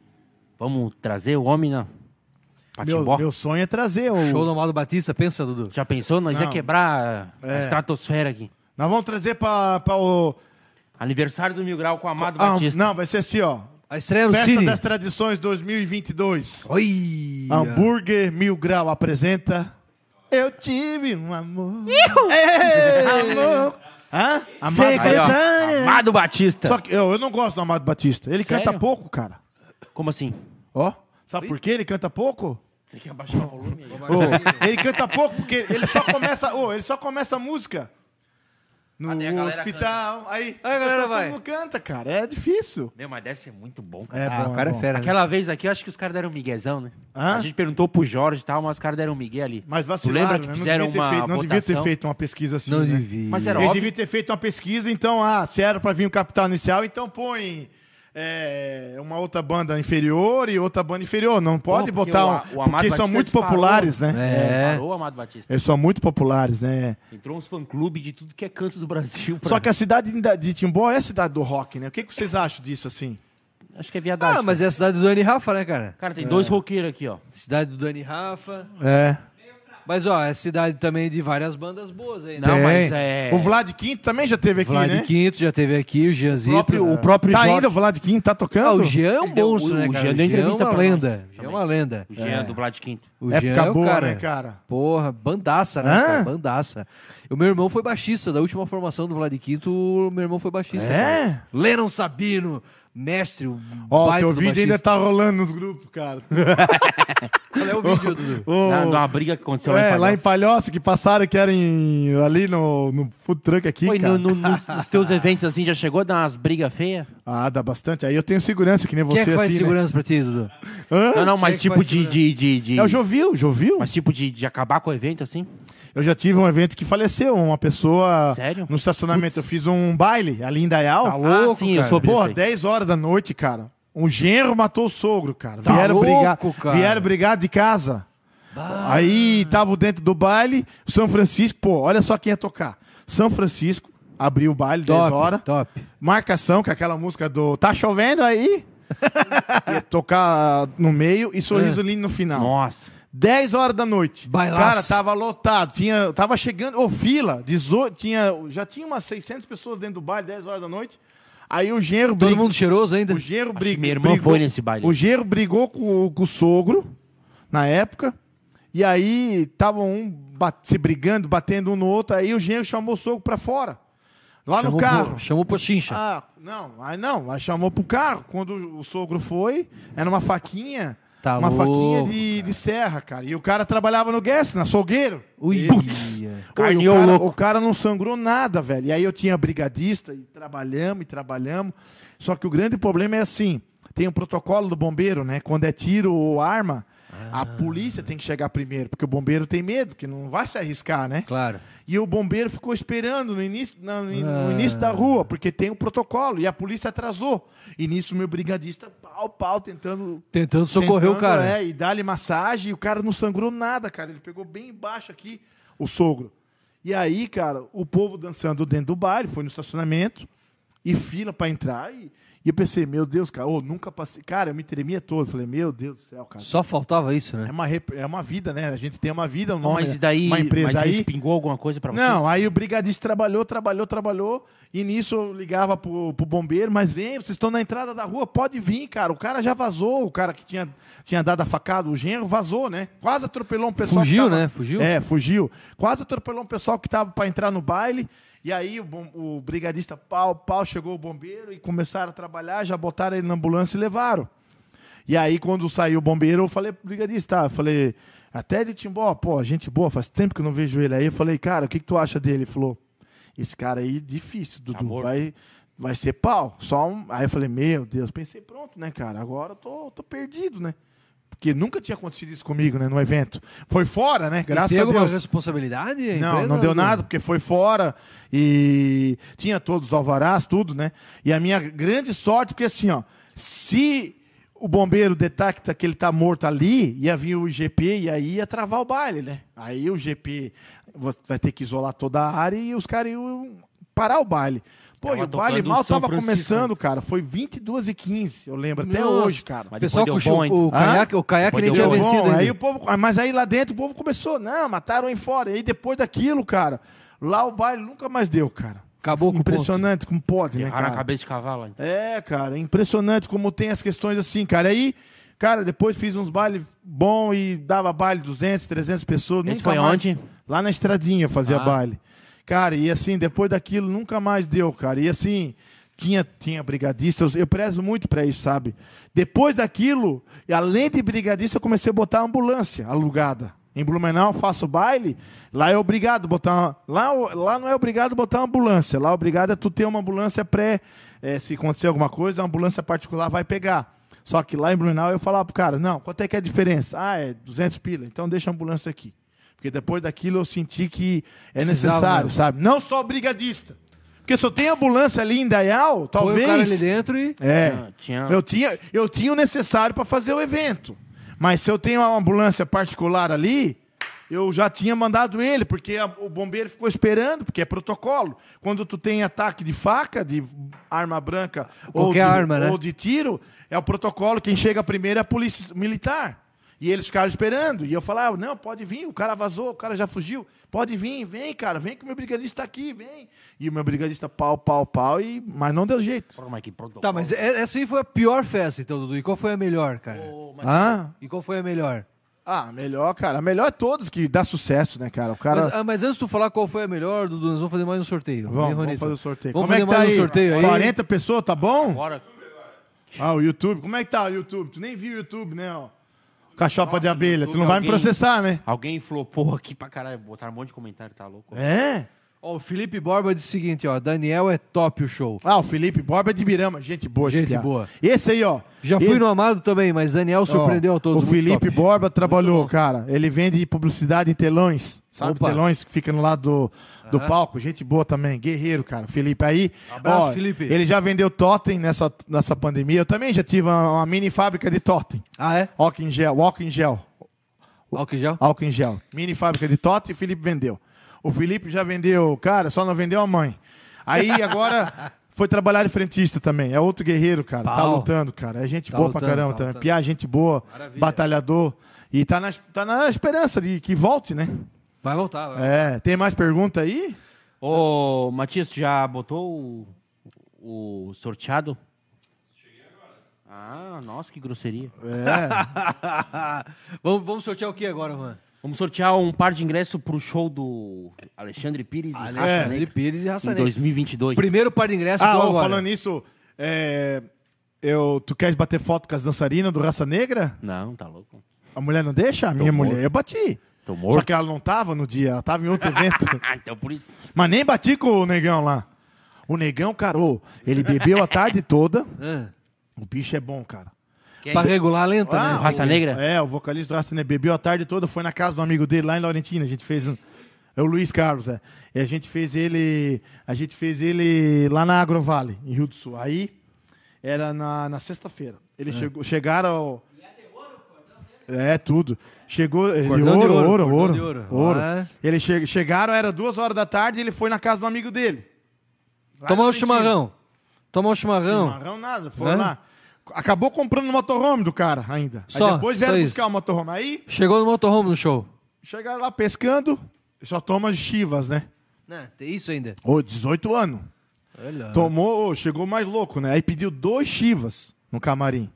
Vamos trazer o homem né? na
Meu,
Patimbó?
meu sonho é trazer o
Show do Amado Batista, pensa, Dudu.
Já pensou? Nós ia
Não.
quebrar a- a
É.
estratosfera aqui.
Nós vamos trazer para o.
Aniversário do Mil Grau com o Amado
Ah,
Batista.
não, vai ser assim, ó.
A estreia no
Festa
Cine.
das Tradições 2022.
Oi!
Ah, Hambúrguer Mil Grau apresenta. Eu tive um amor. amor. Hã?
Sei
Amado.
que-
Aí, ó,
Secretária.
Amado Batista.
Só que eu, eu não gosto do Amado Batista. Ele
Sério?
canta pouco, cara.
Como assim?
Ó. Sabe por que ele canta pouco?
Você quer abaixar o volume aí?
Ô, ele canta pouco porque ele só começa, ô, ele só começa a música no
Ah, daí a galera
hospital. Aí,
Aí a galera
só
vai.
Todo mundo canta, cara. É difícil.
Meu, mas deve ser muito bom, cara.
É,
Ah,
bom,
o cara é
bom.
fera. né?
Aquela vez aqui, eu acho que os caras deram um miguezão, né?
Hã?
A gente perguntou pro Jorge e tal, mas os caras deram um migué ali.
Mas
Tu
vacilaram,
lembra
né?
que
não
fizeram
devia ter
uma
feito, Não devia ter
votação?
feito uma pesquisa assim,
Não
né?
devia.
Mas era
Eles
óbvio.
deviam ter feito uma pesquisa, então, ah, se era pra vir o capital inicial, então põe é, uma outra banda inferior e outra banda inferior. Não pode
porque
botar
o-
um,
o Amado
porque são
Batista
muito
disparou.
populares, né?
É.
Parou, Amado Batista.
Eles são muito populares, né?
Entrou uns fã-clube de tudo que é canto do Brasil. pra-
Só que a cidade de- de Timbó é a cidade do rock, né? O que, que vocês acham disso, assim?
Acho que é viadagem.
Ah, mas é a cidade do Dani Rafa, né, cara?
Cara, tem dois roqueiros aqui, ó.
Cidade do Dani Rafa.
É.
Mas, ó, é cidade também de várias bandas boas aí, né?
Não,
Tem.
mas é-
O Vlad Quinto também já teve aqui,
Vlad
né?
Quinto já teve aqui, o Gianzito.
O próprio, o próprio
Tá
Jorge.
ainda o Vlad Quinto, tá
Ah,
tocando?
o Jean é um
Ele deu-
monstro,
o-
né,
o
cara?
Jean
O
deu
Jean é
entrevista
uma
pra nós
lenda. O Jean é
também.
uma lenda.
O Jean, do Vlad Quinto.
O Jean é
Época
o
boa,
cara.
né, cara?
Porra, bandaça, né,
Hã?
cara? Bandaça. O meu irmão foi baixista, da última formação do Vlad Quinto, o meu irmão foi baixista.
É?
cara. Lennon Sabino, mestre, o
Ó, o
baita do
teu vídeo ainda
baixista.
tá rolando nos grupos, cara.
Qual é o vídeo, Dudu?
Ô,
Da, de uma briga que aconteceu lá em
É, lá em
Palhoça.
Palhoça, que passaram que era em- ali no, no food truck aqui,
Foi
cara.
no- no- nos, nos teus eventos, assim, já chegou a dar umas brigas feias?
Ah, dá bastante. Aí eu tenho segurança, que nem
Quem
você,
é que faz
assim, né?
segurança pra ti, Dudu?
Hã?
Não, não, mas
Quem é que
tipo
faz
de, de, de, de-
É o Jovil, Jovil.
Mas tipo de, de acabar com o evento, assim?
Eu já tive um evento que faleceu, uma pessoa...
Sério?
No estacionamento. Eu fiz um baile ali em Dayal.
Tá louco,
ah, sim, eu
cara.
soube disso
Porra,
aí.
10 horas da noite, cara. Um genro matou o sogro, cara.
Tá
vieram
louco,
brigar,
cara.
vieram brigar de casa. Aí tava dentro do baile, São Francisco, pô, olha só quem ia tocar. São Francisco abriu o baile 10 horas.
top.
Marcação com aquela música do Tá chovendo aí? Ia tocar no meio e
É.
sorriso lindo no final.
Nossa.
10 horas da noite.
Bailaço.
Cara, tava lotado. Tinha, tava chegando. Ô, fila, 18, tinha, já tinha umas 600 pessoas dentro do baile, 10 horas da noite. Aí o genro
Todo
briga-
mundo cheiroso ainda?
o Gero
que
brigou.
minha irmã
brigou-
foi nesse baile.
O Gero brigou com, o- com o sogro na época. E aí estavam um bat- se brigando, batendo um no outro. Aí o Gero chamou o sogro pra fora. Lá
chamou
no carro.
Pro, chamou pro Chincha.
Ah, não, aí não, aí chamou pro carro. Quando o sogro foi, era uma faquinha.
Tá
uma faquinha
louco,
de, de serra, cara. E o cara trabalhava no gas, na açougueiro.
Ui,
Esse-
ia.
Pô, e
Carneou
o, cara,
louco.
o cara não sangrou nada, velho. E aí eu tinha brigadista e trabalhamos e trabalhamos. Só que o grande problema é assim: tem o protocolo do bombeiro, né? Quando é tiro ou arma, A
Ah.
polícia tem que chegar primeiro, porque o bombeiro tem medo, que não vai se arriscar, né?
Claro.
E o bombeiro ficou esperando no início, na- no, no início
Ah.
da rua, porque tem o protocolo, e a polícia atrasou. E nisso o meu brigadista, pau, pau, tentando.
Tentando socorrer o
tentando,
cara.
É, e dá-lhe massagem, e o cara não sangrou nada, cara. Ele pegou bem embaixo aqui, o sogro. E aí, cara, o povo dançando dentro do baile, foi no estacionamento, e fila pra entrar, e. E eu pensei, meu Deus, cara, ô, nunca passei. Cara, eu me tremia todo. Falei, meu Deus do céu, cara.
Só faltava isso,
É
né?
uma, rep- é uma vida, né? A gente tem uma vida, um
Não,
nome,
mas e daí,
uma empresa
mas
aí.
pingou alguma coisa pra vocês?
Não, aí o brigadista trabalhou, trabalhou, trabalhou. E nisso eu ligava pro, pro bombeiro, mas vem, vocês estão na entrada da rua, pode vir, cara. O cara já vazou, o cara que tinha, tinha dado a facada, o genro, vazou, né? Quase atropelou um pessoal. que
Fugiu,
tava-
né? Fugiu.
É, fugiu. Quase atropelou um pessoal que tava pra entrar no baile. E aí o, bom- o brigadista, pau, pau, chegou o bombeiro e começaram a trabalhar, já botaram ele na ambulância e levaram. E aí, quando saiu o bombeiro, eu falei pro brigadista, tá? eu falei, até de Timbó, pô, gente boa, faz tempo que eu não vejo ele. Aí eu falei, cara, o que, que tu acha dele? Ele falou, esse cara aí, é difícil,
Tá
Dudu,
morto.
vai, vai ser pau. Só um... Aí eu falei, meu Deus, pensei, pronto, né, cara, agora eu tô, tô perdido, né? Porque nunca tinha acontecido isso comigo, né, no evento. Foi fora, né,
E
graças
tem
a
alguma
Deus.
responsabilidade? a
Não,
empresa,
não deu
Dudu?
nada, porque foi fora e tinha todos os alvarás, tudo, né? E a minha grande sorte, porque assim, ó, se o bombeiro detecta que ele tá morto ali, ia vir o IGP e aí ia travar o baile, né? Aí o GP vo- vai ter que isolar toda a área e os caras iam parar o baile. Pô,
Tava
e o baile
tocando
mal
São
tava
Francisco. né?
começando, cara. Foi 22 e 15, eu lembro até
Nossa.
hoje, cara.
O
Mas
pessoal
depois
com
deu bom,
o,
então.
o caiaque, o caiaque
Depois
nem tinha
deu bom.
vencido
Bom,
ainda.
aí o povo, ah, mas aí lá dentro o povo começou, não, mataram em fora. E aí depois daquilo, cara, lá o baile nunca mais deu, cara.
Acabou com o
Impressionante como pode, né,
Erraram a
cara?
cabeça de cavalo. então.
É, cara, impressionante como tem as questões assim, cara. Aí, cara, depois fiz uns bailes bom e dava baile 200, 300 pessoas.
Esse
nunca
foi
mais-
onde?
Lá na estradinha eu fazia
Ah.
baile. Cara, e assim, depois daquilo nunca mais deu, cara. E assim, tinha, tinha brigadista, eu, eu prezo muito pra isso, sabe? Depois daquilo, e além de brigadista, eu comecei a botar ambulância alugada. Em Blumenau eu faço baile, lá é obrigado a botar. uma- Lá, o- lá não é obrigado a botar uma ambulância. Lá é obrigado é tu ter uma ambulância pré. eh, se acontecer alguma coisa, a ambulância particular vai pegar. Só que lá em Blumenau eu falava pro cara, não, quanto é que é a diferença? Ah, é 200 pila, então deixa a ambulância aqui. Porque depois daquilo eu senti que é
Precisava
necessário,
mesmo.
sabe? Não só brigadista. Porque se eu tenho ambulância ali em
Põe
Dayal,
o cara ali
talvez...
dentro e...
É,
Tinha- tinha-
Eu, tinha, eu tinha o necessário para fazer o evento. Mas se eu tenho uma ambulância particular ali, eu já tinha mandado ele, porque a- o bombeiro ficou esperando, porque é protocolo. Quando tu tem ataque de faca, de arma branca ou de,
Qualquer arma, né?
ou de tiro, é o protocolo. Quem chega primeiro é a polícia militar. E eles ficaram esperando. E eu falava, não, pode vir, o cara vazou, o cara já fugiu. Pode vir, vem, cara, vem que o meu brigadista tá aqui, vem. E o meu brigadista pau, pau, pau, e... mas não deu jeito.
Pô, mas é que protocolo.
Tá, mas e- essa aí foi a pior festa, então, Dudu. E qual foi a melhor, cara?
Pô, mas-
Ah,
E qual foi a melhor?
ah, melhor, cara. A melhor é todos que dá sucesso, né, cara? O cara...
Mas, ah, mas antes de tu falar qual foi a melhor, Dudu, nós vamos fazer mais um sorteio.
Vamos,
Hein,
vamos
Ronito?
fazer o sorteio.
Vamos
Como
fazer
é que tá
mais
aí?
um sorteio aí.
40 pessoas, tá bom?
Agora,
Ah, o YouTube. Como é que tá o YouTube? Tu nem viu o YouTube, né? Ó. Cachopa de abelha.
YouTube
tu não vai me
alguém-
processar, né?
alguém flopou aqui pra caralho. Botaram um monte de comentário, tá louco?
É?
Ó, o Felipe Borba disse o seguinte, ó. Daniel é top o show.
Ah, o Felipe Borba de Birama. Gente boa, esse
Gente
piá.
boa.
Esse aí, ó.
Já
Esse-
fui no Amado também, mas Daniel surpreendeu
Ó,
a todos.
O
muito
Felipe
top.
Borba trabalhou, cara. Ele vende publicidade em telões. Sabe,
Opa.
telões que fica no lado do, do palco. Gente boa também, guerreiro, cara. Felipe aí.
Abraço, Felipe.
Ele já vendeu totem nessa, nessa pandemia. Eu também já tive uma, uma mini fábrica de totem.
Ah, é?
Álcool em gel, álcool em gel,
Álcool em gel?
álcool em gel. Mini fábrica de totem, o Felipe vendeu. O Felipe já vendeu, cara, só não vendeu a mãe. Aí agora foi trabalhar de frentista também. É outro guerreiro, cara. Tá
Pau.
lutando, cara. É gente
Tá
boa pra
lutando,
caramba
tá
também.
lutando.
Piá, gente boa,
Maravilha.
batalhador. E tá na, tá na esperança de que volte, né?
Vai voltar, vai.
É, tem mais pergunta aí?
Ô, Matias, tu já botou o, o sorteado? Cheguei agora. Ah, nossa, que grosseria.
vamos, vamos sortear o que agora, mano?
Vamos sortear um par de ingressos pro show do Alexandre Pires e Raça
Alexandre
Negra
Pires e Raça
É. em
Negra.
2022.
Primeiro par de ingresso
Ah,
do
ô,
agora.
falando nisso, é, eu, tu queres bater foto com as dançarinas do Raça Negra?
Não, tá louco.
A mulher não deixa? A minha
morto.
mulher, eu bati.
Tô
Só
morto.
que ela não tava no dia, ela tava em outro evento.
Ah, então por isso.
Mas nem bati com o negão lá. O negão, cara, ô, ele bebeu a tarde toda.
Ah,
O bicho é bom, cara.
Quem?
Pra regular lenta,
Ah,
né?
Raça Negra?
É, o vocalista do Raça Negra bebeu a tarde toda, foi na casa do amigo dele lá em Laurentina, a gente fez um- é o Luiz Carlos, é. E a gente fez ele, a gente fez ele lá na Agrovale, em Rio do Sul. Aí era na, na sexta-feira. Ele
É.
chegou, chegaram ao- é, tudo. Chegou. eh,
Cordão
ouro,
de ouro,
ouro,
cordão
ouro.
de ouro.
ouro.
Ah.
Ele che- chegaram, era duas horas da tarde, ele foi na casa do amigo dele. Lá
Tomar um
na Argentina.
chimarrão. Tomar um chimarrão.
Chimarrão nada, foram
Hã?
lá. Acabou comprando o motorhome do cara ainda.
Só,
aí depois
só
vieram
isso.
buscar o motorhome. Aí
Chegou no motorhome no show.
chegaram lá pescando, só toma chivas, né?
Não, tem isso ainda.
Ô, 18 anos.
Olha.
Tomou, ô, chegou mais louco, né? Aí pediu dois chivas no camarim.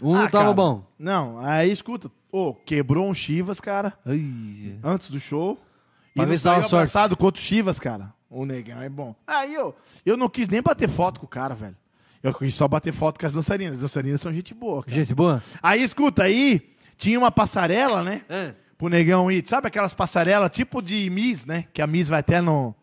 Um
Ah,
não tava
cara,
bom.
Não, aí escuta, ô, quebrou um chivas, cara,
Ai.
antes do show.
Pra
não
ver se dava
saiu
sorte.
abraçado com outro chivas, cara. O negão é bom. Aí, eu, eu não quis nem bater foto com o cara, velho. Eu quis só bater foto com as dançarinas. As dançarinas são gente boa, cara.
Gente boa?
Aí, escuta, aí tinha uma passarela, né? Pro negão ir. Sabe aquelas passarelas tipo de Miss, né? Que a Miss vai até no.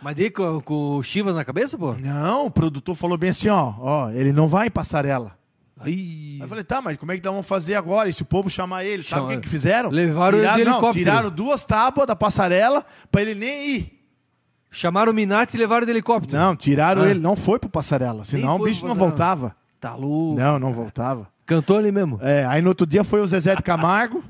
Mas dei com, com o Chivas na cabeça, pô?
Não, o produtor falou bem assim, ó. Ó, ele não vai em passarela.
Ai.
Aí eu falei, tá, mas como é que nós vamos fazer agora? E se o povo chamar ele, sabe o
Chama-
que, que fizeram?
Levaram ele de
não,
helicóptero.
tiraram duas tábuas da passarela pra ele nem ir.
Chamaram o Minati e levaram de helicóptero.
Não, tiraram
Ah.
ele, não foi pro passarela. Senão
foi
o
pro
bicho não
passarela.
voltava.
Tá louco.
Não, não voltava.
Cantou ali mesmo.
É, aí no outro dia foi o Zezé de Camargo.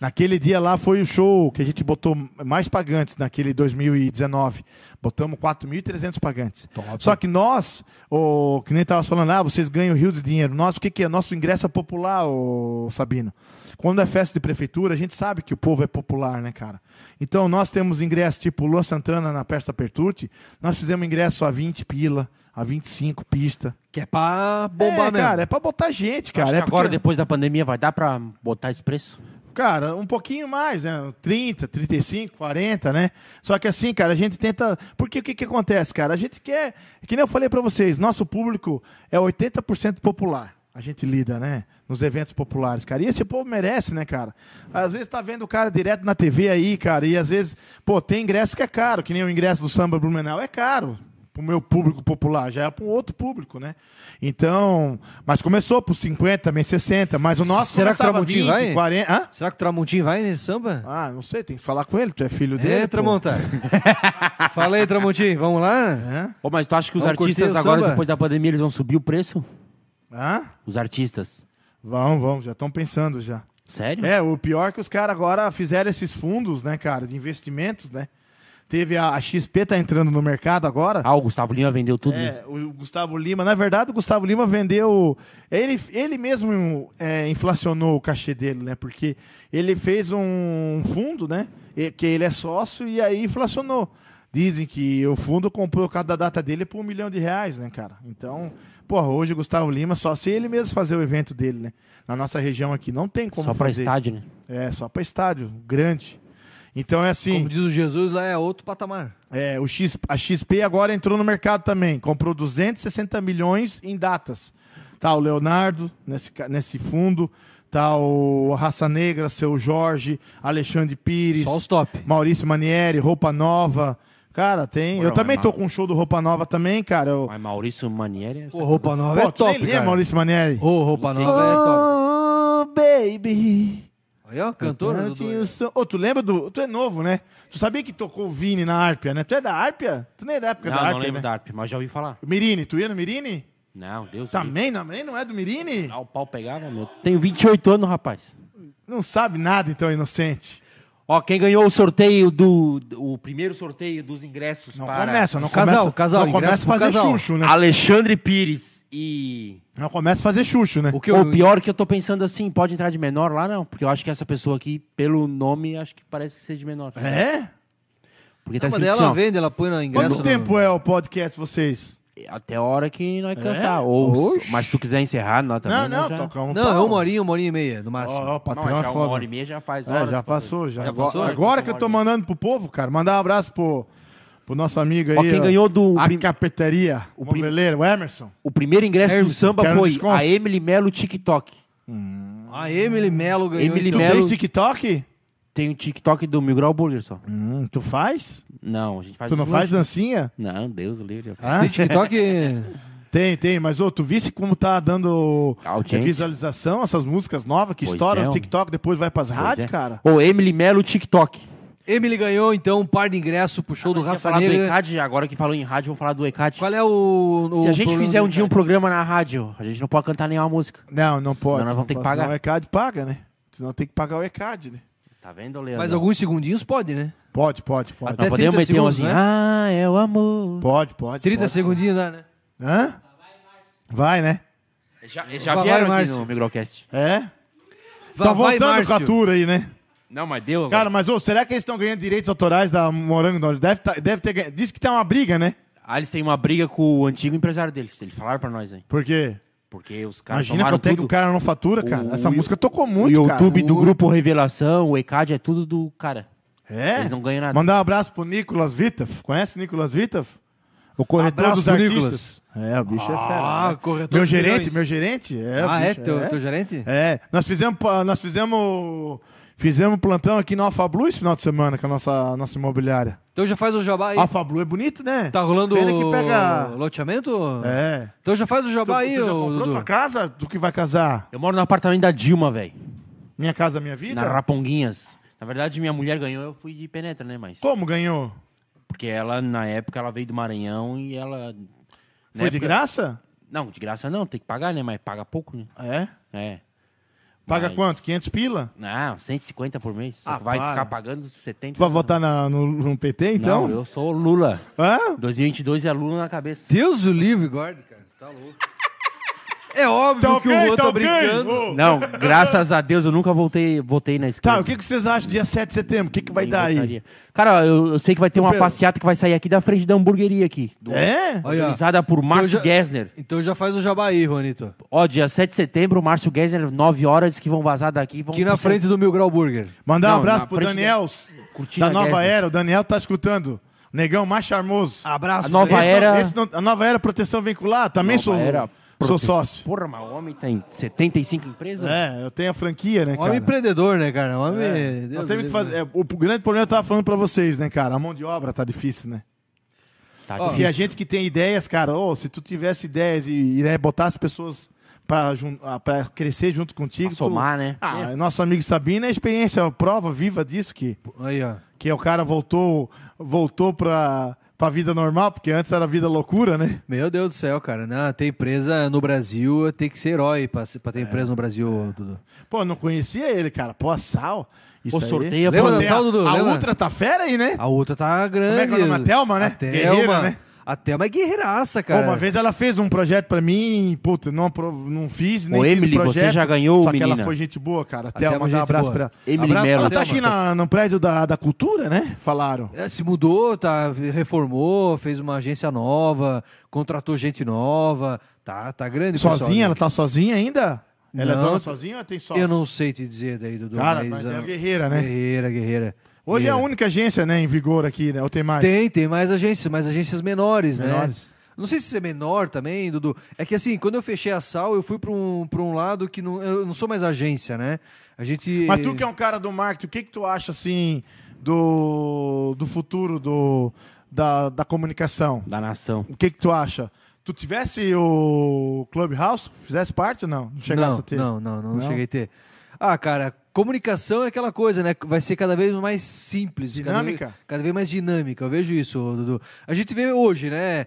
Naquele dia lá foi o show que a gente botou mais pagantes naquele 2019. Botamos 4.300 pagantes. Só que nós, o, que nem tava falando, ah, vocês ganham rios de dinheiro. Nosso, o que, que é? Nosso ingresso é popular, ô, Sabino. Quando é festa de prefeitura, a gente sabe que o povo é popular, né, cara? Então nós temos ingresso tipo Lua Santana na festa Pertucci, nós fizemos ingresso a 20 pila, a 25 pista.
Que é pra bombar
é,
mesmo.
cara, é pra botar gente, cara.
Acho
é
que agora,
porque-
depois da pandemia, vai dar pra botar esse preço?
Cara, um pouquinho mais, né? 30, 35, 40, né? Só que assim, cara, a gente tenta. Porque o que, que acontece, cara? A gente quer. Que nem eu falei pra vocês, nosso público é 80% popular. A gente lida, né? Nos eventos populares, cara. E esse povo merece, né, cara? Às vezes tá vendo o cara direto na TV aí, cara. E às vezes, pô, tem ingresso que é caro, que nem o ingresso do samba Blumenau é caro pro meu público popular, já é para um outro público, né? Então, mas começou por 50, também 60, mas o nosso
Será que tá
começava
Tramontim vai?
40, hã?
Será que o Tramontim vai nesse samba?
Ah, não sei, tem que falar com ele, tu é filho dele.
É,
pô.
Tramontar. Fala aí, Tramontim. Vamos lá?
Hã?
Ô, mas tu acha que os
Vamos curtir
artistas
o
agora,
samba?
depois da pandemia, eles vão subir o preço?
Hã?
Os artistas.
Vão, vão, já estão pensando já.
Sério?
É, o pior é que os caras agora fizeram esses fundos, né, cara, de investimentos, né? Teve a, a XP tá entrando no mercado agora.
Ah, o Gustavo Lima vendeu tudo. né?
É, o Gustavo Lima, na verdade, o Gustavo Lima vendeu. Ele, ele mesmo é, inflacionou o cachê dele, né? Porque ele fez um fundo, né? E- Que ele é sócio e aí inflacionou. Dizem que o fundo comprou cada data dele por um milhão de reais, né, cara? Então, porra, hoje o Gustavo Lima, só se ele mesmo fazer o evento dele, né? Na nossa região aqui, não tem como
Só pra
fazer.
estádio, né?
É, só pra estádio, grande. Então é assim.
Como diz o Jesus, lá é outro patamar.
É, o X, a XP agora entrou no mercado também. Comprou 260 milhões em datas. Tá o Leonardo nesse, ca- nesse fundo. Tá o Raça Negra, seu Jorge, Alexandre Pires,
Só os top.
Maurício Manieri, Roupa Nova. Cara, tem.
Moral,
eu também
é
tô
mal.
com um show do Roupa Nova também, cara. Eu...
Mas Maurício Manieri... é
Ô, roupa nova é
Pô, tu nem
top,
lembra,
cara.
Maurício Manieri.
Ô, roupa
Sim.
nova é top.
Oh, baby.
Aí, ó, cantor. né,
Eu
Dudu.
né?
tinha o som- Ô, tu lembra do. Tu é novo, né? Tu sabia que tocou o Vini na Arpia, né? Tu é da Arpia? Tu nem é da época
Não,
da Arpia.
não lembro
né?
da Arp, mas já ouvi falar.
Mirini, tu ia no Mirini?
Não, Deus me livre.
Também, também não é do Mirini?
Ah, o pau pegava, meu. Tenho 28 anos, rapaz.
Não sabe nada, então, inocente.
Ó, quem ganhou o sorteio do... O primeiro sorteio dos ingressos
Não
para...
começa, não
Casal,
começa.
casal,
não começa a
ingresso pro
fazer
casal.
chuchu, né?
Alexandre Pires e...
Não começa a fazer chuchu, né?
O que eu...
Ou pior que eu tô pensando assim, pode entrar de menor lá, não? Porque eu acho que essa pessoa aqui, pelo nome, acho que parece que seja de menor.
É?
Porque tá
Não, mas
escrito
daí
assim,
ela
ó,
vende, ela põe no ingresso.
Quanto
no-
tempo é o podcast vocês?
até a hora que nós cansar. Ou,
É, Oxe.
mas se tu quiser encerrar, nós também.
não, não,
nós já...
toca um
Não, é uma horinha, uma horinha e meia, no máximo.
Ó, ó, o
Não,
patrão
já
é
uma
foda.
hora e meia já faz.
É,
horas
já
pra fazer.
passou, já.
Já
agora
passou?
agora que eu tô mandando pro povo, cara, mandar um abraço pro, pro nosso amigo aí.
Ó, quem ganhou do
A
prim-
cafeteria, o
prim-
primeiro, o Emerson.
O primeiro ingresso do
Emerson,
samba
quero um
foi
desconto.
a Emily Melo TikTok.
A Ah, Emily Mello ganhou.
Emily
então.
Mello.
Tu fez TikTok?
Tem o TikTok do Mil Grau Burger só.
Hum, tu faz?
Não, a gente faz. um
Tu não
os
faz
lanches.
dancinha?
né? Não, Deus o livre.
Hã?
Tem TikTok?
Tem, tem, mas ô, tu visse como tá dando
A audiência.
eh, visualização essas músicas novas que
Pois
estouram
é,
no
homem.
TikTok, depois vai pras rádios,
é.
cara?
Ô, Emily Melo, TikTok.
Emily ganhou, então, um par de ingresso pro show do
Nós ia
Raça
falar do
Negra.
ECAD, agora que falou em rádio, vamos falar do ECAD.
Qual é o. o
Se a gente
programa
fizer
do
um dia um
Ricardo?
programa na rádio, a gente não pode cantar nenhuma música.
Não, não pode.
Senão nós vamos ter que
pode, senão
pagar.
o ECAD paga, né? Senão tem que pagar o ECAD, né?
Tá vendo, Leandro?
Mas alguns segundinhos pode, né?
Pode, pode, pode.
Até
Nós podemos
30
meter um assim,
segundos, né?
ah, é o amor.
Pode, pode.
30
pode.
segundinhos dá, né?
Hã? Vai, né?
Já, já
Vai,
vieram
vai,
aqui
Márcio.
no Microcast.
É?
Vá-
tá
vai,
voltando com a
Márcio.
tour aí, né?
Não, mas deu.
Cara, mas ô, será que eles estão ganhando direitos autorais da Morango? Dourado? Deve, tá- deve ter ganho. Diz que tem uma briga, né?
Ah, eles têm uma briga com o antigo empresário deles. Eles falaram pra nós, hein?
Porque
Porque os caras
imagina
tomaram
quanto é que
tudo.
o cara não fatura, cara.
O-
Essa
o-
música tocou
o
muito,
YouTube do
cara.
Grupo Revelação, o ECAD, é tudo do cara.
É?
Eles não ganham nada.
Mandar um abraço pro Nicolas Vitaf. Conhece o Nicolas Vitaf? O corretor
Abraço
dos
pro
artistas. É, o bicho é fera.
Ah,
né?
corretor
Meu
de
gerente,
milhões.
meu gerente. É, o
Ah, é?
bicho
Teu, teu gerente?
É, nós fizemos, pa- nós fizemos, fizemos plantão aqui na Alfa Blue esse final de semana com a nossa, nossa imobiliária.
Então já faz o jabá aí.
A Alfa Blue é bonito, né?
Tá rolando
Pena que
o
pega-
loteamento?
É.
Então já faz o
Tu,
jabá aí,
tu já
ô
comprou
Dudu.
tua casa? Tu que vai casar?
Eu moro no apartamento da Dilma, velho.
Minha casa, minha vida?
Na Raponguinhas. Na verdade, minha mulher ganhou, eu fui de penetra, né? Mas.
Como ganhou?
Porque ela, na época, ela veio do Maranhão e ela. na
Foi de
época-
graça?
Não, de graça não, tem que pagar, né? Mas paga pouco, né?
É.
É.
Paga
Mas-
quanto? 500 pila?
Ah, 150 por mês. Só
Ah,
que vai
para.
ficar pagando 70.
Tu vai votar na- no, no PT, então?
Não, eu sou o Lula.
Hã?
2022 é Lula na cabeça.
Deus o livre, guarde, cara. Tá louco. É óbvio
Tá
que
ok,
o Juan tá,
tá ok?
brincando.
Ô.
Não, graças a Deus eu nunca voltei, voltei na esquerda.
Tá, o que, que vocês acham dia 7 de setembro? O que, que vai
Nem
dar aí?
votaria. Cara, eu, eu sei que vai ter uma
Pedro.
passeata que vai sair aqui da frente da hamburgueria aqui. Do,
É?
Olha.
Organizada por Márcio
já-
Gessner.
Então já faz o jabá aí, Juanito.
Ó, dia 7 de setembro, Márcio Gessner, 9 horas, diz que vão vazar daqui. Vão
Aqui na
pro
frente do Mil Grau Burger.
Mandar um
Não,
abraço
na
pro
frente
Daniel
Curtindo
da
a
Nova
guerra.
Era. O Daniel tá escutando. Negão mais charmoso.
Abraço.
A nova
pra ele.
Esse
Era-
não- esse não- a Nova Era é Proteção Veicular, também
Nova
sou,
Era
sou
Proteção.
sócio.
Porra, mas o homem tem 75 empresas?
É, eu tenho a franquia, né, cara?
Homem empreendedor, né, cara? Homem.
É,
Deus
nós
o
temos
livre.
que fazer, é, o grande problema eu tava falando pra vocês, né, cara? A mão de obra tá difícil, né?
Tá
Ó,
Porque
difícil.
a gente que tem ideias, cara, ô, se tu tivesse ideias e, e né, botar as pessoas pra, jun- ah, pra crescer junto contigo.
Pra somar,
tu-
né?
Ah, nosso amigo Sabino é experiência, a prova viva disso, que,
Aí, ó.
que é o cara voltou, voltou pra, pra vida normal, porque antes era vida loucura, né?
Meu Deus do céu, cara. Não, ter empresa no Brasil tem que ser herói pra, se-
É,
pra ter empresa no Brasil, Dudu.
Pô, não conhecia ele, cara. Pô, a Sal. Isso
Pô,
aí.
sorteia,
Pô,
Lembra da
tem
é Sal,
a-
Dudu? né,
A
Lembra?
outra tá fera aí, né?
A outra tá grande.
é que é o nome? A Thelma, né?
A Thelma.
Guerreira, né?
A Thelma é guerreiraça,
Pô,
cara.
uma vez ela fez um projeto pra mim, e, puta, não, apro- não fiz nem
Ô,
fiz o
Emily, você
projeto,
já ganhou,
Só que ela
menina.
foi gente boa,
A
cara. Até
Thelma é
mandar um
gente
abraço
boa.
pra
Emily
Abraço pra
Mello.
ela. tá
Thelma.
aqui na, no prédio da, da cultura, né? Falaram.
É, se mudou, tá, reformou, fez uma agência nova, contratou gente nova, tá, tá grande.
Sozinha, ela
pessoal,
tá sozinha ainda? Ela
Não.
é dona sozinha ou tem só?
Eu não sei te dizer daí, Dudu.
Cara, mas é
ah,
uma guerreira, né?
Guerreira, guerreira.
Hoje é a
Guerreira.
única agência, né, em vigor aqui, né? Ou tem mais?
Tem, tem mais agências, mais agências menores,
Menores.
né? Não sei se é menor também, Dudu. É que assim, quando eu fechei a Sal, eu fui pra um, pra um lado que não, eu não sou mais agência, né? A gente.
Mas tu que é um cara do marketing, o que que tu acha, assim, do, do futuro do, da, da comunicação?
Da nação.
O que que tu acha? Tu tivesse o Clubhouse, fizesse parte ou não? Não chegasse
não,
a ter?
Não, não, não,
Não?
cheguei a ter. Ah, cara, comunicação é aquela coisa, né? Vai ser cada vez mais simples. cada vez-
Dinâmica?
Cada vez, mais dinâmica. Eu vejo isso, ô, Dudu. A gente vê hoje, né?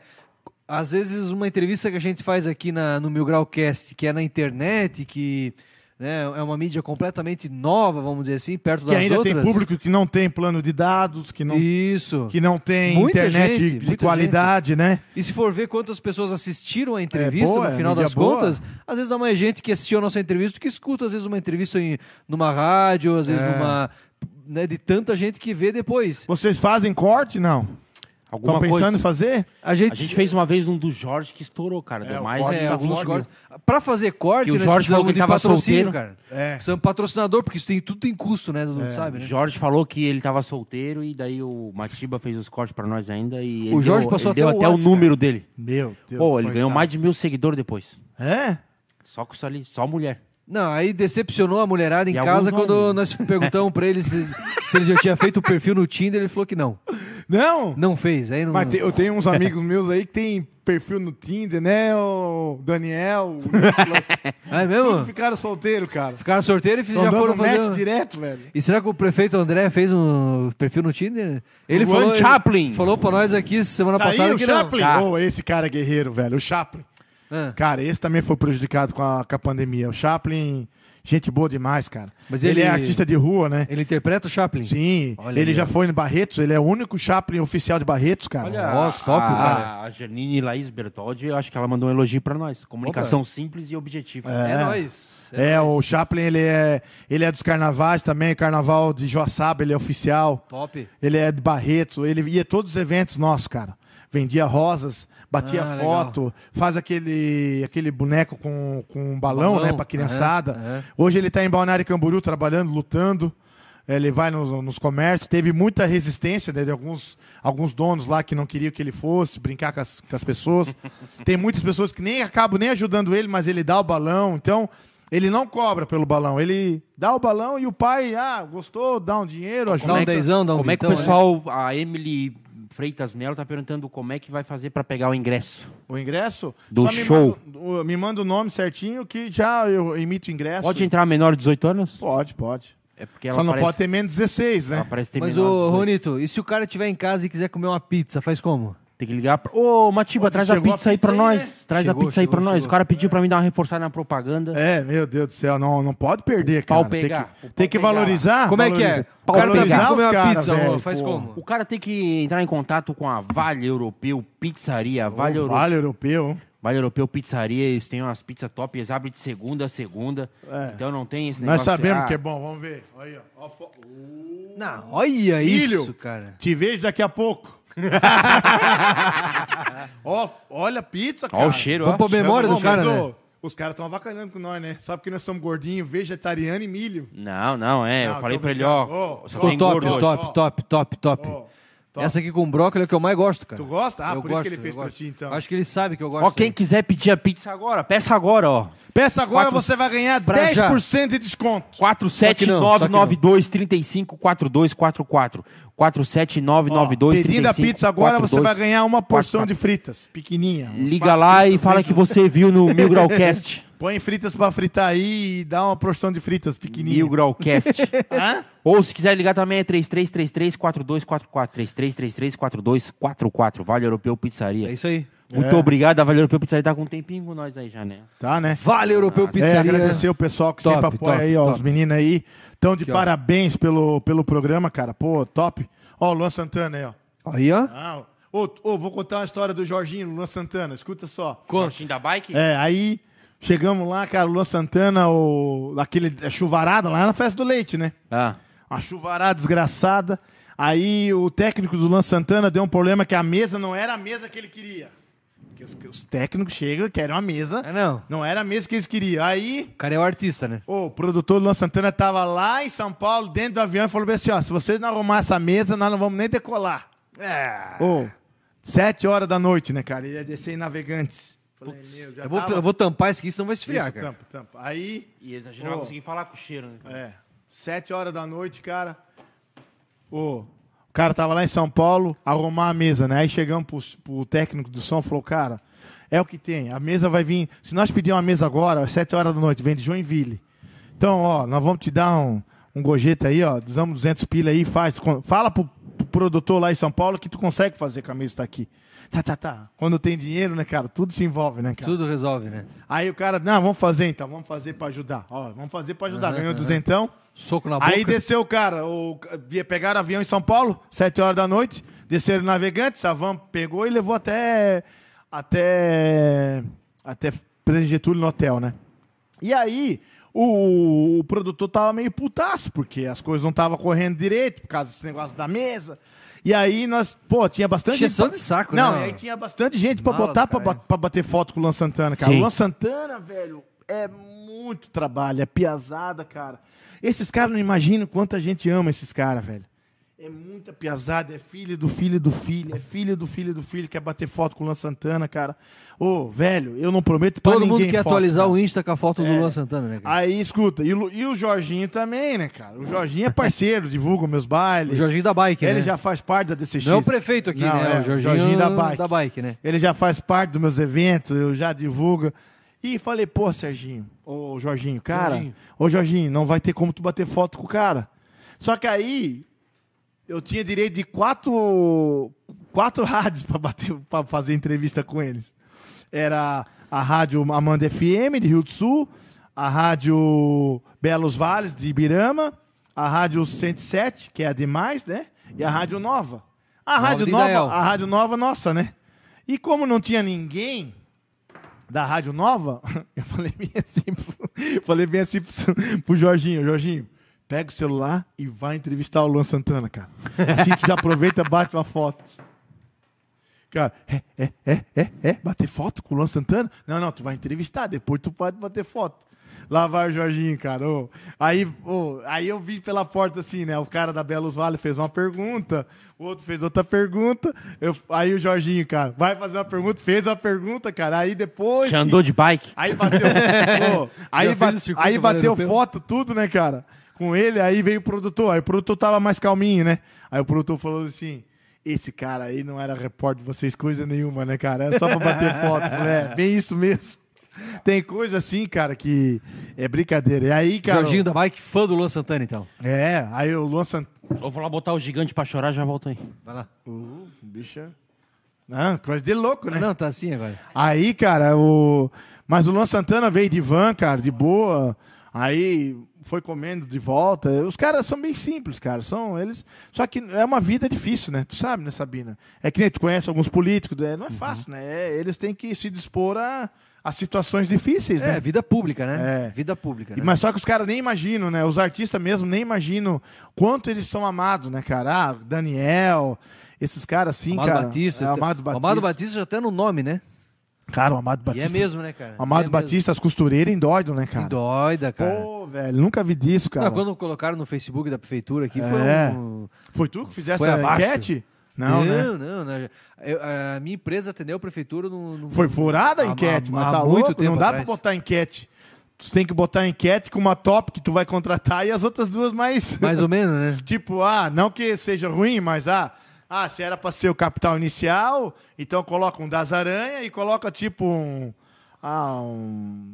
Às vezes uma entrevista que a gente faz aqui na, no Mil Grau Cast, que é na internet, que né, é uma mídia completamente nova, vamos dizer assim, perto
Que
das
ainda
outras.
tem público que não tem plano de dados, que não,
Isso.
que não tem
Muita
internet
gente,
de
muita
qualidade, né?
E se for ver quantas pessoas assistiram a entrevista,
É boa,
no final
é mídia
das
boa.
contas, às vezes dá mais gente que assistiu a nossa entrevista do que escuta, às vezes, uma entrevista em, numa rádio, às vezes
É.
numa. né, de tanta gente que vê depois.
Vocês fazem corte, não?
Alguma
Estão pensando
coisa.
em fazer?
A gente,
A gente fez uma vez um do Jorge que estourou, cara.
É,
Deu
o
mais
corte
é,
é,
tá
alguns
foda.
cortes. Pra fazer corte,
Que o
nós
Jorge falou
precisamos
que
de
tava
patrocínio,
solteiro.
cara.
É.
Precisamos de patrocinador, porque isso tem tudo tem custo, né? Dudu, sabe,
O
né?
Jorge falou que ele tava solteiro e daí o Matiba fez os cortes pra nós ainda e
O
ele
Jorge
deu,
passou
ele deu
até o
até o
WhatsApp,
número dele.
Meu Deus.
Pô, ele ganhou
coitado.
mais de mil seguidores depois.
É?
Só com isso ali, só mulher.
Não, aí decepcionou a mulherada em
E alguns
casa
não.
quando nós perguntamos pra ele se, se ele já tinha feito o perfil no Tinder, ele falou que não.
Não?
Não fez, aí não...
Mas te- eu tenho uns amigos meus aí que tem perfil no Tinder, né? O Daniel, o Nicolas.
Ah, é
Todos
mesmo?
ficaram solteiros, cara.
Ficaram sorteiros e
Tão
já
dando
foram Tá
match
fazer...
direto, velho.
E será que o prefeito André fez um perfil no Tinder? Ele
Luan
falou, ele
Chaplin.
falou pra nós aqui semana
Tá
passada
aí o
que não.
Chaplin.
Tá.
Ô, esse cara é guerreiro, velho. O Chaplin.
Ah.
Cara, esse também foi prejudicado com a, com a pandemia. O Chaplin, gente boa demais, cara.
Mas
ele...
ele-
é artista de rua, né?
Ele interpreta o Chaplin?
Sim.
Olha
ele
aí,
já
ó.
foi no Barretos. Ele é o único Chaplin oficial de Barretos, cara.
Olha,
Ó, top,
a,
cara.
Ah, a Janine Laís Bertoldi, eu acho que ela mandou um elogio pra nós. Comunicação simples e objetiva.
É, nóis.
É, o Chaplin, ele é, ele é dos carnavais também, carnaval de Joaçaba, ele é oficial.
Top.
Ele é de Barretos, ele ia a todos os eventos nossos, cara. Vendia rosas, batia
Ah,
foto, faz aquele, aquele boneco com, com um balão,
Balão,
né, pra criançada.
aham, aham.
Hoje ele tá em Balneário Camboriú trabalhando, lutando. É, Ele vai nos, nos comércios, teve muita resistência né, de alguns, alguns donos lá que não queriam que ele fosse brincar com as, com as pessoas. Tem muitas pessoas que nem acabam nem ajudando ele, mas ele dá o balão. Então, ele não cobra pelo balão, ele dá o balão e o pai, ah, gostou, dá um dinheiro, ajuda.
Dá um
que-
dezão, dá um
Como
então,
é que o
vintão, né?
pessoal, a Emily Freitas Melo, tá perguntando como é que vai fazer pra pegar o ingresso?
O ingresso?
Do
me
show.
manda o- Me manda, o nome certinho que já eu emito o ingresso.
Pode entrar menor de 18 anos?
Pode, pode.
É porque ela
Só não
parece,
pode ter menos 16, né?
Ela parece ter
Mas,
menor de
ô,
18.
Ronito, e se o cara estiver em casa e quiser comer uma pizza, faz como?
Tem que ligar pra... Ô, Matiba,
Onde
traz a
chegou a
pizza aí
pizza
pra
aí,
nós.
né?
Traz
Chegou,
a pizza aí pra
chegou,
nós.
chegou.
O cara pediu pra mim dar uma reforçada na propaganda.
É, meu Deus do céu, não, não pode perder,
pau
cara. Tem
pegar, o
que,
pau
tem que
pegar lá.
valorizar.
como é que é?
valoriza-
O cara tá vindo
valorizar
comer
os
uma
cara,
pizza,
velho,
ô, faz
pô.
como?
O cara tem que entrar em contato com a Vale Europeu Pizzaria. Vale,
Ô,
Euro-
Vale europeu.
Vale Europeu Pizzaria, eles têm umas pizzas top, eles abrem de segunda a segunda. Então não tem esse
É. Nós
negócio.
sabemos
ah,
que é bom, vamos ver. Aí, ó. Ó, fo-
Não, olha
É
isso,
Filho.
cara.
Te vejo daqui a pouco. Ó, olha a pizza, cara.
Ó o cheiro,
Vamos
ó.
pôr memória
Bom,
do cara,
mas,
né?
ô, Os caras estão avacanando com nós, né? Sabe que nós somos gordinhos, vegetariano e milho.
Não, não, é.
Não,
eu falei
tô
pra ele,
brincando.
ó. tá
Ô,
só
ô,
Ficou
tem
top,
gordo.
ó,
hoje.
top,
ó.
top, top, top.
Ó, top.
Essa aqui com brócolis é que eu mais gosto, cara.
Tu gosta? Ah,
Eu
por isso que ele
gosto,
fez
eu
pra
gosto.
ti, então.
Acho que ele sabe que eu gosto.
Ó, quem
né?
quiser pedir a pizza agora, peça agora, ó.
Peça agora,
Quatro-
você vai ganhar
Pra
10% de desconto.
47992354244. 47992354244.
Pedindo a pizza agora, você vai ganhar uma porção de fritas, pequenininha. Uns
Liga
quatro
lá e
fritas,
fala
vende
que
um-
você viu no Mil Graucast.
Põe fritas pra fritar aí e dá uma porção de fritas pequenininha.
Mil Graucast. Ou se quiser ligar também é 3333-4244. 3333-4244. Vale Europeu Pizzaria.
É isso aí.
Muito obrigado, a Vale Europeu Pizzaria tá com um tempinho com nós aí já, né?
Tá, né?
Vale Europeu
É,
Pizzaria.
agradecer o pessoal que
Top,
sempre apoia
top,
aí, ó,
top.
os meninos aí. Estão de
Aqui, ó.
parabéns pelo, pelo programa, cara. Pô, top. Ó, o Luan Santana aí, ó.
Aí, ó.
Ah, ô, ô, vou contar uma história do Jorginho, Luan Santana. Escuta só.
Cortinho da bike?
É, aí chegamos lá, cara, o Luan Santana, o, aquele a chuvarada lá na festa do leite, né?
Ah.
Uma chuvarada desgraçada. Aí o técnico do Luan Santana deu um problema que a mesa não era a mesa que ele queria. Porque os, os técnicos chegam e querem uma mesa.
É, não.
Não era a mesa que eles queriam. Aí
O cara é o artista, né?
ô, o produtor do Luan Santana tava lá em São Paulo, dentro do avião, e falou bem assim: ó, se vocês não arrumar essa mesa, nós não vamos nem decolar.
É.
Ô, sete horas da noite, né, cara? Ele ia descer em navegantes. Falei, meu, já
Eu vou,
tava-
eu vou tampar isso aqui, senão vai
Isso,
esfriar, cara.
tampa, tampa. Aí,
E a gente não
Ô.
vai conseguir falar com o cheiro, né?
é, sete horas da noite, cara. Ô, o cara tava lá em São Paulo, arrumar a mesa, né? Aí chegamos pro, pro técnico do som, falou, cara, é o que tem. A mesa vai vir. Se nós pedirmos uma mesa agora, às sete horas da noite, vem de Joinville. Então, ó, nós vamos te dar um, um gorjeta aí, ó. Usamos 200 pila aí, faz. con- Fala pro, pro produtor lá em São Paulo que tu consegue fazer com a mesa que tá aqui. Tá, tá, tá. Quando tem dinheiro, né, cara? Tudo se envolve, né, cara?
Tudo resolve, né?
Aí o cara, não, vamos fazer então, vamos fazer pra ajudar. Ó, vamos fazer pra ajudar. Ganhou duzentão.
Soco na boca.
Aí desceu o cara, o, via- pegaram o avião em São Paulo, sete horas da noite, desceram navegantes, a van pegou e levou até até até Presidente Getúlio no hotel, né? E aí o, o produtor tava meio putaço, porque as coisas não estavam correndo direito por causa desse negócio da mesa. E aí nós, pô, tinha bastante
Encheção
pra-
de saco,
não,
né?
e aí tinha bastante gente pra
Mala do
botar pra,
caralho.
ba- pra bater foto com o Luan Santana, cara.
Sim.
O Luan Santana, velho, é muito trabalho, é piazada, cara. Esses caras não imaginam quanta gente ama esses caras, velho. É muita piazada, é filho do filho do filho, é filho do filho do filho, quer bater foto com o Luan Santana, cara. Ô, velho, eu não prometo pra
Todo
ninguém
mundo quer
foto, né? É.
atualizar
cara.
o Insta com a foto do Luan Santana, né, cara?
Aí, escuta, e o, Lu- e o Jorginho também, né, cara? O Jorginho é parceiro, divulga meus
O
bailes.
Jorginho da Bike,
ele
né?
já faz parte da DCX.
Não é o prefeito aqui,
Não,
né?
é,
o Jorginho,
da Bike.
da Bike, né?
É. Ele já faz parte dos meus eventos, eu já divulgo. E falei, pô, Serginho, ô Jorginho, cara,
Jorginho.
ô Jorginho, não vai ter como tu bater foto com o cara. Só que aí eu tinha direito de quatro, quatro rádios pra bater, para fazer entrevista com eles. Era a rádio Amanda FM de Rio do Sul, a rádio Belos Vales de Ibirama, a rádio 107, que é a demais, né? E a rádio Nova. A rádio
de
Nova,
Israel.
a rádio Nova nossa, né? E como não tinha ninguém da Rádio Nova, eu falei bem assim, pro- falei bem assim pro, pro Jorginho, Jorginho, pega o celular e vai entrevistar o Luan Santana, cara. Assim tu já aproveita, bate uma foto. Cara, é, é, é, é, é, bater foto com o Luan Santana? Não, não, tu vai entrevistar, depois tu pode bater foto. Lá vai o Jorginho, cara. ô. Aí, ô, aí eu vi pela porta assim, né? O cara da Belos Vale fez uma pergunta, o outro fez outra pergunta. Eu, aí o Jorginho, cara, vai fazer uma pergunta, fez a pergunta, cara. Aí depois.
Já
que-
andou de bike?
Aí bateu. Ô, aí,
Já fez
ba-
o circuito
aí bateu
valendo
foto, tudo, né, cara? Com ele, aí veio o produtor. Aí o produtor tava mais calminho, né? Aí o produtor falou assim: esse cara aí não era repórter de vocês, coisa nenhuma, né, cara? É só pra bater foto. Eu falei, é, bem isso mesmo. Tem coisa assim, cara, que é brincadeira. E aí, cara.
Jorginho da Bike, fã do Luan Santana, então.
É, aí o Luan Sant...
Eu vou lá botar o gigante pra chorar, já volto aí.
Vai lá.
Bicha. Não, coisa de louco, né?
Não, tá assim agora.
Aí, cara, o. Mas o Luan Santana veio de van, cara, de boa. Aí foi comendo de volta. Os caras são bem simples, cara. São eles. Só que é uma vida difícil, né? Tu sabe, né, Sabina? É que nem tu conhece alguns políticos, né?
Uhum.
não é fácil, né? É, eles têm que se dispor a, a situações difíceis, né?
É, vida pública, né?
É.
Vida pública, né?
Mas só que os caras nem imaginam, né? Os artistas mesmo nem imaginam quanto eles são amados, né, cara? Ah, Daniel, esses caras assim,
Amado
cara.
Batista.
É, Amado
o
Batista.
Amado Batista já tá no nome, né?
Cara, o Amado
E
Batista.
é mesmo, né, cara?
Amado
E é mesmo.
Batista, as costureiras endoidam, né, cara?
Que doida, cara.
Pô, velho, nunca vi disso, cara.
Não, quando colocaram no Facebook da prefeitura aqui, foi
Então. É.
um...
Foi tu que fizesse
Foi
a
abaixo?
enquete? Não, né?
não, não, né? Eu- a minha empresa atendeu a prefeitura no... no-
Foi furada a
Há-
enquete,
há-
mas
há
tá
muito
louco, não
tempo
dá
atrás.
pra botar enquete. Tu tem que botar enquete com uma top que tu vai contratar e as outras duas mais...
Mais ou menos, né?
tipo, ah, não que seja ruim, mas ah, ah, se era pra ser o capital inicial, então coloca um das aranha e coloca tipo um ah, um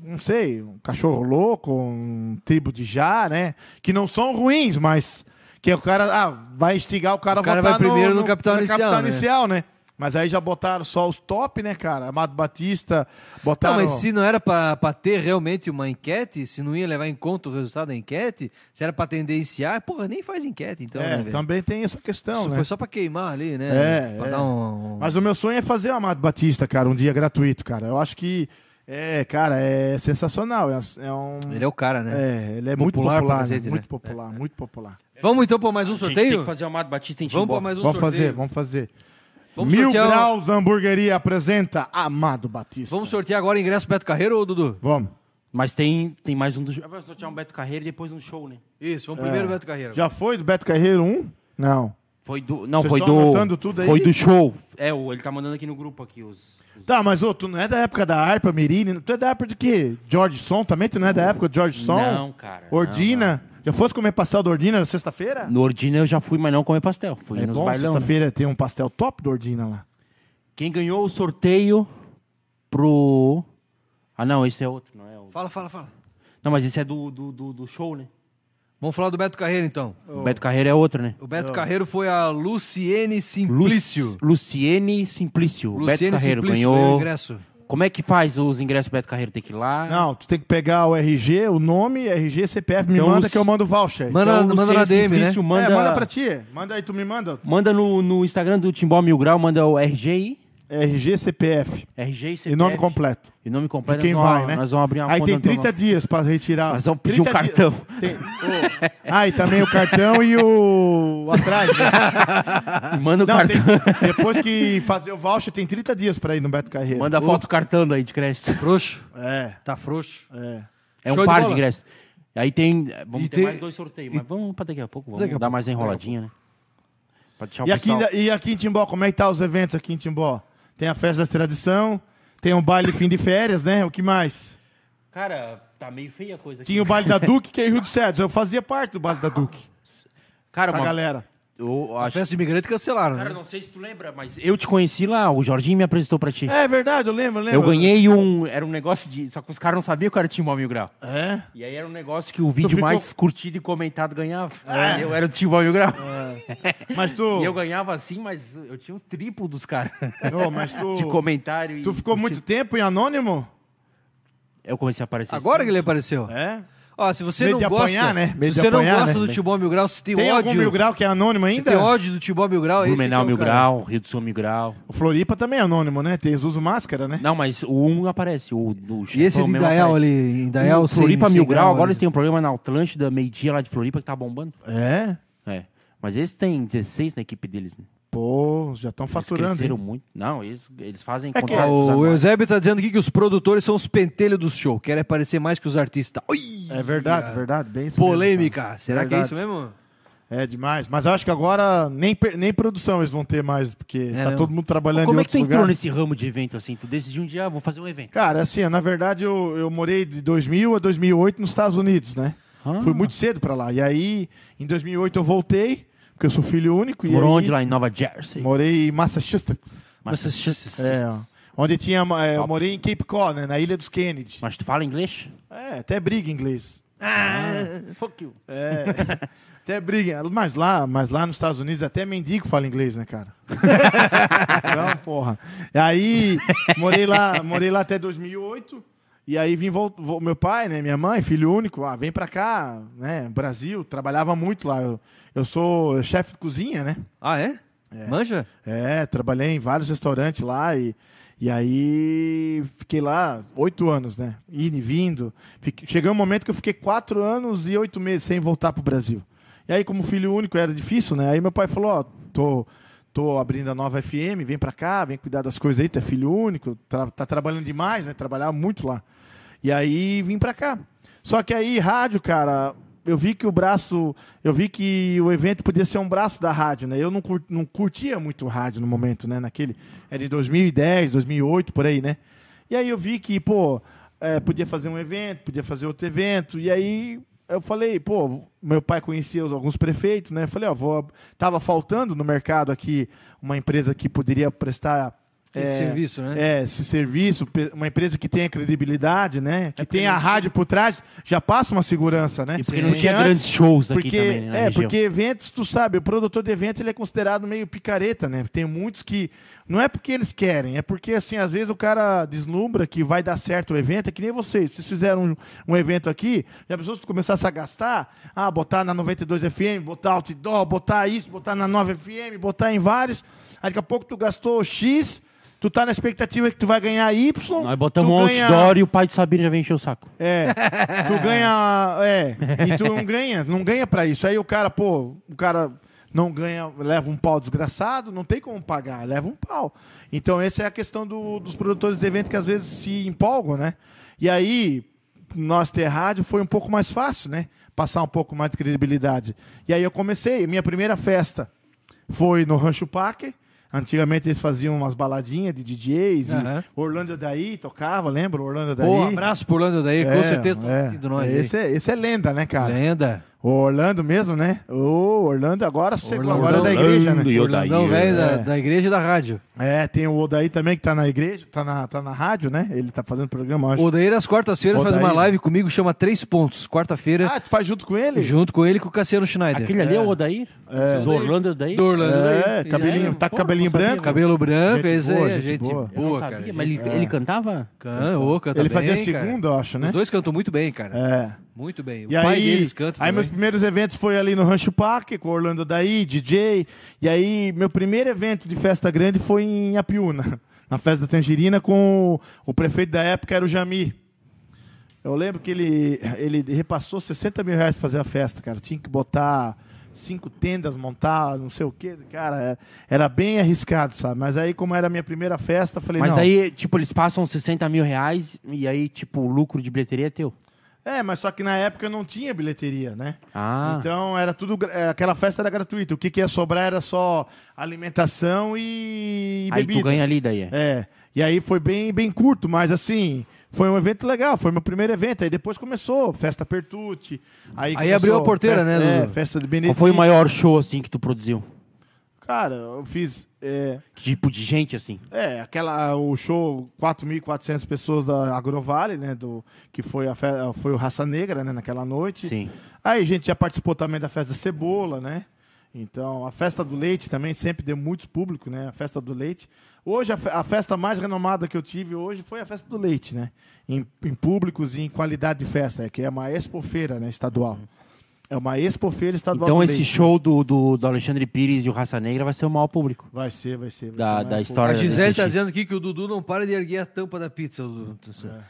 não sei, um cachorro louco, um tribo de já, né? Que não são ruins, mas que o cara ah, vai instigar o cara
O cara
a votar
vai primeiro no capital
na
inicial,
capital
né?
inicial, né? Mas aí já botaram só os top, né, cara? Amado Batista,
Não,
botaram
Tá,
É,
mas se não era pra pra ter realmente uma enquete, se não ia levar em conta o resultado da enquete, se era pra tendenciar, porra, nem faz enquete, então, né,
é,
velho?
também tem essa questão,
Isso
né?
foi só pra queimar ali, né?
É,
pra
é.
dar um... um-
Mas o meu sonho é fazer o Amado Batista, cara, um dia gratuito, cara. Eu acho que, é, cara, é sensacional. É, é um.
Ele é o cara, né?
É, ele é muito
Popular
popular,
pra
né?
cacete, né?
muito popular, muito popular.
Vamos então pra mais um
A gente tem
sorteio?
que fazer o Amado Batista em
Vamos pra
Timbó.
mais um
vamos
sorteio.
fazer, vamos fazer.
Vamos
Mil
sortear o-
Graus Hamburgueria apresenta Amado Batista.
Vamos sortear agora o ingresso Beto Carreiro ou Dudu?
Vamos.
um. Mas tem, tem mais um do... Vai sortear um Beto Carreiro e depois um show, né?
Isso, vamos primeiro Beto Carreiro.
É. Já foi do Beto Carreiro 1? Não.
Foi do... Não,
Vocês
foi
tão
do...
anotando tudo aí?
Foi do show. É, o- ele tá mandando aqui no grupo aqui os... os-
Tá, mas ô, tu não é da época da Harpa, Mirini? Tu é da época de quê? George Son também? Tu não é da época de George Son?
Não, cara, não,
Ordina? Já fosse comer pastel do Ordina na sexta-feira?
No Ordina eu já fui, mas não comer pastel. Fui
É
nos
bom,
bailão. né?
sexta-feira tem um pastel top do Ordina lá.
Quem ganhou o sorteio pro... Ah, não, esse é outro, não é o...
Fala, fala, fala.
Não, mas esse é do, do, do, do show, né?
Vamos falar do Beto Carreiro, então.
Oh.
O Beto Carreiro é outro, né?
O Beto Carreiro foi a Luciene
Lu-
Simplício.
Luciene Simplício. O Beto
Luciene
Carreiro
Simplício ganhou o
ganhou.
ingresso.
Como é que faz os ingressos do Beto Carreiro? Tem que ir lá.
Não, tu tem que pegar o RG, o nome, RG, CPF, me
Então,
manda
os-
que eu mando o voucher.
Manda,
o
manda
Luciene
na DM, né?
Simplício Manda,
É, manda pra ti. Manda aí, tu me manda.
manda no, no Instagram do Timbó Mil Grau, manda o RGI.
RG, CPF.
RGI CPF,
E nome completo.
E nome
De
completo.
quem
nós,
vai,
vamos-
né?
Nós vamos abrir uma
Aí
conta
tem
no teu
30 dias pra retirar.
Nós vamos pedir o
30
cartão.
dias. Tem- Ô. Ah, e também o cartão e o atrás. né?
nome. Manda o
Não,
cartão.
tem- Depois que fazer o voucher, tem 30 dias pra ir no Beto Carreiro.
Manda a foto do cartão daí de crédito.
Frouxo.
É,
Tá frouxo.
é.
É um
Show de
par de,
bola.
ingressos. Aí tem. Vamos
E
ter
tem-
mais dois sorteios, mas vamos pra daqui a pouco. Vamos
Daqui a
dar
pouco,
mais uma
daqui a
enroladinha, né? Pra deixar o
E aqui,
pessoal...
ainda- e aqui em Timbó, como é que tá os eventos aqui em Timbó? Tem a festa da tradição, tem o baile fim de férias, né? O que mais?
Cara, tá meio feia a coisa aqui.
Tinha o baile da Duque, que é em Rio dos Cedros. Eu fazia parte do baile da Duque,
Cara,
pra
uma...
galera.
eu
A
acho...
festa de imigrante cancelaram,
Cara,
né?
não sei se tu lembra, mas eu te conheci lá, o Jorginho me apresentou pra ti.
É verdade, eu lembro, eu lembro.
eu ganhei um... Era um negócio de... Só que os caras não sabiam que eu era Timbó Mil Grau.
É?
E aí era um negócio que o vídeo
ficou-
mais curtido e comentado ganhava.
É.
Eu era do Timbó Mil Grau.
Mas tu...
E eu ganhava assim, mas eu tinha um triplo dos caras.
É.
Ô, mas tu...
De comentário.
Tu
e-
ficou muito tempo em anônimo?
Eu comecei a aparecer.
Agora que
assim.
ele apareceu.
É.
Ó, se você
Meio
não
de
gosta,
apanhar, né? Meio
se
de
você não
apanhar,
gosta
né?
do Tibó Mil Grau, se tem,
Tem
ódio,
algum mil grau que é anônimo
se
ainda?
tem ódio do Tibó Mil Grau, esse
Blumenau
que é o
Mil
cara.
Grau, Rio do Sul Mil Grau.
O Floripa também é anônimo, né? Eles usam máscara, né?
Não, mas o um aparece. O do
E esse de Indaial ali, Indaial sem-
Floripa
sem
Mil Grau, agora
ali.
eles têm um programa na Atlântida, meio-dia lá de Floripa, que tá bombando.
É.
É. Mas eles têm 16 na equipe deles, né?
Pô, já estão
Eles
faturando.
cresceram
hein? É
muito. Não, eles, eles fazem
que-
contratos
Ó, O
anuais.
Eusébio tá dizendo aqui que os produtores são os pentelhos do show, querem aparecer mais que os artistas. Ui!
É verdade, verdade. Bem isso mesmo,
Polêmica. Será que é
Verdade.
isso mesmo?
cara. é demais. Mas eu acho que agora nem, per- nem produção eles vão ter mais, porque tá
mesmo?
todo mundo trabalhando
É, Como
em
é que tu
outros
entrou
lugares.
nesse ramo de evento assim? Tu decidiu um dia, ah, vou fazer um evento.
Cara, assim, na verdade eu, eu morei de 2000 a 2008 nos Estados Unidos, né?
Ah.
Fui muito cedo pra lá. E aí, em 2008 eu voltei, porque eu sou filho único. e
Morou
aí
onde lá em Nova Jersey?
Morei em Massachusetts.
Massachusetts.
É, ó. onde tinha. é, eu morei em Cape Cod, né? Na ilha dos Kennedy.
Mas tu fala inglês?
É, até briga em inglês.
Fuck you.
É. até briga. Mas lá, mas lá nos Estados Unidos até mendigo fala inglês, né, cara? Não, porra. E aí, morei lá, morei lá até 2008. E aí vim vol- vol- meu pai, né, minha mãe, filho único, ah, vem pra cá, né, Brasil, trabalhava muito lá. Eu, eu sou chefe de cozinha, né?
Ah, é? Manja?
É, trabalhei em vários restaurantes lá e, e aí fiquei lá oito anos, né? Indo e vindo. Fique, cheguei um momento que eu fiquei quatro anos e oito meses sem voltar pro Brasil. E aí, como filho único, era difícil, né? Aí meu pai falou, ó, tô, tô abrindo a nova FM, vem pra cá, vem cuidar das coisas aí, tu é filho único, tra- tá trabalhando demais, né? Trabalhava muito lá. E aí vim pra cá. Só que aí, rádio, cara, eu vi que o braço. Eu vi que o evento podia ser um braço da rádio, né? Eu não, cur- não curtia muito rádio no momento, né? Naquele. Era de 2010, 2008, por aí, né? E aí eu vi que, pô, é, podia fazer um evento, podia fazer outro evento. E aí eu falei, pô, meu pai conhecia os- alguns prefeitos, né? Eu falei, ó, vou. Tava faltando no mercado aqui uma empresa que poderia prestar.
Esse serviço, né?
É, esse serviço, pe- uma empresa que tenha credibilidade, né? Que tenha a rádio por trás, já passa uma segurança, né?
É E porque não tinha grandes shows aqui
porque,
também, né, na
É,
região.
porque eventos, tu sabe, o produtor de eventos ele é considerado meio picareta, né? Tem muitos que. Não é porque eles querem, é porque, assim, às vezes o cara deslumbra que vai dar certo o evento, é que nem vocês. Vocês fizeram um, um evento aqui, já pensou se tu começasse a gastar? Ah, botar na 92 FM, botar outdoor, botar isso, botar na 9 FM, botar em vários. Aí daqui a pouco tu gastou X. Tu tá na expectativa que tu vai ganhar Y.
Nós botamos
tu
um
ganha-
outdoor e o pai de Sabino já vem encher o saco.
é. Tu ganha. É. E tu não ganha, não ganha pra isso. Aí o cara, pô, o cara não ganha, leva um pau desgraçado, não tem como pagar, leva um pau. Então, essa é a questão do- dos produtores de evento que às vezes se empolgam, né? E aí, nós ter rádio foi um pouco mais fácil, né? Passar um pouco mais de credibilidade. E aí eu comecei, minha primeira festa foi no Rancho Packer. Antigamente eles faziam umas baladinhas de DJs. e
Aham.
Orlando daí tocava, lembra? Orlando daí.
Pô, um abraço pro Orlando daí, com
Tá É,
certeza tá
é.
assistindo nós aí.
Esse é, esse é lenda, né, cara?
Lenda.
O Orlando mesmo, né? O Orlando agora chegou, agora é da
Orlando
igreja, né?
e Odair.
Orlandão, velho, da,
é.
da igreja e da rádio.
É, tem o Odaí também que tá na igreja, tá na, tá na rádio, né? Ele tá fazendo programa, eu acho.
O Odair, às quartas-feiras, faz uma
Odair.
live comigo, chama Três Pontos. Quarta-feira,
Ah, tu faz junto com ele?
junto com ele e com o Cassiano Schneider.
Aquele ali é o Odair? É. Do Orlando é o Odair?
Do Orlando
É,
daí.
cabelinho, tá com
Porra,
cabelinho
não sabia, velho.
branco.
Cabelo branco,
Gente
esse
boa,
aí, é
gente
gente
boa.
boa,
Eu não sabia,
cara.
mas
gente
ele, ele cantava?
Can, ô, canta
Ele
bem,
fazia
cara.
segunda, eu acho, né?
Os dois cantam muito bem, cara.
É.
Muito bem. O
E
pai
aí,
deles canta
aí meus
também.
primeiros eventos foi ali no Rancho Parque, com o Orlando Daí, DJ. E aí, meu primeiro evento de festa grande foi em Apiúna, na festa da Tangerina, com o, o prefeito da época, era o Jami. Eu lembro que ele, ele repassou 60 mil reais pra fazer a festa, cara. Tinha que botar cinco tendas, montar, não sei o quê. Cara, era, era bem arriscado, sabe? Mas aí, como era a minha primeira festa, eu falei,
Mas
não.
daí, tipo, eles passam 60 mil reais e aí, tipo, o lucro de bilheteria é teu.
É, mas só que na época não tinha bilheteria, né?
Ah,
Então era tudo. gra- é, Aquela festa era gratuita. O que, que ia sobrar era só alimentação e, e
aí
bebida.
tu ganha ali daí. é.
É. E aí foi bem, bem curto, mas assim. Foi um evento legal, foi meu primeiro evento. Aí depois começou Festa Pertucci. Aí, começou
abriu a porteira,
festa-
né,
É,
Dudu?
festa de
Qual
Benedito.
foi o maior show, assim, que tu produziu?
Cara, eu fiz. É,
Que tipo de gente, assim?
é, aquela, o show 4.400 pessoas da Agrovale, né? Do, que foi, a fe- foi o Raça Negra, né? Naquela noite.
Sim.
Aí a gente já participou também da festa Cebola, né? Então, a festa do leite também sempre deu muitos público, né? A festa do leite. Hoje, a, fe- a festa mais renomada que eu tive hoje foi a festa do leite, né? Em, em públicos e em qualidade de festa, né? que é uma expofeira né? estadual. É uma expofeira estadual.
Então
do
esse
leite.
show do, do, do Alexandre Pires e o Raça Negra vai ser o maior público.
Vai ser, vai ser. Vai
Da-
ser,
da
né?
A
história.
Gisele
Olha,
tá dizendo aqui que o Dudu não para de erguer a tampa da pizza. Dudu.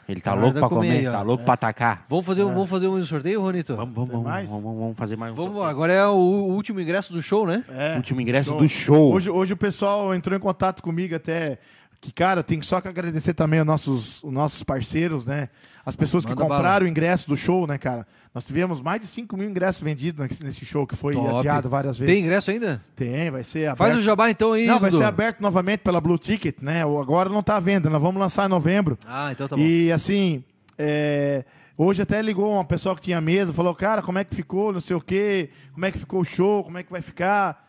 Ele tá
Agora
louco
dá
pra
comer
comer,
aí, ó.
tá louco pra atacar.
Vamos fazer,
É.
um- vamos fazer um sorteio, Ronito?
Vamos, vamos,
Tem
vamos,
mais?
vamos, vamos fazer mais um
Vamos,
sorteio.
agora é o último ingresso do show, né?
É.
Último ingresso
Show.
do show.
Hoje, hoje o pessoal entrou em contato comigo até. Que, cara, tem só que agradecer também aos nossos, os nossos parceiros, né? As pessoas
Manda
que
bala.
compraram o ingresso do show, né, cara? Nós tivemos mais de 5 mil ingressos vendidos nesse- nesse show, que foi
Top.
adiado várias vezes.
Tem ingresso ainda?
Tem, vai ser aberto.
Faz o jabá então aí,
Não, vai
Dudu.
ser aberto novamente pela Blue Ticket, né? O- Agora não tá à venda, nós vamos lançar em novembro.
Ah, então tá bom.
E assim, é, hoje até ligou uma pessoa que tinha mesa, falou, cara, como é que ficou, não sei o quê, como é que ficou o show, como é que vai ficar.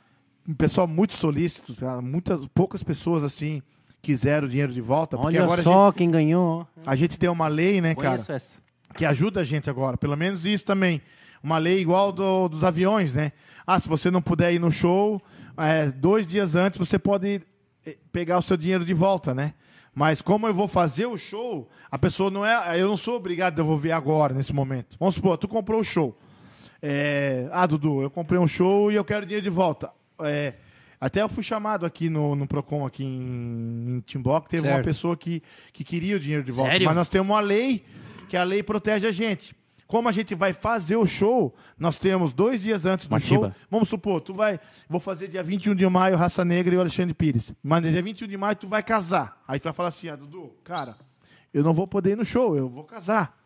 Um pessoal muito solícito, tá? muitas poucas pessoas assim quiseram o dinheiro de volta, porque
Olha
agora
só quem ganhou.
a, gente, a gente tem uma lei, né, cara,
Conheço essa.
que ajuda a gente agora, pelo menos isso também. Uma lei igual do- dos aviões, né? Ah, se você não puder ir no show, é, dois dias antes você pode eh, pegar o seu dinheiro de volta, né? Mas como eu vou fazer o show, a pessoa não é. Eu não sou obrigado a devolver agora, nesse momento. Vamos supor, tu comprou o show. É, ah, Dudu, eu comprei um show e eu quero dinheiro de volta. É, até eu fui chamado aqui no, no Procon, aqui em, em Timbó, que teve uma
Certo.
pessoa que, que queria o dinheiro de volta.
Sério?
Mas nós temos uma lei, que é a lei protege a gente. Como a gente vai fazer o show, nós temos dois dias antes do
Matiba.
show. Vamos supor, tu vai. Vou fazer dia 21 de maio Raça Negra e o Alexandre Pires. Mas dia 21 de maio tu vai casar. Aí tu vai falar assim, ah, Dudu, cara, eu não vou poder ir no show, eu vou casar.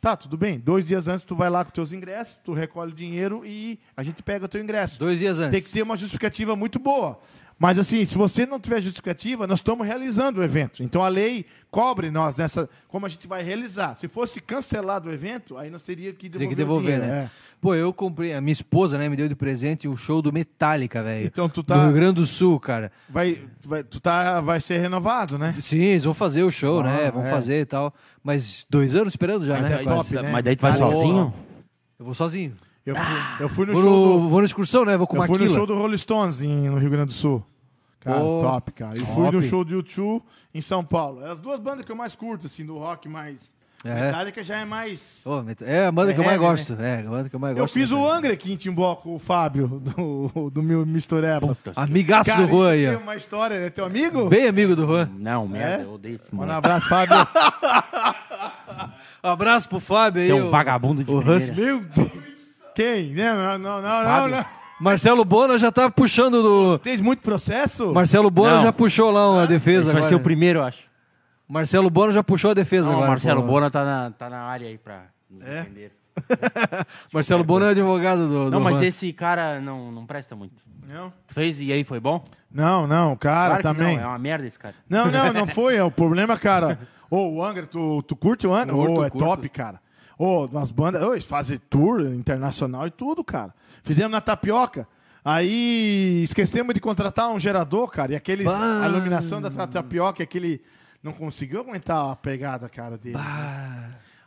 Tá, tudo bem. Dois dias antes tu vai lá com teus ingressos, tu recolhe o dinheiro e a gente pega teu ingresso.
Dois dias antes.
Tem que ter uma justificativa muito boa. Mas assim, se você não tiver justificativa, nós estamos realizando o evento. Então a lei cobre nós nessa como a gente vai realizar. Se fosse cancelado o evento, aí nós teríamos que devolver,
Tem que devolver,
o dinheiro.
né?
É.
Pô, eu comprei, a minha esposa, né, me deu de presente um show do Metallica, velho.
Então tu
Do
tá
Rio Grande do Sul, cara.
vai, vai tu tá vai ser renovado, né?
Sim, eles vão fazer o show, né?
Ah,
Vão
é.
fazer e tal. Mas dois anos esperando já,
Mas
né?
é
quase.
top, né?
Mas daí tu vai
Cara,
sozinho?
Eu vou sozinho.
Eu fui,
Ah,
eu fui no
Vou,
show do,
no, vou na excursão, né? Vou com
eu
uma
fui no
quila.
show do Rolling Stones em- no Rio Grande do Sul. Cara,
Pô,
top, cara. E fui
top.
no show do YouTube em São Paulo. É as duas bandas que eu mais curto assim do rock, mais
É.
Metallica já é mais
Ô, Met- é a banda
É
que eu mais
heavy,
gosto. É, a banda que eu mais
Eu
gosto.
fiz
né,
o
cara?
Angra aqui em Timbó com o Fábio, do, do meu Mr. Epas.
Puta,
Amigaço do
isso
Juan aí,
tem
ó.
uma história, é teu amigo?
Bem amigo do Juan.
Não, um merda,
É?
eu odeio esse
Manda um
mano.
abraço, Fábio.
Abraço pro Fábio aí.
Você é um
o-
vagabundo de
o
primeira.
Husky.
Meu Deus. Quem? Né? Não, não, não, não,
Fábio?
não.
Marcelo Bona já tá puxando do.
Tens muito processo?
Marcelo Bona
Não.
já puxou lá uma
Esse
defesa
vai
agora.
ser o primeiro, eu acho.
Marcelo Bona já puxou a defesa
Não, o
agora.
Marcelo
pô.
Bona tá na, tá na área aí pra nos defender.
Marcelo Bona é o advogado do. do
Não, mas
Juan.
esse cara não, não presta muito.
Não,
Fez e aí foi bom?
não, não cara,
que
também.
não, é uma merda esse cara.
Não, não, não foi. É o problema, cara. Ô, o Angra, tu, tu curte o Angra?
Curto,
Ô, é
curto.
top, cara. Ô, umas bandas. Ô, eles fazem tour internacional e tudo, cara. Fizemos na tapioca. Aí esquecemos de contratar um gerador, cara. E aqueles.
Bah.
A iluminação da ta- tapioca, aquele. Não conseguiu aguentar a pegada, cara, dele.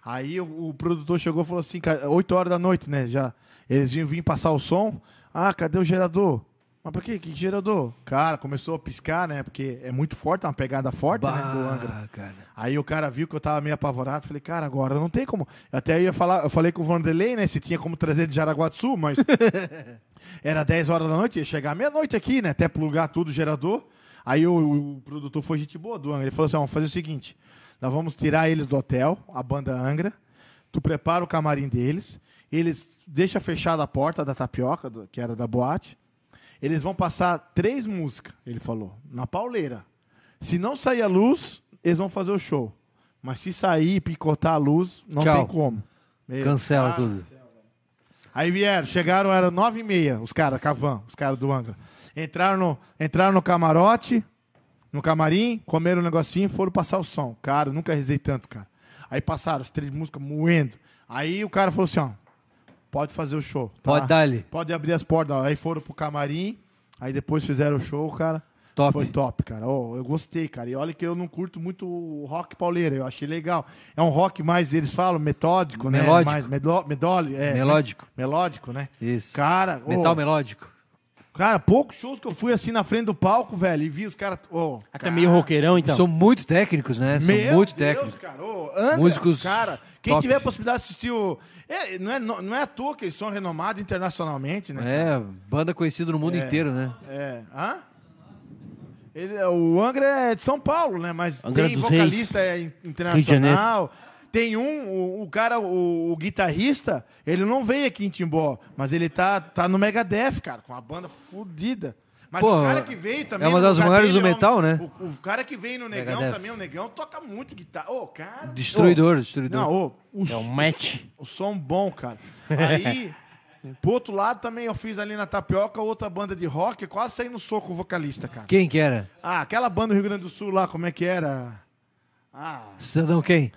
Aí o, o produtor chegou e falou assim, cara, 8 horas da noite, né? Já. Eles iam vir passar o som. Ah, cadê o gerador? Mas por quê? Que gerador? Cara, começou a piscar, né? Porque é muito forte, é uma pegada forte, né? Do Angra.
Bah, cara.
Aí o cara viu que eu tava meio apavorado, falei, cara, agora não tem como. Eu Até ia falar, eu falei com o Vanderlei, né? Se tinha como trazer de Jaraguá do Sul, mas era 10 horas da noite, ia chegar meia-noite aqui, né? Até plugar tudo, o gerador. Aí o, o produtor foi gente boa do Angra. Ele falou assim: ó, vamos fazer o seguinte: nós vamos tirar eles do hotel, a banda Angra. Tu prepara o camarim deles. Eles deixa fechada a porta da tapioca, do- que era da boate. Eles vão passar três músicas, ele falou, na pauleira. Se não sair a luz, eles vão fazer o show. Mas se sair e picotar a luz, não
Tchau.
tem como. Meia.
Cancela tudo.
Aí vieram, chegaram, era nove e meia, os caras, Cavan, os caras do Angra. Entraram no, entraram no camarote, no camarim, comeram um negocinho e foram passar o som. Cara, eu nunca rezei tanto, cara. Aí passaram as três músicas moendo. Aí o cara falou assim, ó, pode fazer o show. tá?
Pode dar-lhe.
Pode abrir as portas. Aí foram pro camarim, aí depois fizeram o show, cara.
Top.
Foi top, cara. Ô, eu gostei, cara. E olha que eu não curto muito o rock pauleira. Eu achei legal. É um rock mais, eles falam, metódico,
Melódico.
né? Mais medlo, medole, é,
Melódico.
Melódico, né?
Isso.
Cara, ô,
Metal melódico.
cara, poucos shows que eu fui assim na frente do palco, velho, e vi os caras. ô,
Até meio roqueirão, então.
São muito técnicos, né? São
meu
muito
Deus,
técnicos.
cara, ô, André,
Músicos
Cara, quem
top.
tiver a possibilidade de assistir o. É, não, é, no- não é à toa que eles são renomados internacionalmente, né?
É, banda conhecida no mundo inteiro, né?
É. Hã? Ele- o Angra é de São Paulo, né? Mas
Angra
tem
dos
vocalista é in-
de Janeiro.
internacional. Tem um, o, o cara, o, o guitarrista, ele não veio aqui em Timbó, mas ele tá, tá no Megadeth, cara, com uma banda fodida. Mas
Pô,
o cara que veio também.
é uma
no
das
lugar
maiores do
dele, é um-
metal, né?
O, o cara que veio no Negão
Megadeth.
também, o Negão toca muito guitarra. Ô, cara.
Destruidor,
ô,
destruidor.
não, ô, o
É um match.
o som bom, cara. Aí, pro outro lado também eu fiz ali na Tapioca outra banda de rock, quase saí no soco o vocalista, cara.
Quem que era?
Ah, aquela banda do Rio Grande do Sul lá, como é que era? Ah,
Cidadão quem?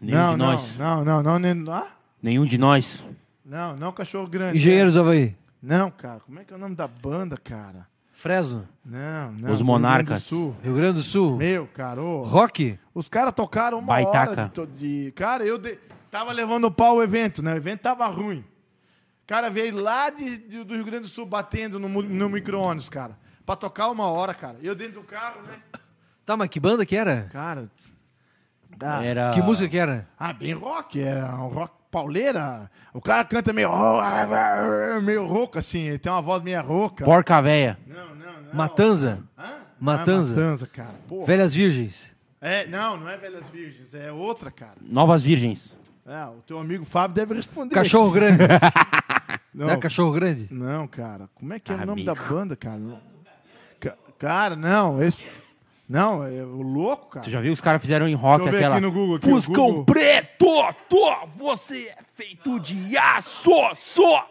Nenhum
não,
de
não,
nós.
não, não, não, não, ah,
Nenhum de nós.
não, não, cachorro grande.
Engenheiros do Havaí.
Não, cara, como é que é o nome da banda, cara?
Fresno.
Não, não.
Os
do
Monarcas.
Rio Grande do Sul.
Rio Grande do Sul.
Meu, cara, ô.
Rock?
Os caras tocaram uma
Baitaca.
hora de, to- de- Cara, eu de- tava levando pau o evento, né? O evento tava ruim. O cara veio lá de, de- do Rio Grande do Sul batendo no, mu- no micro-ônibus, cara. Pra tocar uma hora, cara. Eu dentro do carro, né?
Tá, mas que banda que era?
Cara. Ah,
Era...
Que música que era?
ah, bem rock, era um rock pauleira. O cara canta meio. meio rouco, assim. Ele tem uma voz meio rouca.
Porca véia.
Não, não, não.
Matanza?
Hã?
Matanza.
Ah, Matanza, cara. Porra.
Velhas Virgens.
É, não, não é Velhas Virgens, é outra, cara.
Novas Virgens.
É, o teu amigo Fábio deve responder.
Cachorro Grande.
Não,
Não é Cachorro Grande?
Não, cara. Como é que é o nome
Amigo.
da banda, cara? Não. Ca- Cara, não. Esse... Não, é o louco, cara.
Tu já viu? Os caras fizeram em rock
Deixa eu ver
aquela...
aqui no Google, aqui no
Fuscão
Google.
preto, tô, você é feito de aço, só.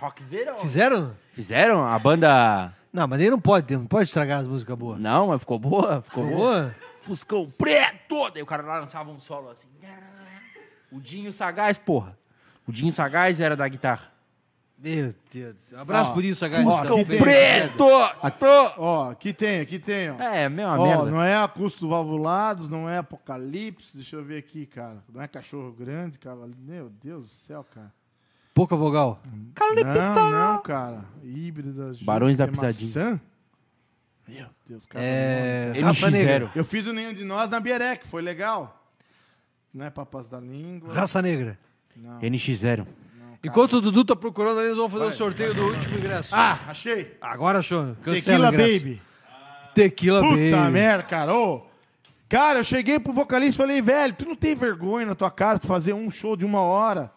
Rockzeira? ó.
Fizeram?
Fizeram? A banda...
Não, mas daí não pode, não pode estragar as músicas boas.
Não, mas ficou boa, ficou boa.
Boa?
Fuscão preto! Daí o cara lá lançava um solo assim. O Dinho Sagaz, porra. O Dinho Sagaz era da guitarra.
Meu Deus. do céu. Abraço
Ó,
por isso, HL.
Fusca
Também.
o Bem,
Preto! Tô.
Ó, aqui tem, aqui tem, ó.
É, meu, uma
ó,
merda.
não é Acústico Valvulados, não é Apocalipse, deixa eu ver aqui, cara. Não é Cachorro Grande, cara. Meu Deus do céu, cara.
Pouca vogal.
Não, não, cara. Híbrida. Ju-
Barões da
é
Pisadinha.
maçã? Meu Deus, cara.
É... Raça Negra.
NX0.
Eu fiz o Nenhum de Nós na Bierec, foi legal. Não é Papas da Língua.
Raça Negra.
NX0.
Enquanto o Dudu tá procurando, eles vão fazer o sorteio do último ingresso.
Ah, achei.
Agora show. Cancela
Tequila
o ingresso.
Baby.
Tequila
Puta
Baby.
merda, cara. Ô, cara, eu cheguei pro vocalista e falei, velho, tu não tem vergonha na tua cara de fazer um show de uma hora?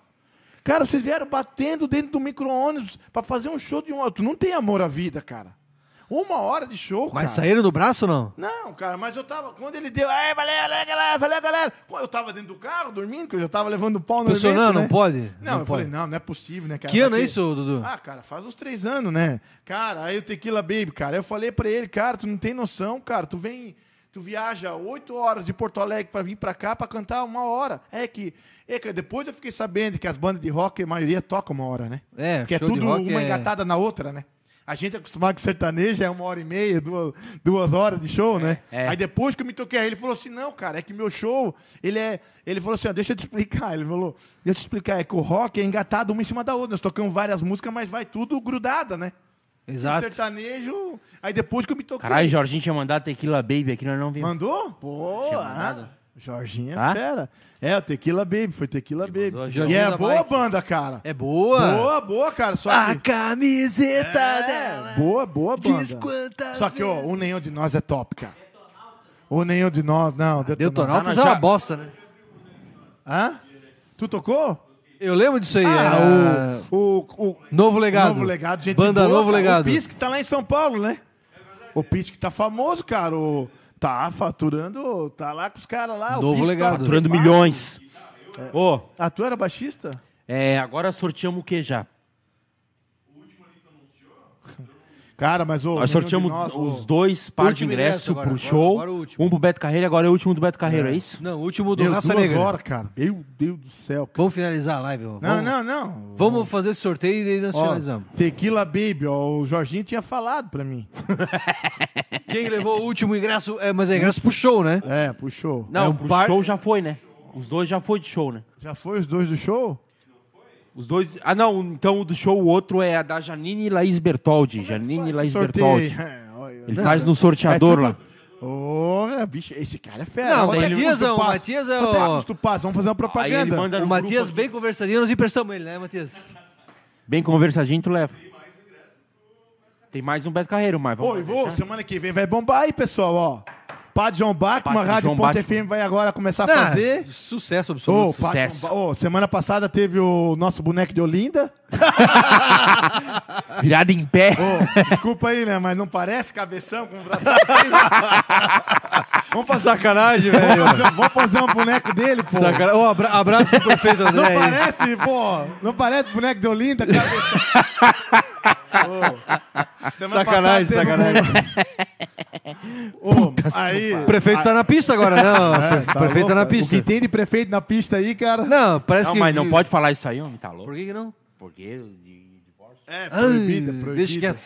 Cara, vocês vieram batendo dentro do micro-ônibus pra fazer um show de uma hora. Tu não tem amor à vida, cara. Uma hora de show, cara.
Mas saíram do braço ou não?
Não, cara, mas eu tava. Quando ele deu. Ei, valeu, valeu, galera, valeu, galera. Eu tava dentro do carro dormindo, que eu já tava levando pau no
Pessoal, não,
evento,
não
né?
pode.
Não, eu falei, não, não é possível, né, cara?
Que ano é
Vai ter-
isso, Dudu?
ah, cara, faz uns três anos, né? Cara, aí o Tequila Baby, cara, eu falei pra ele, cara, tu não tem noção, cara, tu vem, tu viaja oito horas de Porto Alegre pra vir pra cá pra cantar uma hora. É que, é que depois eu fiquei sabendo que as bandas de rock, a maioria toca uma hora, né?
É,
Porque é
show de
tudo
rock
uma
é-
engatada na outra, né? A gente é acostumado com sertanejo, é uma hora e meia, duas, duas horas de show, né?
é.
Aí depois que eu me toquei, aí ele falou assim, não, cara, é que meu show, ele é... Ele falou assim, ó, deixa eu te explicar. Ele falou, deixa eu te explicar, é que o rock é engatado uma em cima da outra. Nós tocamos várias músicas, mas vai tudo grudada, né? O
Exato.
sertanejo... Aí depois que eu me toquei...
Caralho, Jorginho tinha mandado Tequila Baby aqui, nós não vimos.
Mandou? Pô,
Tinha
ah,
mandado?
Jorginho é
Ah?
fera. É, o Tequila Baby, foi Tequila Baby.
mandou,
e
Jorginho
é
da
boa a
Mike.
banda, cara.
É boa. Ah,
Boa, boa, cara. Só
A
que...
camiseta
É.
dela.
Boa, boa banda.
Diz quantas
Só que, ó, o Nenhum de Nós é top, cara. O Nenhum de Nós, não.
Tá
Detonautas é
Ah, não,
uma
já-
bosta, né?
Hã? Tu tocou?
Eu lembro disso aí.
Ah,
era...
o, o, o
Novo Legado.
Novo Legado, gente
Banda
boa,
Novo
cara.
Legado.
O Pisque tá lá em São Paulo, né? O Pisque tá famoso, cara. O... Tá faturando, tá lá com os caras lá. o
Novo
Pisque tá
Legado.
Faturando
faturando
milhões. É. Ô,
A tua era baixista?
é, agora sorteamos o que já?
Cara, mas o.
Nós sorteamos os dois par de
Último
ingresso
ingresso
agora,
pro
agora-
show.
agora o último.
um pro Beto Carreiro, agora é o último do Beto Carreiro, é, isso?
Não, o último do
Deu
Raça
duas
Negra.
horas,
né?
cara. Meu Deus do céu. cara.
Vamos finalizar a live. ó.
Não,
vamos,
não, não.
Vamos fazer esse sorteio e daí nós
Ó,
finalizamos.
Tequila Baby, ó, o Jorginho tinha falado pra mim.
Quem levou o último ingresso, é, mas é ingresso pro show, né?
É, puxou.
Não,
É um
pro
par-
show já foi, né? Os dois já foi de show, né?
Já foi os dois do show?
Os dois. Ah, não, então o do show, o outro é a da Janine e Laís Bertoldi. Janine e Laís Bertoldi.
É, olha,
Ele faz no sorteador
É
lá.
Ô, bicho, esse cara é fera.
Não,
Quanto
o
é que
Matias
custa
é o-
passe?
Matias é
Quanto
o-
que custa o passe? Vamos fazer uma
Aí ele
propaganda.
manda no
O
um grupo
Matias,
aqui.
bem conversadinho, nós emprestamos ele, né, Matias?
Bem conversadinho, tu leva. Tem mais um Beto Carreiro, mas vamos.
Oi,
lá,
vou,
tá?
semana que vem vai bombar aí, pessoal, ó. Padre João Bachmann,
Padre
Rádio
João
Ponto
Bachmann.
FM vai agora começar a fazer.
Ah, Sucesso
Ô,
absoluto.
Padre
sucesso.
João Ba- ô, semana passada teve o nosso boneco de Olinda.
Virado em pé.
Ô, desculpa aí, né? Mas não parece cabeção com o braço assim, né? Vamos fazer,
Sacanagem,
vamos fazer- vamos fazer um boneco dele, pô.
Sacanagem. né? Ô, abra- abraço pro prefeito
Não
André. aí.
parece, pô. Não parece boneco de Olinda, cabeção. Ô, semana
Sacanagem,
passada teve um- Ô, aí,
O prefeito tá na pista agora, não. o pre- prefeito
Tá
tá
louco,
na
cara. O
pista.
que tem de prefeito na pista aí, cara?
Não, parece
Não,
que.
mas não pode falar isso aí, homem, tá
Por
louco?
que, que não?
Porque de divórcio.
É,
Ai, Deixa quieto.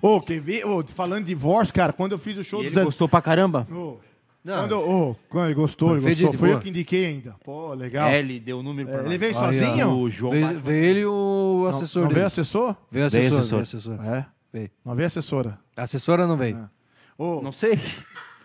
Ô, quem vê, ô, falando de divórcio, cara, quando eu fiz o show
E
do
ele
Zé...
gostou pra caramba.
Ô,
Ah.
Não.
Quando, eu- ô, quando ele gostou, ele
Prefeito
gostou.
de
Foi
boa.
eu que indiquei ainda. Pô, legal.
É, ele deu o número pra
É,
nós.
ele veio
ó.
sozinho?
O João
Veio,
Batman.
veio ele e o assessor
Não
dele.
veio assessor?
Veio
Veio
assessor,
assessor.
veio assessor.
É.
Veio.
Não veio assessora.
A assessora não
Ah.
veio.
Ô,
Não sei.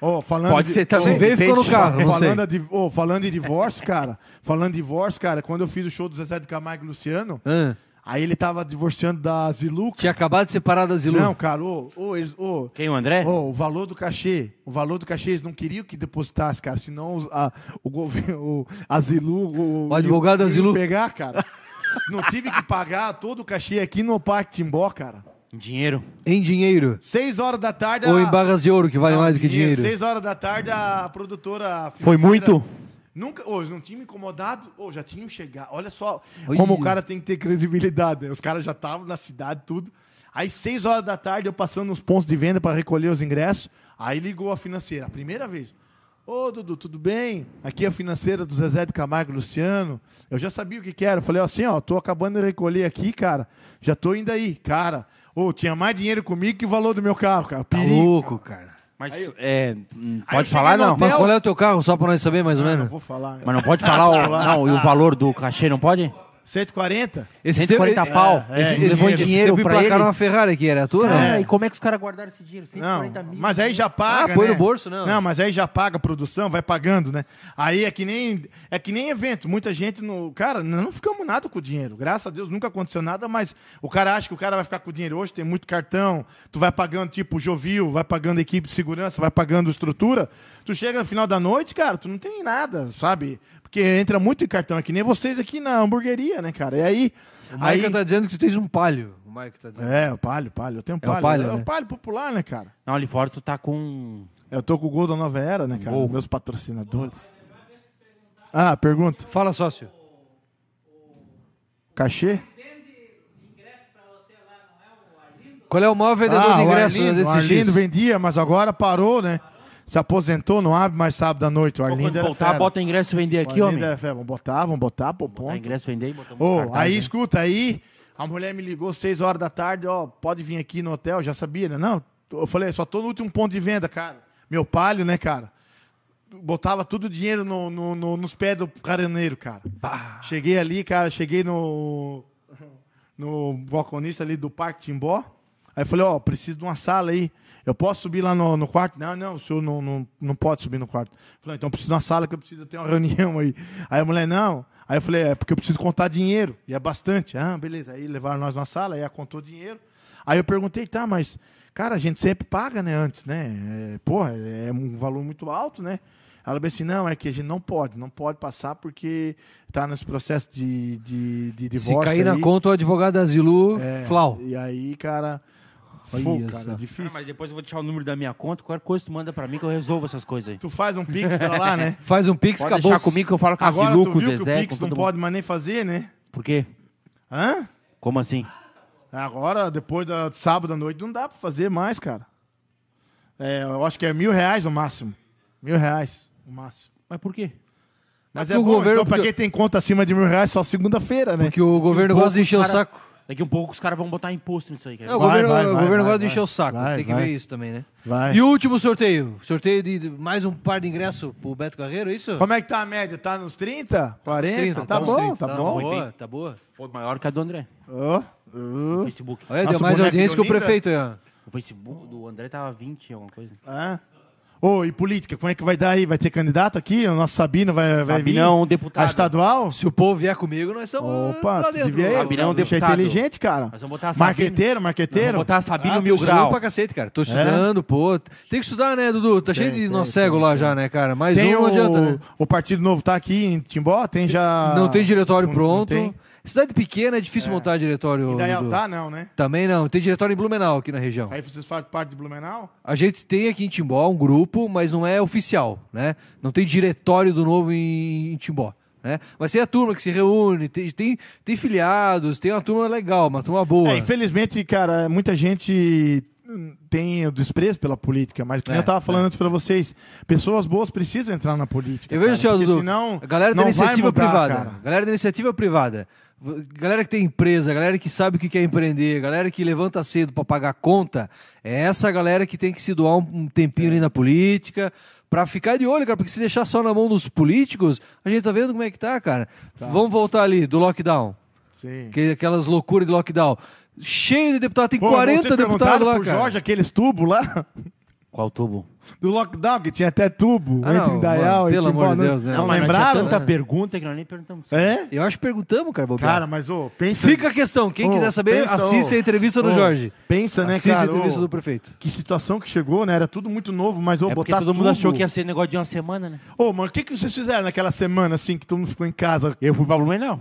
ô, falando
Pode
de-
ser
Se
também.
ô,
veio, ficou no
depende.
carro, não sei.
Falando, de, ô, falando de divórcio, cara. Falando de divórcio, cara, quando eu fiz o show do Zezé de Camargo e Luciano,
Hã?
aí ele tava divorciando da Zilu.
Tinha acabado de separar da Zilu.
Não, cara, ô, ô, eles, ô,
Quem, o
É.
André?
Ô, o valor do cachê, o valor do cachê, eles não queriam que depositasse, cara, senão os- a, o governo, o Azilu, o,
O advogado
iam- iam
Azilu.
pegar, cara. não tive que pagar todo o cachê aqui no Parque Timbó, cara.
Dinheiro.
Em dinheiro.
Seis horas da tarde.
Ou
a-
em barras de ouro, que vale
Não,
mais do que dinheiro.
Seis horas da tarde a produtora.
Foi
financeira-
muito?
Nunca, ô, eles não tinham me incomodado, ô, já tinham chegado. Olha só
Oi.
como o cara tem que ter credibilidade. né? Os caras já estavam na cidade, tudo. Aí, seis horas da tarde, eu passando nos pontos de venda para recolher os ingressos. Aí ligou a financeira, a primeira vez. Ô, Dudu, tudo bem? Aqui é a financeira do Zezé de Camargo e Luciano. Eu já sabia o que, que era. Eu falei assim, ó, tô acabando de recolher aqui, cara. Já tô indo aí, cara. Ô, tinha mais dinheiro comigo que o valor do meu carro, cara.
Tá
Perigo.
louco, cara.
Mas é, hum,
aí eu
pode falar,
cheguei no
não.
Mas
Hotel.
qual é o teu carro, só pra nós saber mais ou
Ah, não
menos?
vou falar.
Mas não pode falar o, não, e o valor do cachê, não pode?
140?
Esse
140
tempo-
pau.
é, Esse,
Não
esse,
levou em
esse
dinheiro
tempo
pra
é
emplacaram
eles.
uma Ferrari aqui, era a tua? não?
Cara, e como é que os caras guardaram esse dinheiro?
né? Não,
140 mil.
mas aí já paga.
Ah, põe
né?
no bolso, não.
Não, mas aí já paga a produção, vai pagando, né? Aí é que nem é que nem evento. Muita gente no. Cara, não ficamos nada com o dinheiro. Graças a Deus nunca aconteceu nada, mas o cara acha que o cara vai ficar com o dinheiro. Hoje tem muito cartão, tu vai pagando tipo Jovil, vai pagando equipe de segurança, vai pagando estrutura. Tu chega no final da noite, cara, tu não tem nada, sabe? Porque entra muito em cartão, é que nem vocês aqui na hamburgueria, né, cara? E aí.
O
aí...
Michael tá dizendo que tu tens um palio. O Michael tá dizendo.
É, o palho, palho. Eu tenho
É o
palho.
palio, né?
é o palho popular, né, cara?
Não, ali fora tu tá com.
Eu tô com o gol da nova era, né, cara?
Gol.
Meus patrocinadores. Ah, pergunta.
Fala, sócio.
Cachê?
Qual é o maior vendedor
ah,
de
o
ingressos
Arlindo,
desse
o Arlindo
X?
vendia, mas agora parou, né? Se aposentou, não abre mais sábado à noite. O
Pô,
Arlindo
Quando
era
voltar,
fera.
bota ingresso e vender
O
aqui,
Arlindo
homem.
era fera. Vamos botar, vamos botar, pô,
Botar
ponto.
ingresso, vender e botar
Ô,
cartaz,
aí
né?
escuta, aí a mulher me ligou seis horas da tarde, ó, pode vir aqui no hotel, já sabia, né? Não, eu falei, só tô no último ponto de venda, cara. Meu palho, né, cara? Botava tudo o dinheiro no, no- no- nos pés do careneiro, cara. Cheguei ali, cara, cheguei no, no balconista ali do Parque Timbó. Aí eu falei, ó, preciso de uma sala aí. Eu posso subir lá no, no quarto? Não, não, o senhor não, não, não pode subir no quarto. Eu falei, então eu preciso de uma sala que eu preciso ter uma reunião aí. Aí a mulher, não. Aí eu falei, é porque eu preciso contar dinheiro. E é bastante. Ah, beleza. Aí levaram nós na sala, aí ela contou dinheiro. Aí eu perguntei, tá, mas, cara, a gente sempre paga, né, antes, né? É, porra, é um valor muito alto, né? Ela disse assim, não, é que a gente não pode, não pode passar porque tá nesse processo de, de, de
Se
divórcio
cair na
aí."
conta, o advogado da Zilu,
É,
Flau.
E aí, cara,
Olha
Pô, cara, é
só.
difícil.
Cara, mas depois eu vou deixar o número da minha conta. Qualquer coisa tu manda pra mim que eu resolvo essas coisas aí.
Tu faz um pix pra lá, né?
Faz um pix,
Pode
acabou.
deixar comigo que eu falo com a
Agora
Zilu,
tu
com o
viu que o
Zezé, com
pix não
todo mundo.
pode mais nem fazer, né?
Por quê?
Hã?
Como assim?
Agora, depois da sábado à noite, não dá pra fazer mais, cara. É, eu acho que é mil reais o máximo. Mil reais o máximo.
Mas por quê?
Mas
Porque
é
o
bom,
governo-
então, pra quem tem conta acima de mil reais, só segunda-feira, né?
Porque o governo gosta de encher o
Cara,
saco.
Daqui um pouco os caras vão botar imposto nisso aí. Cara.
É, o
Vai,
governo,
vai,
o
vai,
governo
vai,
gosta de
vai.
encher o saco.
Vai,
Tem que
vai.
ver isso também, né?
Vai.
E o último sorteio. Sorteio de de mais um par de ingresso pro Beto Carreiro, é isso?
Como é que tá a média? Tá nos 30? 40?
30,
tá,
uns
bom,
30,
tá bom,
Tá boa, tá boa.
Foi maior que a do André.
Ó,
O
ó.
Facebook.
Olha,
Nossa,
deu
o
mais um-
boneco
audiência que o
do Olinda?
prefeito aí, ó.
O Facebook do André tava 20 e alguma coisa.
Hã? é. Ô, e política, como é que vai dar aí? Vai ter candidato aqui? O nosso Sabino vai, vai vir?
Sabinão, deputado.
A estadual?
Se o povo vier comigo, nós estamos
Opa,
lá
tu
dentro.
devia ir.
Sabinão,
Tu é
deputado.
inteligente, cara.
Nós vamos botar a Sabino.
Marqueteiro,
Nós vamos
marqueteiro.
botar a
Ah,
Sabino
tô
Mil
estudando
Grau.
pra cacete, cara. Tô estudando, pô. Tem que estudar, né, Dudu? Tá cheio de nó cego lá já, né, cara? Mais
Tem
um não adianta,
o,
né?
o Partido Novo tá aqui em Timbó? Tem já.
Não tem diretório
não- não
pronto.
tem.
Cidade pequena é difícil montar diretório.
E daí
Dudu.
tá, não, né?
Também não. Tem diretório em Blumenau aqui na região.
Aí vocês fazem parte de Blumenau?
A gente tem aqui em Timbó um grupo, mas não é oficial, né? Não tem diretório do novo em, em Timbó. Né? Mas tem a turma que se reúne, tem, tem, tem filiados, tem uma turma legal, uma turma boa.
É, infelizmente, cara, muita gente hum, tem o desprezo pela política, mas como
É,
eu tava falando antes pra vocês, pessoas boas precisam entrar na política.
Eu vejo
cara,
assim, ó,
porque
Dudu.
senão
a galera da
não vai
iniciativa
mudar,
privada.
cara.
Galera da iniciativa privada. v- Galera que tem empresa, galera que sabe o que quer empreender, galera que levanta cedo para pagar conta, é essa galera que tem que se doar um, um
É.
tempinho ali na política para ficar de olho, cara, porque se deixar só na mão dos políticos, a gente tá vendo como é que tá, cara. Vamos voltar ali do lockdown,
Sim.
que, aquelas loucuras de lockdown. Cheio de deputado, tem
Pô,
40
vocês
deputados
perguntaram
lá,
pro
cara.
Jorge aqueles tubos lá
Qual tubo?
do lockdown, que tinha até tubo
Ah,
entre
não,
Indaial
mano,
e
pelo
Timbó,
amor de
né?
Deus, né?
Não,
Não,
mas
lembraram?
Tinha tanta pergunta que nós nem perguntamos.
É?
Eu acho que perguntamos, cara, bobear.
Cara, mas ô, pensa.
Fica a questão, quem
Ô,
quiser saber,
pensa,
assiste
ô,
a entrevista do
ô,
Jorge.
Pensa, né,
Assiste a
cara?
entrevista
ô,
do prefeito.
Que situação que chegou, né? Era tudo muito novo, mas ô,
É porque
botar
todo mundo
tubo-
achou que ia ser negócio de uma semana, né?
Ô, mano, o que, que vocês fizeram naquela semana, assim, que todo mundo ficou em casa?
Eu fui pra Blumenau,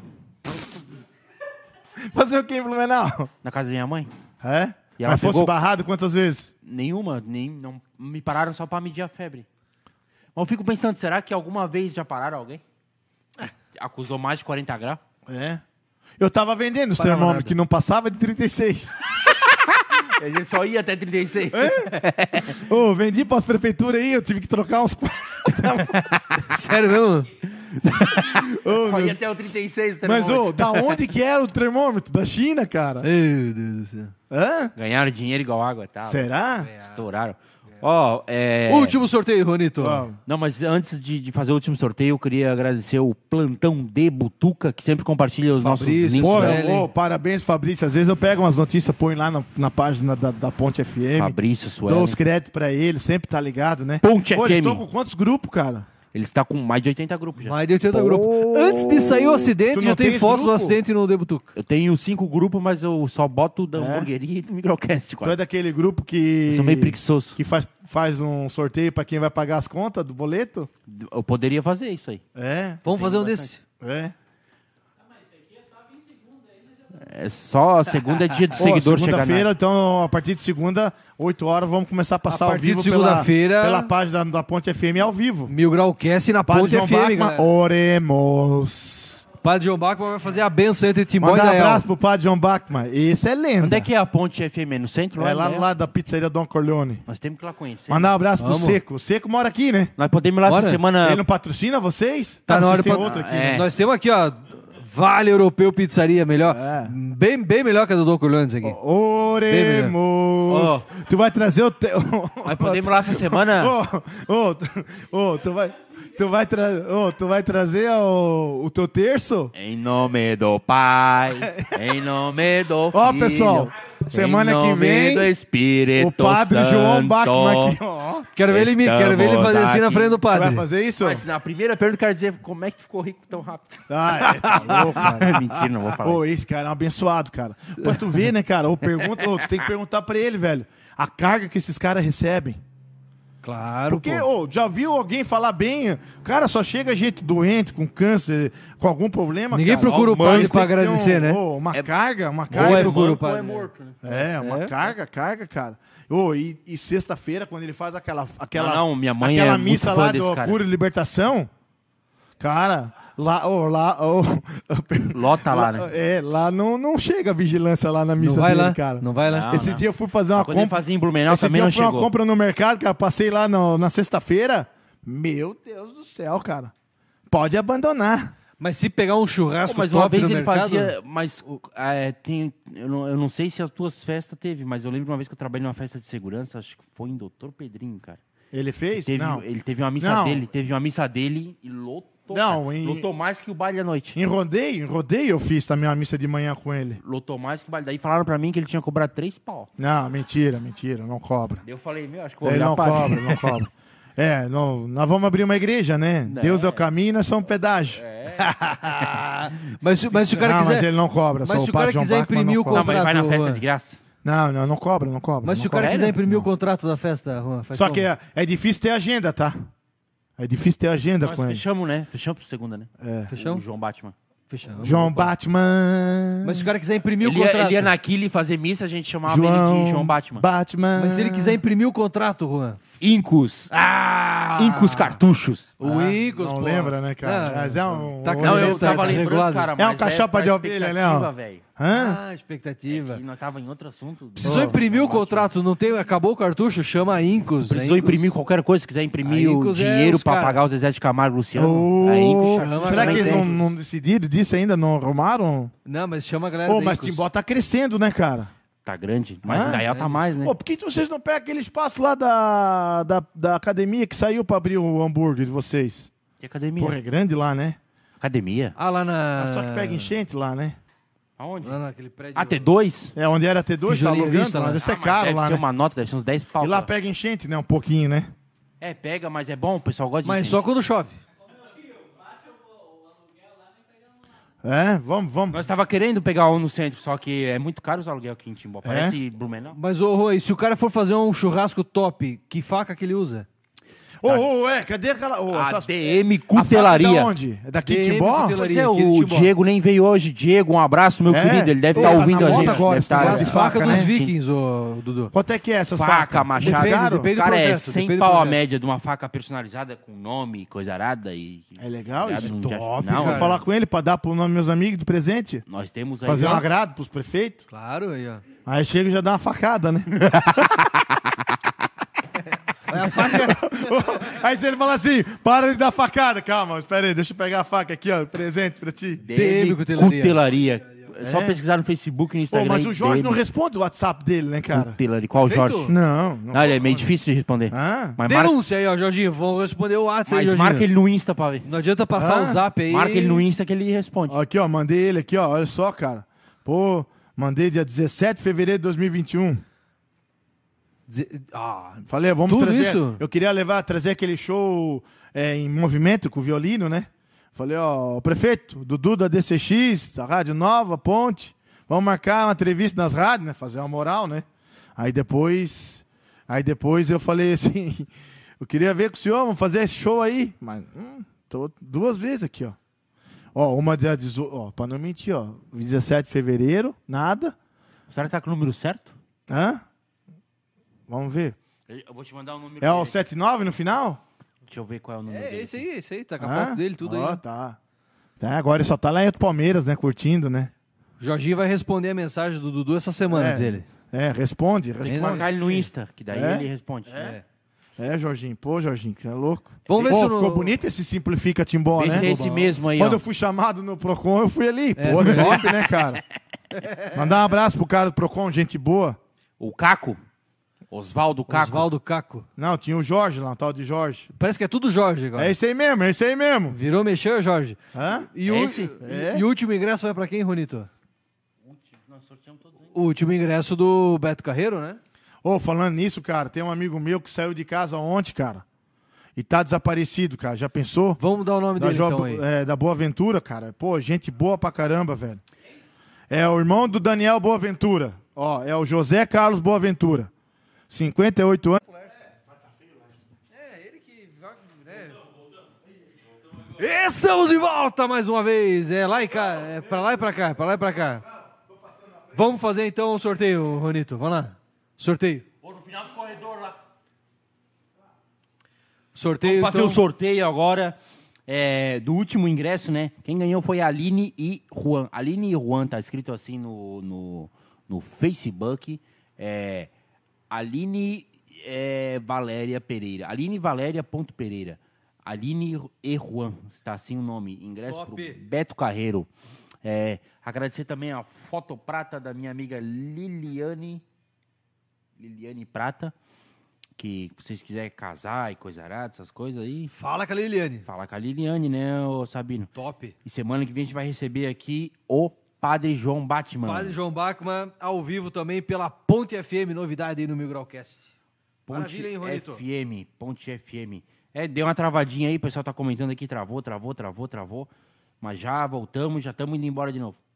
Fazer o quê em Blumenau?
na casa da minha mãe.
É?
E ela
mas fosse
pegou-
barrado quantas vezes?
Nenhuma, nem não me pararam só pra medir a febre. Mas eu fico pensando, será que alguma vez já pararam alguém? Acusou mais de 40 graus?
É. Eu tava vendendo os
Parava
termômetros
nada.
que não passava é de 36.
Ele só ia até 36.
Ô, vendi pras prefeitura aí, eu tive que trocar uns.
Sério mesmo?
Ô,
Só
meu-
ia até o 36
Mas,
termômetro.
ô, da onde que era o termômetro? Da China, cara?
É.
Meu Deus do céu.
Hã?
Ganharam dinheiro igual água, tá?
Será?
Estouraram. Ó, é...
Último sorteio, Ronito.
Vamos.
Não, mas antes de, de fazer o último sorteio, eu queria agradecer o plantão de Butuca, que sempre compartilha os nossos
Fabrício,
links. né?
Pô,
Isso,
meu,
velho,
ô,
hein?
parabéns, Fabrício. Às vezes eu pego umas notícias, põe lá na, na página da, da Ponte FM.
Fabrício
Dou
Suelen.
os créditos pra ele, sempre tá ligado, né?
Ponte
Pô, eles
FM.
tão com quantos grupos, cara?
Ele está tá com mais de 80 grupos já.
Mais de 80 grupos. Antes de sair o acidente,
Tu
já
não
tem
tem
foto do
grupo?
acidente no Debutuca.
Eu tenho cinco grupos, mas eu só boto
É?
da hamburgueria e do microcast
Tu é
quase.
daquele grupo que.
Eu sou meio preguiçoso.
que faz, faz um sorteio pra quem vai pagar as contas do boleto?
Eu poderia fazer isso aí.
É,
Vamos fazer um desse.
é.
É só a segunda é dia do
Ó,
seguidor chegar
Segunda-feira,
na...
então, a partir de segunda, 8 horas, vamos começar a passar
A
ao
partir
vivo
de segunda-feira-
pela, pela página da, da Ponte FM ao vivo.
Mil Grau Cast na
Padre
Ponte
João
FM,
Bachmann,
galera.
oremos.
Padre João Bacma vai fazer a benção entre Timbó e
Manda um
Dael.
abraço pro Padre João Bachmann. Esse é lenda.
Onde é que é a ponte FM? No centro?
É lá
né?
no lado da pizzaria Don Corleone.
Nós temos que ir lá conhecer.
Mandar um abraço
Vamos.
pro Seco. O Seco mora aqui, né?
Nós podemos ir lá
Bora.
essa semana...
Ele não patrocina vocês?
Tá
Cara,
na
vocês
hora
têm
pra...
outro aqui,
Ah,
né?
é.
Nós temos aqui, ó, Vale Europeu Pizzaria, melhor.
É.
Bem, bem melhor que a do Dr. Corlandes aqui.
Oremos. Tu vai trazer o teu.
Nós podemos ir lá essa semana...
Ô, ô, tu- ô, tu vai, tu vai, tra... ô, tu vai trazer o, o teu terço?
Em nome do Pai, em nome do Filho,
Ó, pessoal, semana
em
que
nome
vem,
do Espírito
o padre João
Santo.
Bachmann aqui, ó.
Quero ver ele me, quero ver ele
Estamos
fazer assim na
aqui.
frente do
Tu vai
padre.
fazer isso?
Mas na primeira pergunta eu quero dizer como é que tu ficou rico tão rápido.
Ah, é, tá louco, cara.
Mentira, não vou falar.
Ô,
isso.
esse cara é um abençoado, cara. Pra tu ver, né, cara? Ô, pergunta, ô, tu tem que perguntar pra ele, velho. A carga que esses caras recebem.
Claro,
Porque,
pô.
ô, já viu alguém falar bem? Cara, só chega gente doente, com câncer, com algum problema.
Ninguém
cara.
procura o
Mas
padre
tem
pra
que ter
agradecer,
um-
né?
ô, uma
É
carga, uma
Ou
carga.
é procura o
Ou é
padre.
morto, né?
É, uma carga, carga, cara. Ô, e e sexta-feira, quando ele faz aquela. aquela
Não, não, minha mãe
aquela
é muito
missa
fã
lá
desse
do
cara.
Cura e Libertação. Cara, lá. ô, lá ô,
Lota lá, né?
É, lá não, não chega a vigilância lá na missa
Não vai
dele,
lá,
cara.
não vai lá.
Não,
Esse
não.
dia eu fui fazer uma
Quando ele
compra.
fazia em Blumenau
Esse
também
dia
não
eu fui uma
chegou.
compra no mercado, cara. Passei lá no- na sexta-feira. Meu Deus do céu, cara. Pode abandonar.
Mas se pegar um
Pô,
churrasco
mas uma
top
vez
no
ele
mercado,
fazia.
né?
Mas o- é, tem, eu, não, eu não sei se as tuas festas teve, mas eu lembro uma vez que eu trabalhei numa festa de segurança, acho que foi em Doutor Pedrinho, cara.
Ele fez?
Teve,
não.
Ele teve uma missa
Não.
dele, teve uma missa dele e lotou.
Não,
cara.
em-
Lotou mais que o baile à noite.
Em rodeio, em rodeio eu fiz também uma missa de manhã com ele.
Lotou mais que o baile. Daí falaram pra mim que ele tinha cobrado três pau.
Não, mentira, mentira, não cobra.
Daí eu falei, meu, acho que vou
Ele
virar
não
padre.
cobra, não cobra. É, não, nós vamos abrir uma igreja, né? Deus é o caminho e nós somos pedágio.
Mas, se- mas se o cara
não,
quiser.
mas ele não cobra, só
mas se o
padre
cara
João
quiser
Bachmann
imprimir
não
o
cobra.
Não, mas ele vai na
Contratou,
festa
é.
de graça.
Não, não, não cobra, não cobra.
Mas
não
se o cara
cobra.
né?
quiser imprimir o contrato da festa, Juan, faz
Só
como?
que é, é difícil ter agenda, tá? É difícil ter agenda
Nós
com ele.
fechamos, né? Fechamos pra segunda, né? É.
Fechamos?
O João Batman.
Fechamos.
João Batman.
Mas se o cara quiser imprimir
Ele é
o
ia,
contrato.
ele ia naquilo e fazer missa, a gente chamava ele
João,
de João Batman.
Batman.
Mas se ele quiser imprimir o contrato, Juan.
Incus. Ah! Incus cartuchos.
O Igor,
Ah, Não
pô.
lembra, né, cara?
Não,
Mas é um.
tá
um-
com-
Não, eu
Beleza,
tava
tá
lembrando,
regulado.
cara,
É um
mas
cachapa
pra
de ovelha,
expectativa,
né?
velho.
Hã?
Ah,
É Que
expectativa.
nós tava em outro assunto.
Precisou
Pô,
imprimir o
João Batman.
contrato, não tem, acabou o cartucho, chama a Incos.
Precisou
a Incos.
imprimir qualquer coisa, se quiser imprimir
A
o
Incus é
dinheiro
os
pra
cara.
pagar o Zezé de Camargo e o Luciano.
Ô,
a Incus
É, chama
Oh, será que
também
eles não,
tem.
não decidiram disso ainda? Não arrumaram?
Não, mas chama a galera
Ô,
da
mas
Incos.
Timbó tá crescendo, né, cara?
tá grande, mas
Ah,
daí ela tá mais, né?
Ô, por que que vocês não pegam aquele espaço lá da, da, da academia que saiu pra abrir o hambúrguer de vocês?
Que academia?
Porra, é grande lá, né?
Academia?
Ah, lá na...
Só que pega enchente lá, né?
Aonde?
Lá naquele prédio...
Ah, T2?
É onde era T2, tá
Tijolinho
alugando,
vista,
mas
né?
isso é
Ah, mas
caro
deve
lá,
ser
né?
uma nota, deve ser uns 10 pau.
E lá
cara.
pega enchente, né? Um pouquinho, né?
É, pega, mas é bom, o pessoal gosta de
Mas
gente.
só quando chove.
É, vamos, vamos.
Nós tava querendo pegar um no centro, só que é muito caro os aluguel aqui em Timbó.
É?
Parece Blumenau.
Mas, ô, Rui, se o cara for fazer um churrasco top, que faca que ele usa?
Ô, ô, é, cadê aquela. Ô,
tá- A
essas- é,
DM
A faca
Cutelaria.
da onde? É daqui de
DM
Timbó?
Cutelaria.
Pois é,
aqui de
o
Timbó.
Diego nem veio hoje. Diego, um abraço, meu
É?
querido. Ele deve
Ô,
estar
tá
ouvindo
na
a
moda
gente.
agora
deve
esse
tá-
negócio
As
de
faca
faca,
dos
né?
vikings, ô, Dudu.
Quanto é que é essas
Faca,
facas?
machado.
Muito caro?
Depende do
Cara, é
projeto,
100
depende do
pau a
projeto.
média de uma faca personalizada com nome, coisa arada e...
É legal
Aliado
isso?
num dia-
Top,
Não,
Vou
é.
falar com ele pra dar pro nome meus amigos de presente.
Nós temos aí...
Fazer um agrado pros prefeitos.
Claro, aí, ó.
Aí chega e já dá uma facada, né?
É
Olha a faca.
aí se ele fala assim, para de dar facada. Calma, espera aí, deixa eu pegar a faca aqui, ó. Presente pra ti.
DM Cutelaria.
Cutelaria. É Só pesquisar no Facebook e no
Ô,
Instagram.
mas o Jorge
DM
não responde o WhatsApp dele, né, cara? Ah.
Cutelaria. Qual
Feito? um
Jorge?
Não, não.
Não, ele é meio difícil de responder.
Hã?
Mas, marca,
Denúncia aí, ó, Jorginho. Vão responder o WhatsApp aí,
mas
Jorginho.
marca ele no Insta pra ver.
Não adianta passar
Ah,
o zap aí.
Marca ele no Insta que ele responde.
Ó, Aqui, ó, mandei ele aqui, ó. Olha só, cara. Pô, mandei dia 17 de fevereiro de 2021.
Dizer- Ah,
Falei, vamos
Tudo
trazer.
isso?
Eu queria levar, trazer aquele show é, em movimento com o violino, né? Falei, ó, prefeito, Dudu da DCX, da Rádio Nova, Ponte. Vamos marcar uma entrevista nas rádios, né? Fazer uma moral, né? Aí depois. Aí depois eu falei assim, eu queria ver com o senhor, vamos fazer esse show aí. Mas, hum, tô duas vezes aqui, ó. Ó, uma dia 18, ó, pra não mentir, ó, 17 de fevereiro, nada.
Será que tá com o número certo?
Hã? Vamos ver.
Eu vou te mandar o número
É o 79 no final?
Deixa eu ver qual é o número
é
dele.
esse aí, esse aí. Tá com a
Ah,
foto dele, tudo
ó,
aí.
tá. Tá, agora ele só tá lá em Palmeiras, né? Curtindo, né?
Jorginho vai responder a mensagem do Dudu essa semana,
É.
diz ele.
É, responde,
Tem que
responde.
marcar ele no Insta, que daí
É?
ele responde. É.
É, Jorginho. Pô, Jorginho, que é louco.
Vamos ver
Pô,
se no-
ficou bonito esse Simplifica Timbó,
Vê
né?
se é esse mesmo aí,
Quando
ó.
eu fui chamado no Procon, eu fui ali.
É.
Pô, top, né, cara? Mandar um abraço pro cara do Procon, gente boa.
O Caco. Osvaldo Caco.
Osvaldo Caco.
Não, tinha o Jorge lá, um tal de Jorge.
Parece que é tudo Jorge agora.
É isso aí mesmo, é isso aí mesmo.
Virou, mexeu, é Jorge.
Hã?
E o,
Ah, Esse? É.
e- e o último ingresso vai pra quem, Ronito? O último ingresso do Beto Carreiro, né?
Ô, falando nisso, cara, tem um amigo meu que saiu de casa ontem, cara. E tá desaparecido, cara. Já pensou?
Vamos dar o nome
da,
dele
Jo-
então aí.
é, da Boa Ventura, cara. Pô, gente boa pra caramba, velho. É o irmão do Daniel Boaventura. Ó, é o José Carlos Boaventura. 58 anos.
É. Estamos de volta mais uma vez. É lá e cá, é pra lá e pra cá, é pra lá e pra cá. Vamos fazer então o sorteio, Ronito. Vamos lá. Sorteio.
Ou no final do corredor lá.
Sorteio.
Vamos fazer o
então.
sorteio agora é, do último ingresso, né? Quem ganhou foi a Aline e Juan. Aline e Juan, tá escrito assim no, no, no Facebook. É, Aline é, Valéria Pereira. Aline Valéria ponto Pereira. Aline e Juan, está assim o nome. Ingresso
Top.
pro Beto Carreiro. É, agradecer também a foto prata da minha amiga Liliane Liliane Prata, que se vocês quiserem casar e coisa arada, essas coisas aí,
Fala com a Liliane.
falar com a Liliane, né, ô Sabino?
Top.
E semana que vem a gente vai receber aqui o Padre João Batman.
Padre João Bachmann ao vivo também pela Ponte FM, novidade aí no Mil Graucast.
Ponte
Maravilha, hein, Ronito?
FM, Ponte FM. É, deu uma travadinha aí, o pessoal tá comentando aqui, travou, travou, travou, travou. Mas já voltamos, já estamos indo embora de novo.